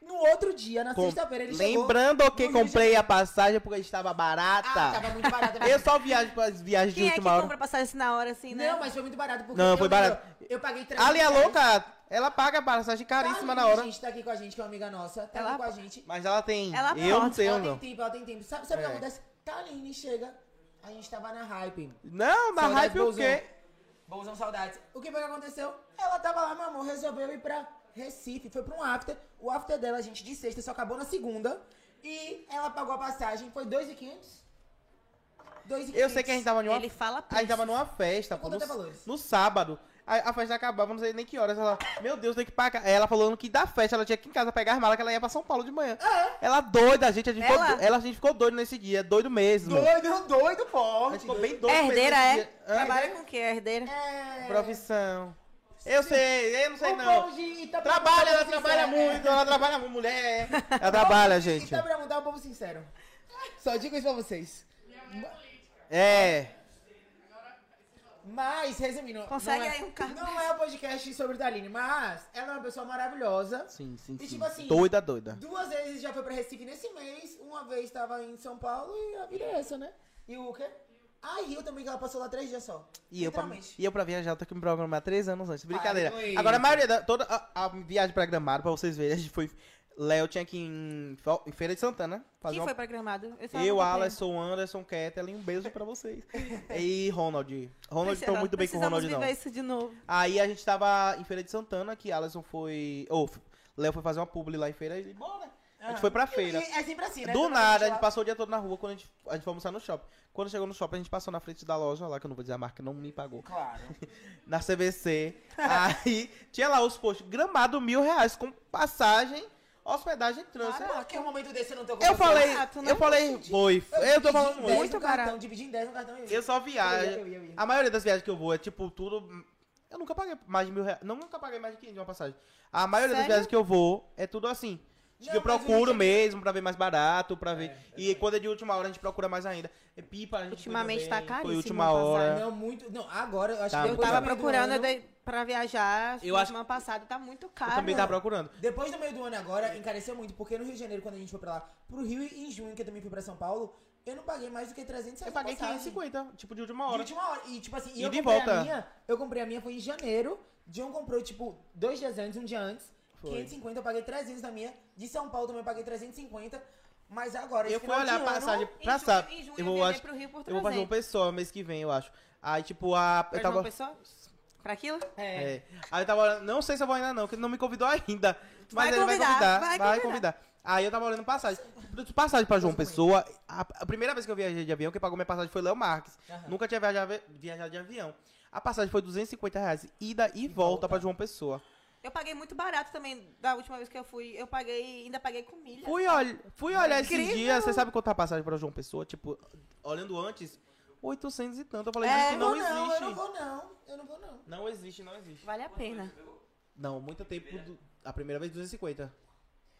no outro dia, na Com- sexta-feira, ele chegou. Lembrando no que Rio de comprei a passagem porque estava barata. Ah, tava muito barato. [LAUGHS] Eu só viajo para as viagens Quem de é que última hora. compra passagem na hora, assim, né? Não, mas foi muito barato porque. Não, eu foi lembro, barato. Eu paguei 300 Ali é reais. louca, ela paga a passagem Tá caríssima na ali, hora. gente tá aqui com a gente, que é uma amiga nossa. Tá Ela- aqui com a gente. Mas ela tem. Ela eu não pode, tenho, ela não. tem tempo, ela tem tempo. Sabe, sabe o É. que acontece? Taline chega. A gente tava na hype. Não, na Saudade, hype o Bolzão. quê? Bolsão saudades. O que foi que aconteceu? Ela tava lá, meu amor, resolveu ir pra Recife. Foi pra um after. O after dela, gente, de sexta, só acabou na segunda. E ela pagou a passagem. Foi 2,500. 2,500. Eu sei que a gente tá tava numa Ele fala A gente tava numa festa, Vou pô, no, contar valores. no sábado. A, a festa acabava, não sei nem que horas. Ela, meu Deus, tem que pagar. Ela falando que da festa ela tinha que ir em casa pegar as malas, que ela ia pra São Paulo de manhã. Ah. Ela doida, a gente, a gente Ela? Ficou, do- ela, a gente ficou doido nesse dia, doido mesmo. Doido, doido, A forte. gente ficou bem doido Herdeira mesmo é? nesse dia. Hã? Trabalha com o quê? Herdeira? É. Profissão. Eu sei, eu não sei o não. povo de tá Itaperuna, Trabalha, ela sincero, trabalha é. muito, ela trabalha [LAUGHS] muito, mulher. Ela O trabalha, povo de gente. Itaperuna é um povo sincero. Só digo isso pra vocês. É. Mas, resumindo. Consegue não é- aí um carro. Não é um podcast sobre Taline, mas ela é uma pessoa maravilhosa. Sim, sim, E sim. tipo assim, doida, doida. Duas vezes já foi pra Recife nesse mês, uma vez tava em São Paulo e a vida é essa, né? E o quê? Ah, e Rio também, que ela passou lá três dias só. E eu, pra, Literalmente. e eu pra viajar, eu tenho que me programar três anos antes. Brincadeira. Para com Agora, a isso. maioria da. Toda a, a viagem pra Gramado, pra vocês verem, a gente foi. Léo tinha que ir em, Fo- em Feira de Santana. fazer Quem uma- foi pra Gramado? só Eu, acompanhei. Alisson, Anderson, Ketelin, um beijo [LAUGHS] pra vocês. e Ronald. Ronald, Priscila, tô muito bem com o é, Ronald, Precisamos não. viver isso de novo. Aí a gente tava em Feira de Santana, que Alisson foi. Ou, Léo foi fazer uma publi lá em feira e bora. A gente foi pra feira. E- É sempre assim, né? Do Quando nada, a lá- gente passou o dia todo na rua quando a gente, a gente foi almoçar no shopping. Quando chegou no shopping, a gente passou na frente da loja lá, que eu não vou dizer a marca, não me pagou. Claro. Na CBC. aí [LAUGHS] tinha lá os postos, gramado mil reais, com passagem, hospedagem e trânsito. Caraca. Por que um momento desse eu não tô com eu você? falei, barato, né? eu falei, foi. Eu tô dividi falando em dez muito. muito no barato. Cartão, dividi em 10 no cartão. Eu Eu ia, só eu viajo. ia, eu ia. A maioria das viagens que eu vou é tipo tudo. Eu nunca paguei mais de mil reais. Não, nunca paguei mais de 500 de uma passagem. A maioria das Sério? viagens que eu vou é tudo assim. Acho Não, que eu mas procuro eu- mesmo pra ver mais barato, pra ver. e quando é de última hora, a gente procura mais ainda. É pipa, a gente Ultimamente foi tá também, Foi caríssimo última passar. hora. Não, muito. Não, agora eu acho Tá Eu que muito depois do tava meio do procurando ano- eu dei- pra viajar Eu na acho- semana passada, tá muito Eu caro. também tava procurando. Depois do meio do ano É. agora, encareceu muito, porque no Rio de Janeiro, quando a gente foi pra lá, pro Rio e em junho, que eu também fui pra São Paulo, eu não paguei mais do que 300 reais. Eu paguei de passagem. 550, tipo de última De hora. última hora. E tipo assim, e E eu de comprei volta. a minha, eu comprei a minha, foi em janeiro. John comprou, tipo, dois dias antes, um dia antes. Foi. 550, eu paguei 300 da minha. De São Paulo também eu paguei 350. Mas agora, esse Eu fui final olhar de a ano, passagem Em pra junho- sábado. em junho Eu vou, viajei acho, pro Rio por eu vou pra 300. João Pessoa mês que vem, eu acho. Aí, tipo, a. Eu Pra João tava. Pessoa? Pra aquilo? É. É. Aí eu tava olhando, não sei se eu vou ainda não, porque ele não me convidou ainda. Mas Vai ele vai convidar, convidar, vai, vai convidar. Aí eu tava olhando passagem. Passagem pra João Pessoa, a, a primeira vez que eu viajei de avião, quem pagou minha passagem foi Léo Marques. Aham. Nunca tinha viajado, viajado de avião. A passagem foi 250 reais, ida e, volta, volta. pra João Pessoa. Eu paguei muito barato também da última vez que eu fui. Eu paguei, ainda paguei com milha. Fui, olha, fui olhar esses Incrível. dias, você sabe quanto tá a passagem pra João Pessoa? Tipo, olhando antes, 800 e tanto. Eu falei, É, gente, Eu não, vou não, eu existe. não vou não. Eu não vou não. Não existe, não existe. Vale a pena. Não, muito tempo, do- a primeira vez 250.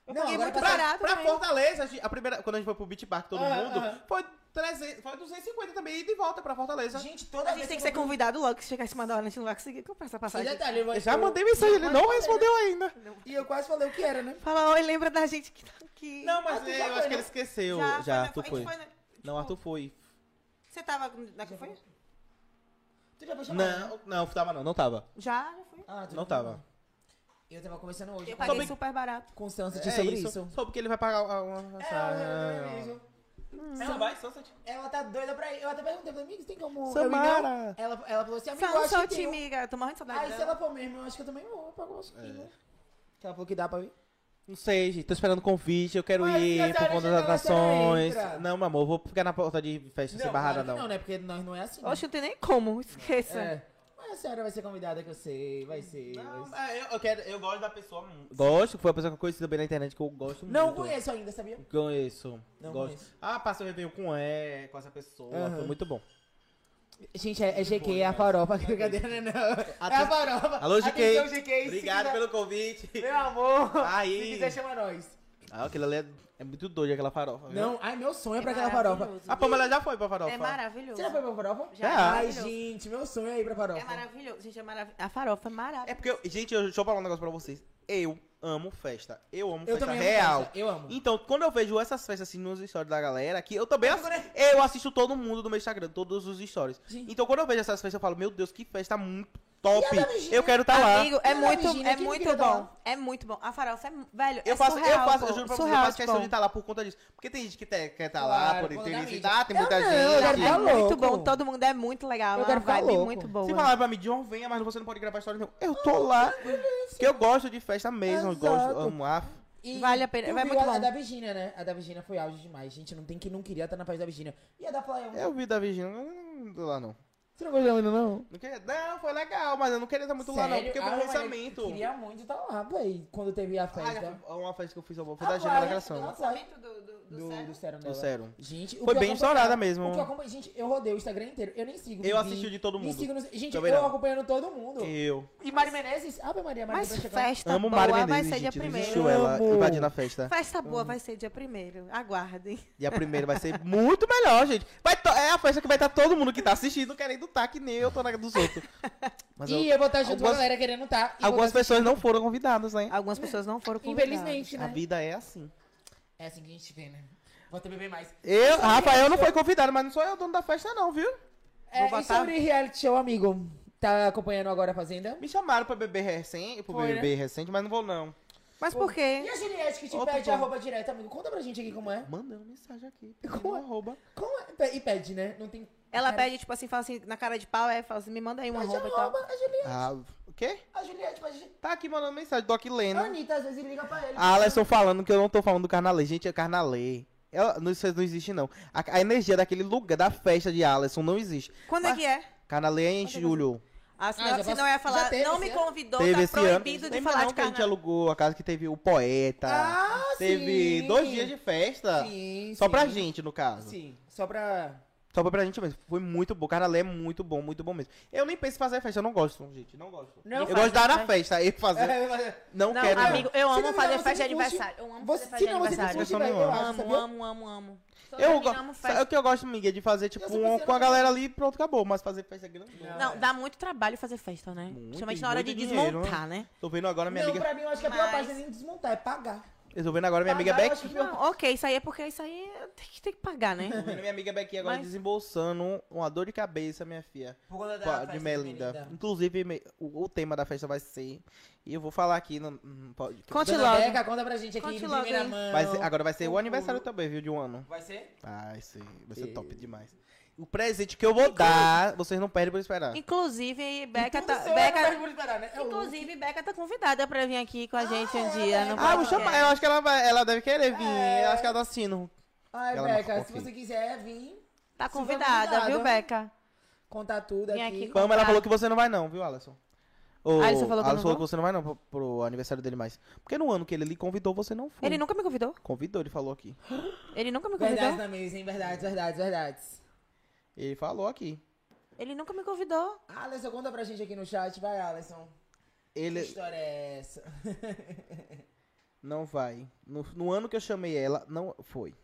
Eu não, paguei agora tá muito passagem- barato Pra também. Fortaleza, a gente- a primeira, quando a gente foi pro Beach Park, todo Aham, mundo, aham. foi, 300, foi 250 também, ida e de volta pra Fortaleza. assim, Gente, toda A vez gente tem que eu ser vou- convidado logo, que se chegar em cima da hora, a gente não vai conseguir comprar essa E passagem. detalhe, eu vou- Eu já eu- mandei mensagem, ele eu não quase falei, respondeu ainda. né? E eu quase falei o que era, né? Fala, oi, lembra da gente que tá aqui. Não, mas Arthur é, já eu foi, acho que né? ele esqueceu. já, Já, foi, na- Arthur a gente foi. foi na- Não, tipo, Arthur foi. Você tava na que foi? Tu já foi chamado? né? Não, não, tava não, não tava. Já, já fui. Ah, tu Não já foi. tava. Eu tava conversando hoje Eu com paguei bem- super barato. Constância É de sobre isso. isso. Só porque ele vai pagar uma... uma- É, eu- eu- eu- eu- Ela vai, Sunset. Ela tá doida pra ir. Eu até perguntei pra mim, "Você tem como. eu ir, Samara. não?" Ela, ela falou assim, amigo, eu é São, acho sou que tem. timiga. Tô morrendo de saudade Aí se dela. ela for mesmo, eu acho que eu também vou pagar umas É. coisas. né? Que ela falou que dá pra ir. Não sei, gente, tô esperando convite, eu quero Mas se a ir por senhora conta chegar das lá, a senhora atrações. entra. Não, meu amor, vou ficar na porta de festa sem barrada, claro que não. não, né? Porque nós não é assim. né? Oxe, não tem nem como. Esqueça. é. Mas a senhora vai ser convidada que eu sei, vai ser. vai ser. é, eu, eu quero, eu gosto da pessoa. muito. Gosto, foi a pessoa que eu conheci também na internet que eu gosto Não muito. conheço ainda, sabia? Conheço. Não gosto. conheço. Ah, passei o Réveillon com é, com essa pessoa. Aham. Foi muito bom. Gente, é, é GK, é a farofa. [LAUGHS] Brincadeira, não. É a farofa. né? Alô, GK. Atenção, GK. se Obrigado quiser- pelo convite. Meu amor. [LAUGHS] Aí. Se quiser, chama nós. Ah, aquilo ali é, é muito doido, aquela farofa. viu? Não, ai, meu sonho é pra É aquela farofa. maravilhoso. A Pamela já foi pra farofa. É maravilhoso. Você já foi pra farofa? Já. é Já. Ai, Maravilhoso. gente, meu sonho é ir pra farofa. É maravilhoso. Gente, é maravilhoso. A farofa é É maravilhosa. porque, eu- gente, eu, deixa eu falar um negócio pra vocês. Eu amo festa. Eu amo Eu festa também amo real. festa, eu amo. Então, quando eu vejo essas festas assim nos stories da galera, que eu também assisto, é- eu assisto todo mundo do meu Instagram, todos os stories. Gente. Então, quando eu vejo essas festas, eu falo, meu Deus, que festa muito top. E a da Virgínia? Eu quero estar lá. Amigo, é Não, muito, Virgínia, é quem muito queria bom. dar lá? É muito bom. A farofa é, velho, Eu é faço, surreal, eu faço, eu pô. juro surreal tipo, pra você, eu faço questão bom. de estar lá por conta disso. Porque tem gente que tá- quer estar lá Claro, por por conta da entrevista, tem mídia. muita Eu não, eu gente. assim. quero É ficar muito louco. bom, todo mundo é muito legal. Eu é quero uma ficar vibe louco. muito boa. Se falar pra mim, John, venha, mas você não pode gravar história nenhuma. Eu tô lá, porque eu gosto de festa mesmo, eu gosto, Ah, Exato. amo a... E Vale a pena, tu vai viu muito a, a bom. da Virginia, né? A da Virginia foi auge demais. Gente, não tem que não queria estar na paz da Virginia. E a da Flaião? Eu vi da Virgínia, eu não tô lá não. Você não gostou ainda, não? Não, queria, não, foi legal, mas eu não queria estar muito lá não, porque foi um Ah, Eu lançamento. queria muito estar lá, velho, quando teve a festa. Ah, uma festa que eu fiz ao foi Ah, da vai, Gêmea da Gração. vai. Lançamento do, do, do do, Sérgio? do sérum Do dela. sérum. Gente, o que eu Foi bem acompanhava- estourada mesmo. O que eu acompanhei- gente, eu rodei o Instagram inteiro. Eu nem sigo. Eu Vivi, assisti de todo nem mundo. sigo no- gente, Também eu não. acompanhando todo mundo. Eu E Mari Menezes? Ah, Maria, Maria Mas vai chegar. festa amo boa Mari vai Menezes, é ser dia gente, primeiro. desistiu ela Amo. invadindo a festa. Festa boa vai ser dia primeiro. Aguardem. E a primeira vai ser muito melhor, gente. Vai to- é a festa que vai estar todo mundo que tá assistindo querendo estar, que nem eu tô na dos outros. Mas eu- E eu vou estar junto com a algumas- galera querendo estar. e algumas vou estar- pessoas não foram convidadas, né? Algumas pessoas não foram convidadas. Infelizmente, A né? vida é assim. É assim que a gente vê, né? Vou até beber mais. Eu, Rafael não foi convidado, mas não sou eu o dono da festa, não, viu? É, Vou e botar- sobre reality show, amigo? Tá acompanhando agora a Fazenda? Me chamaram pra beber recente, pro Foi, né? beber recente, mas não vou não. Mas por E quê? a Juliette que te Outro pede ponto. arroba direto, amigo? Conta pra gente aqui como é. Manda uma mensagem aqui. Como Como é? arroba. Como é? Pe- E pede, né? Não tem. Ela cara- pede, tipo assim, fala assim, na cara de pau, é, fala assim, me manda aí uma Pede um roupa e tal. arroba, a Juliette. Ah, o quê? A Juliette pede. Tá aqui mandando mensagem, Doc A Lena. Anitta às vezes liga pra ele. A Alisson falando que eu não tô falando do Carnalê. Gente, é Carnalê. Ela, não, isso não existe, não. A, a energia daquele lugar, da festa de Alisson, não existe. Quando é que é? Carnalê é em julho. Ah, senão, Ah, já senão passou- eu ia falar, já teve não esse me ano? convidou, teve tá esse ano. proibido de Lembra falar não de que a gente carnaval. alugou a casa que teve o poeta. Ah, teve sim. dois dias de festa. Sim, Só sim. pra gente, no caso. Sim, só pra. Só pra gente mesmo. Foi muito bom. Carnalê é muito bom, muito bom mesmo. Eu nem penso em fazer festa, eu não gosto, gente. Não gosto. Não eu faz, gosto de dar na festa e fazer. Não, Não, quero. não. amigo, eu Se amo não me fazer dá, um você festa de me curte. aniversário. Eu amo Você, fazer festa se de não, você me aniversário. curte, Eu velho. Eu acho, Amo, sabia? amo, amo, amo. Só Eu pra mim, go... amo Sabe festa. o que eu gosto, amiga? É De fazer, tipo, sou um- sincera, com a galera ali e pronto, acabou. Mas fazer festa grande. não. Não, dá muito trabalho fazer festa, né? Muito, Principalmente na hora muito de dinheiro, desmontar, né? Tô vendo agora minha Não, amiga. pra mim eu acho que a pior Mas- parte é nem desmontar, é pagar. Eu tô vendo agora minha amiga Pagar, eu Beck. acho que meu- Não, ok, isso aí é porque isso aí tem que, tem que pagar, né? Uhum. Tô vendo minha amiga Beck agora Mas- desembolsando uma dor de cabeça, minha filha. Por conta da com a- festa de de Melinda. Melinda. Inclusive, me- o, o tema da festa vai ser. E eu vou falar aqui no. no podcast. Conte Dona logo. Beca, conta pra gente aqui Conte em logo, primeira hein? mão. Vai ser- agora vai ser o aniversário também, viu? De um ano. Vai ser? Ai, sim. Vai ser top demais. O presente que eu vou dar, vocês não perdem por esperar. Então, Inclusive, Beca tá. Tudo seu, Beca- não Então vai liberar, né? É o- inclusive, Beca tá convidada pra vir aqui Ah, com a gente um dia. no Ah, vou podcast. chamar. Eu acho que ela vai. Ela deve querer vir. É. Eu acho que ela tá assistindo. Ai, Ela é Beca, marcou se aqui. você quiser vir, Tá Se for convidada, viu, convidada. Beca? contar tudo Vem aqui. aqui. Pamela Tá. falou que você não vai não, viu, Alisson? O Ah, Alisson falou que eu não Alisson falou vou? que você não vai não pro, pro aniversário dele mais. Porque no ano que ele lhe convidou, você não foi. Ele nunca me convidou. Convidou, ele falou aqui. Ele nunca me Verdades né? convidou. na mesa, hein? Verdades, verdades, verdades. Ele falou aqui. Ele nunca me convidou. Alisson, conta pra gente aqui no chat. Vai, Alisson. Que Ele história é essa? não vai. No, no ano que eu chamei ela, não foi.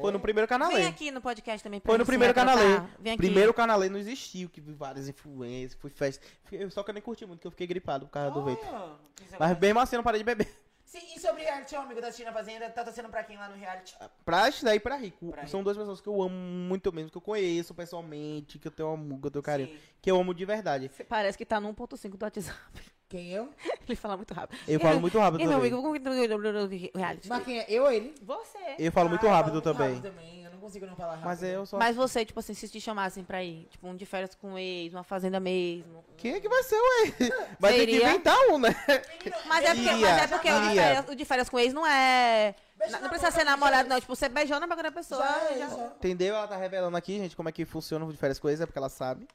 Foi no primeiro canalê. Oh. Vem aqui no podcast também. pra Foi no gente se primeiro retratar. canalê. Vem aqui. Primeiro canalê não existiu, que vi várias influências, foi festa. Eu- Só que eu nem curti muito, que eu fiquei gripado por Oh. causa do vape. Ah, Mas mesmo assim eu não parei de beber. é Sim, e sobre reality, show, amigo, tá assistindo a Fazenda? Tá torcendo pra quem lá no reality? Pra daí e pra Rico. Pra São duas pessoas que eu amo muito mesmo, que eu conheço pessoalmente, que eu tenho amor, que eu tenho carinho. Sim. Que eu amo de verdade. Parece que tá no 1.5 do WhatsApp. [LAUGHS] Quem eu? Ele fala muito rápido. Eu falo muito rápido E meu também. amigo, como que tu- [LAUGHS] reality? Mas quem é? Eu ou ele? Você. Eu falo muito Ah, eu falo rápido também. rápido também. Eu não consigo não falar rápido. Mas é, eu só. Mas você, tipo assim, se te chamassem pra ir, tipo, um de férias com o ex, uma fazenda mesmo. Quem é que vai ser o ex? Vai ter que Seria? inventar um, né? Mas é porque, mas é porque o, de Iria. férias, o de férias com ex não é. Beijo Não na precisa boca, ser já namorado, é. não. Tipo, você beijou na boca da pessoa. Já é, já- já. Entendeu? Ela tá revelando aqui, gente, como é que funciona o diferentes coisas, é porque ela sabe.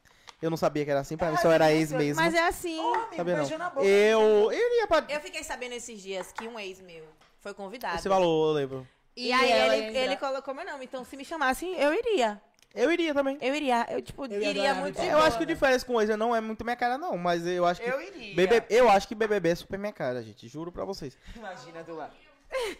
Eu não sabia que era assim, pra mim só era ex mesmo. Mas é assim. Homem, Sabia beijou na não. boca. Eu. Eu iria pra. Eu fiquei sabendo esses dias que um ex meu foi convidado. Esse valor, eu lembro. E, aí ela ele, ia ele entrar. colocou meu nome. Então, se me chamassem, eu iria. Eu iria também. Eu iria. Eu, tipo, Eu ia iria adorar, muito me de Eu boa. acho que o diferença com ex não é muito minha cara, não. Mas eu acho que. Eu iria. BBB eu acho que BBB é super minha cara, gente. Juro pra vocês. Imagina do lado.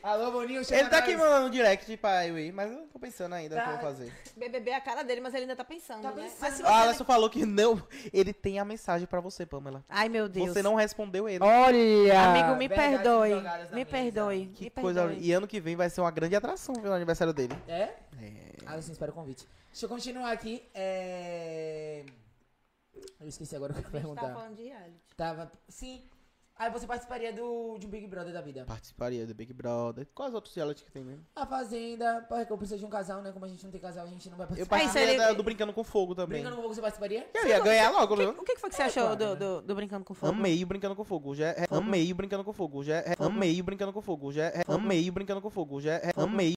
Alô, Boninho, chama Ele tá aqui nós. mandando um direct pra eu ir, mas eu tô pensando ainda o que eu Tá. vou fazer. BBB é a cara dele, mas ele ainda tá pensando. Tá né? pensando. Mas se A você- Alisson falou que não. Ele tem a mensagem pra você, Pamela. Ai, meu Deus. Você não respondeu ele. Olha! Amigo, me Verdades perdoe. jogadas na Me mesa. perdoe. Que me coisa. perdoe. E ano que vem vai ser uma grande atração pelo aniversário dele. É? Alisson, espera o convite. Deixa eu continuar aqui. É... Eu esqueci agora o que eu ia A gente tá perguntar. falando de reality. Tava... Sim. Aí você participaria do, de um Big Brother da vida. Participaria do Big Brother. Quais outros reality que tem mesmo? A Fazenda, porque eu preciso de um casal, né? Como a gente não tem casal, a gente não vai Eu participar. participei. participaria ele- da- do Brincando com Fogo também. Brincando com o Fogo, você participaria? Eu ia ganhar logo, O né? que, o que que foi que você achou do, do, do Brincando com Fogo? Amei o Brincando com Fogo. Já é- amei o Brincando com Fogo. Já é- amei o Brincando com Fogo. Já é- amei o Brincando com Fogo. Já é- amei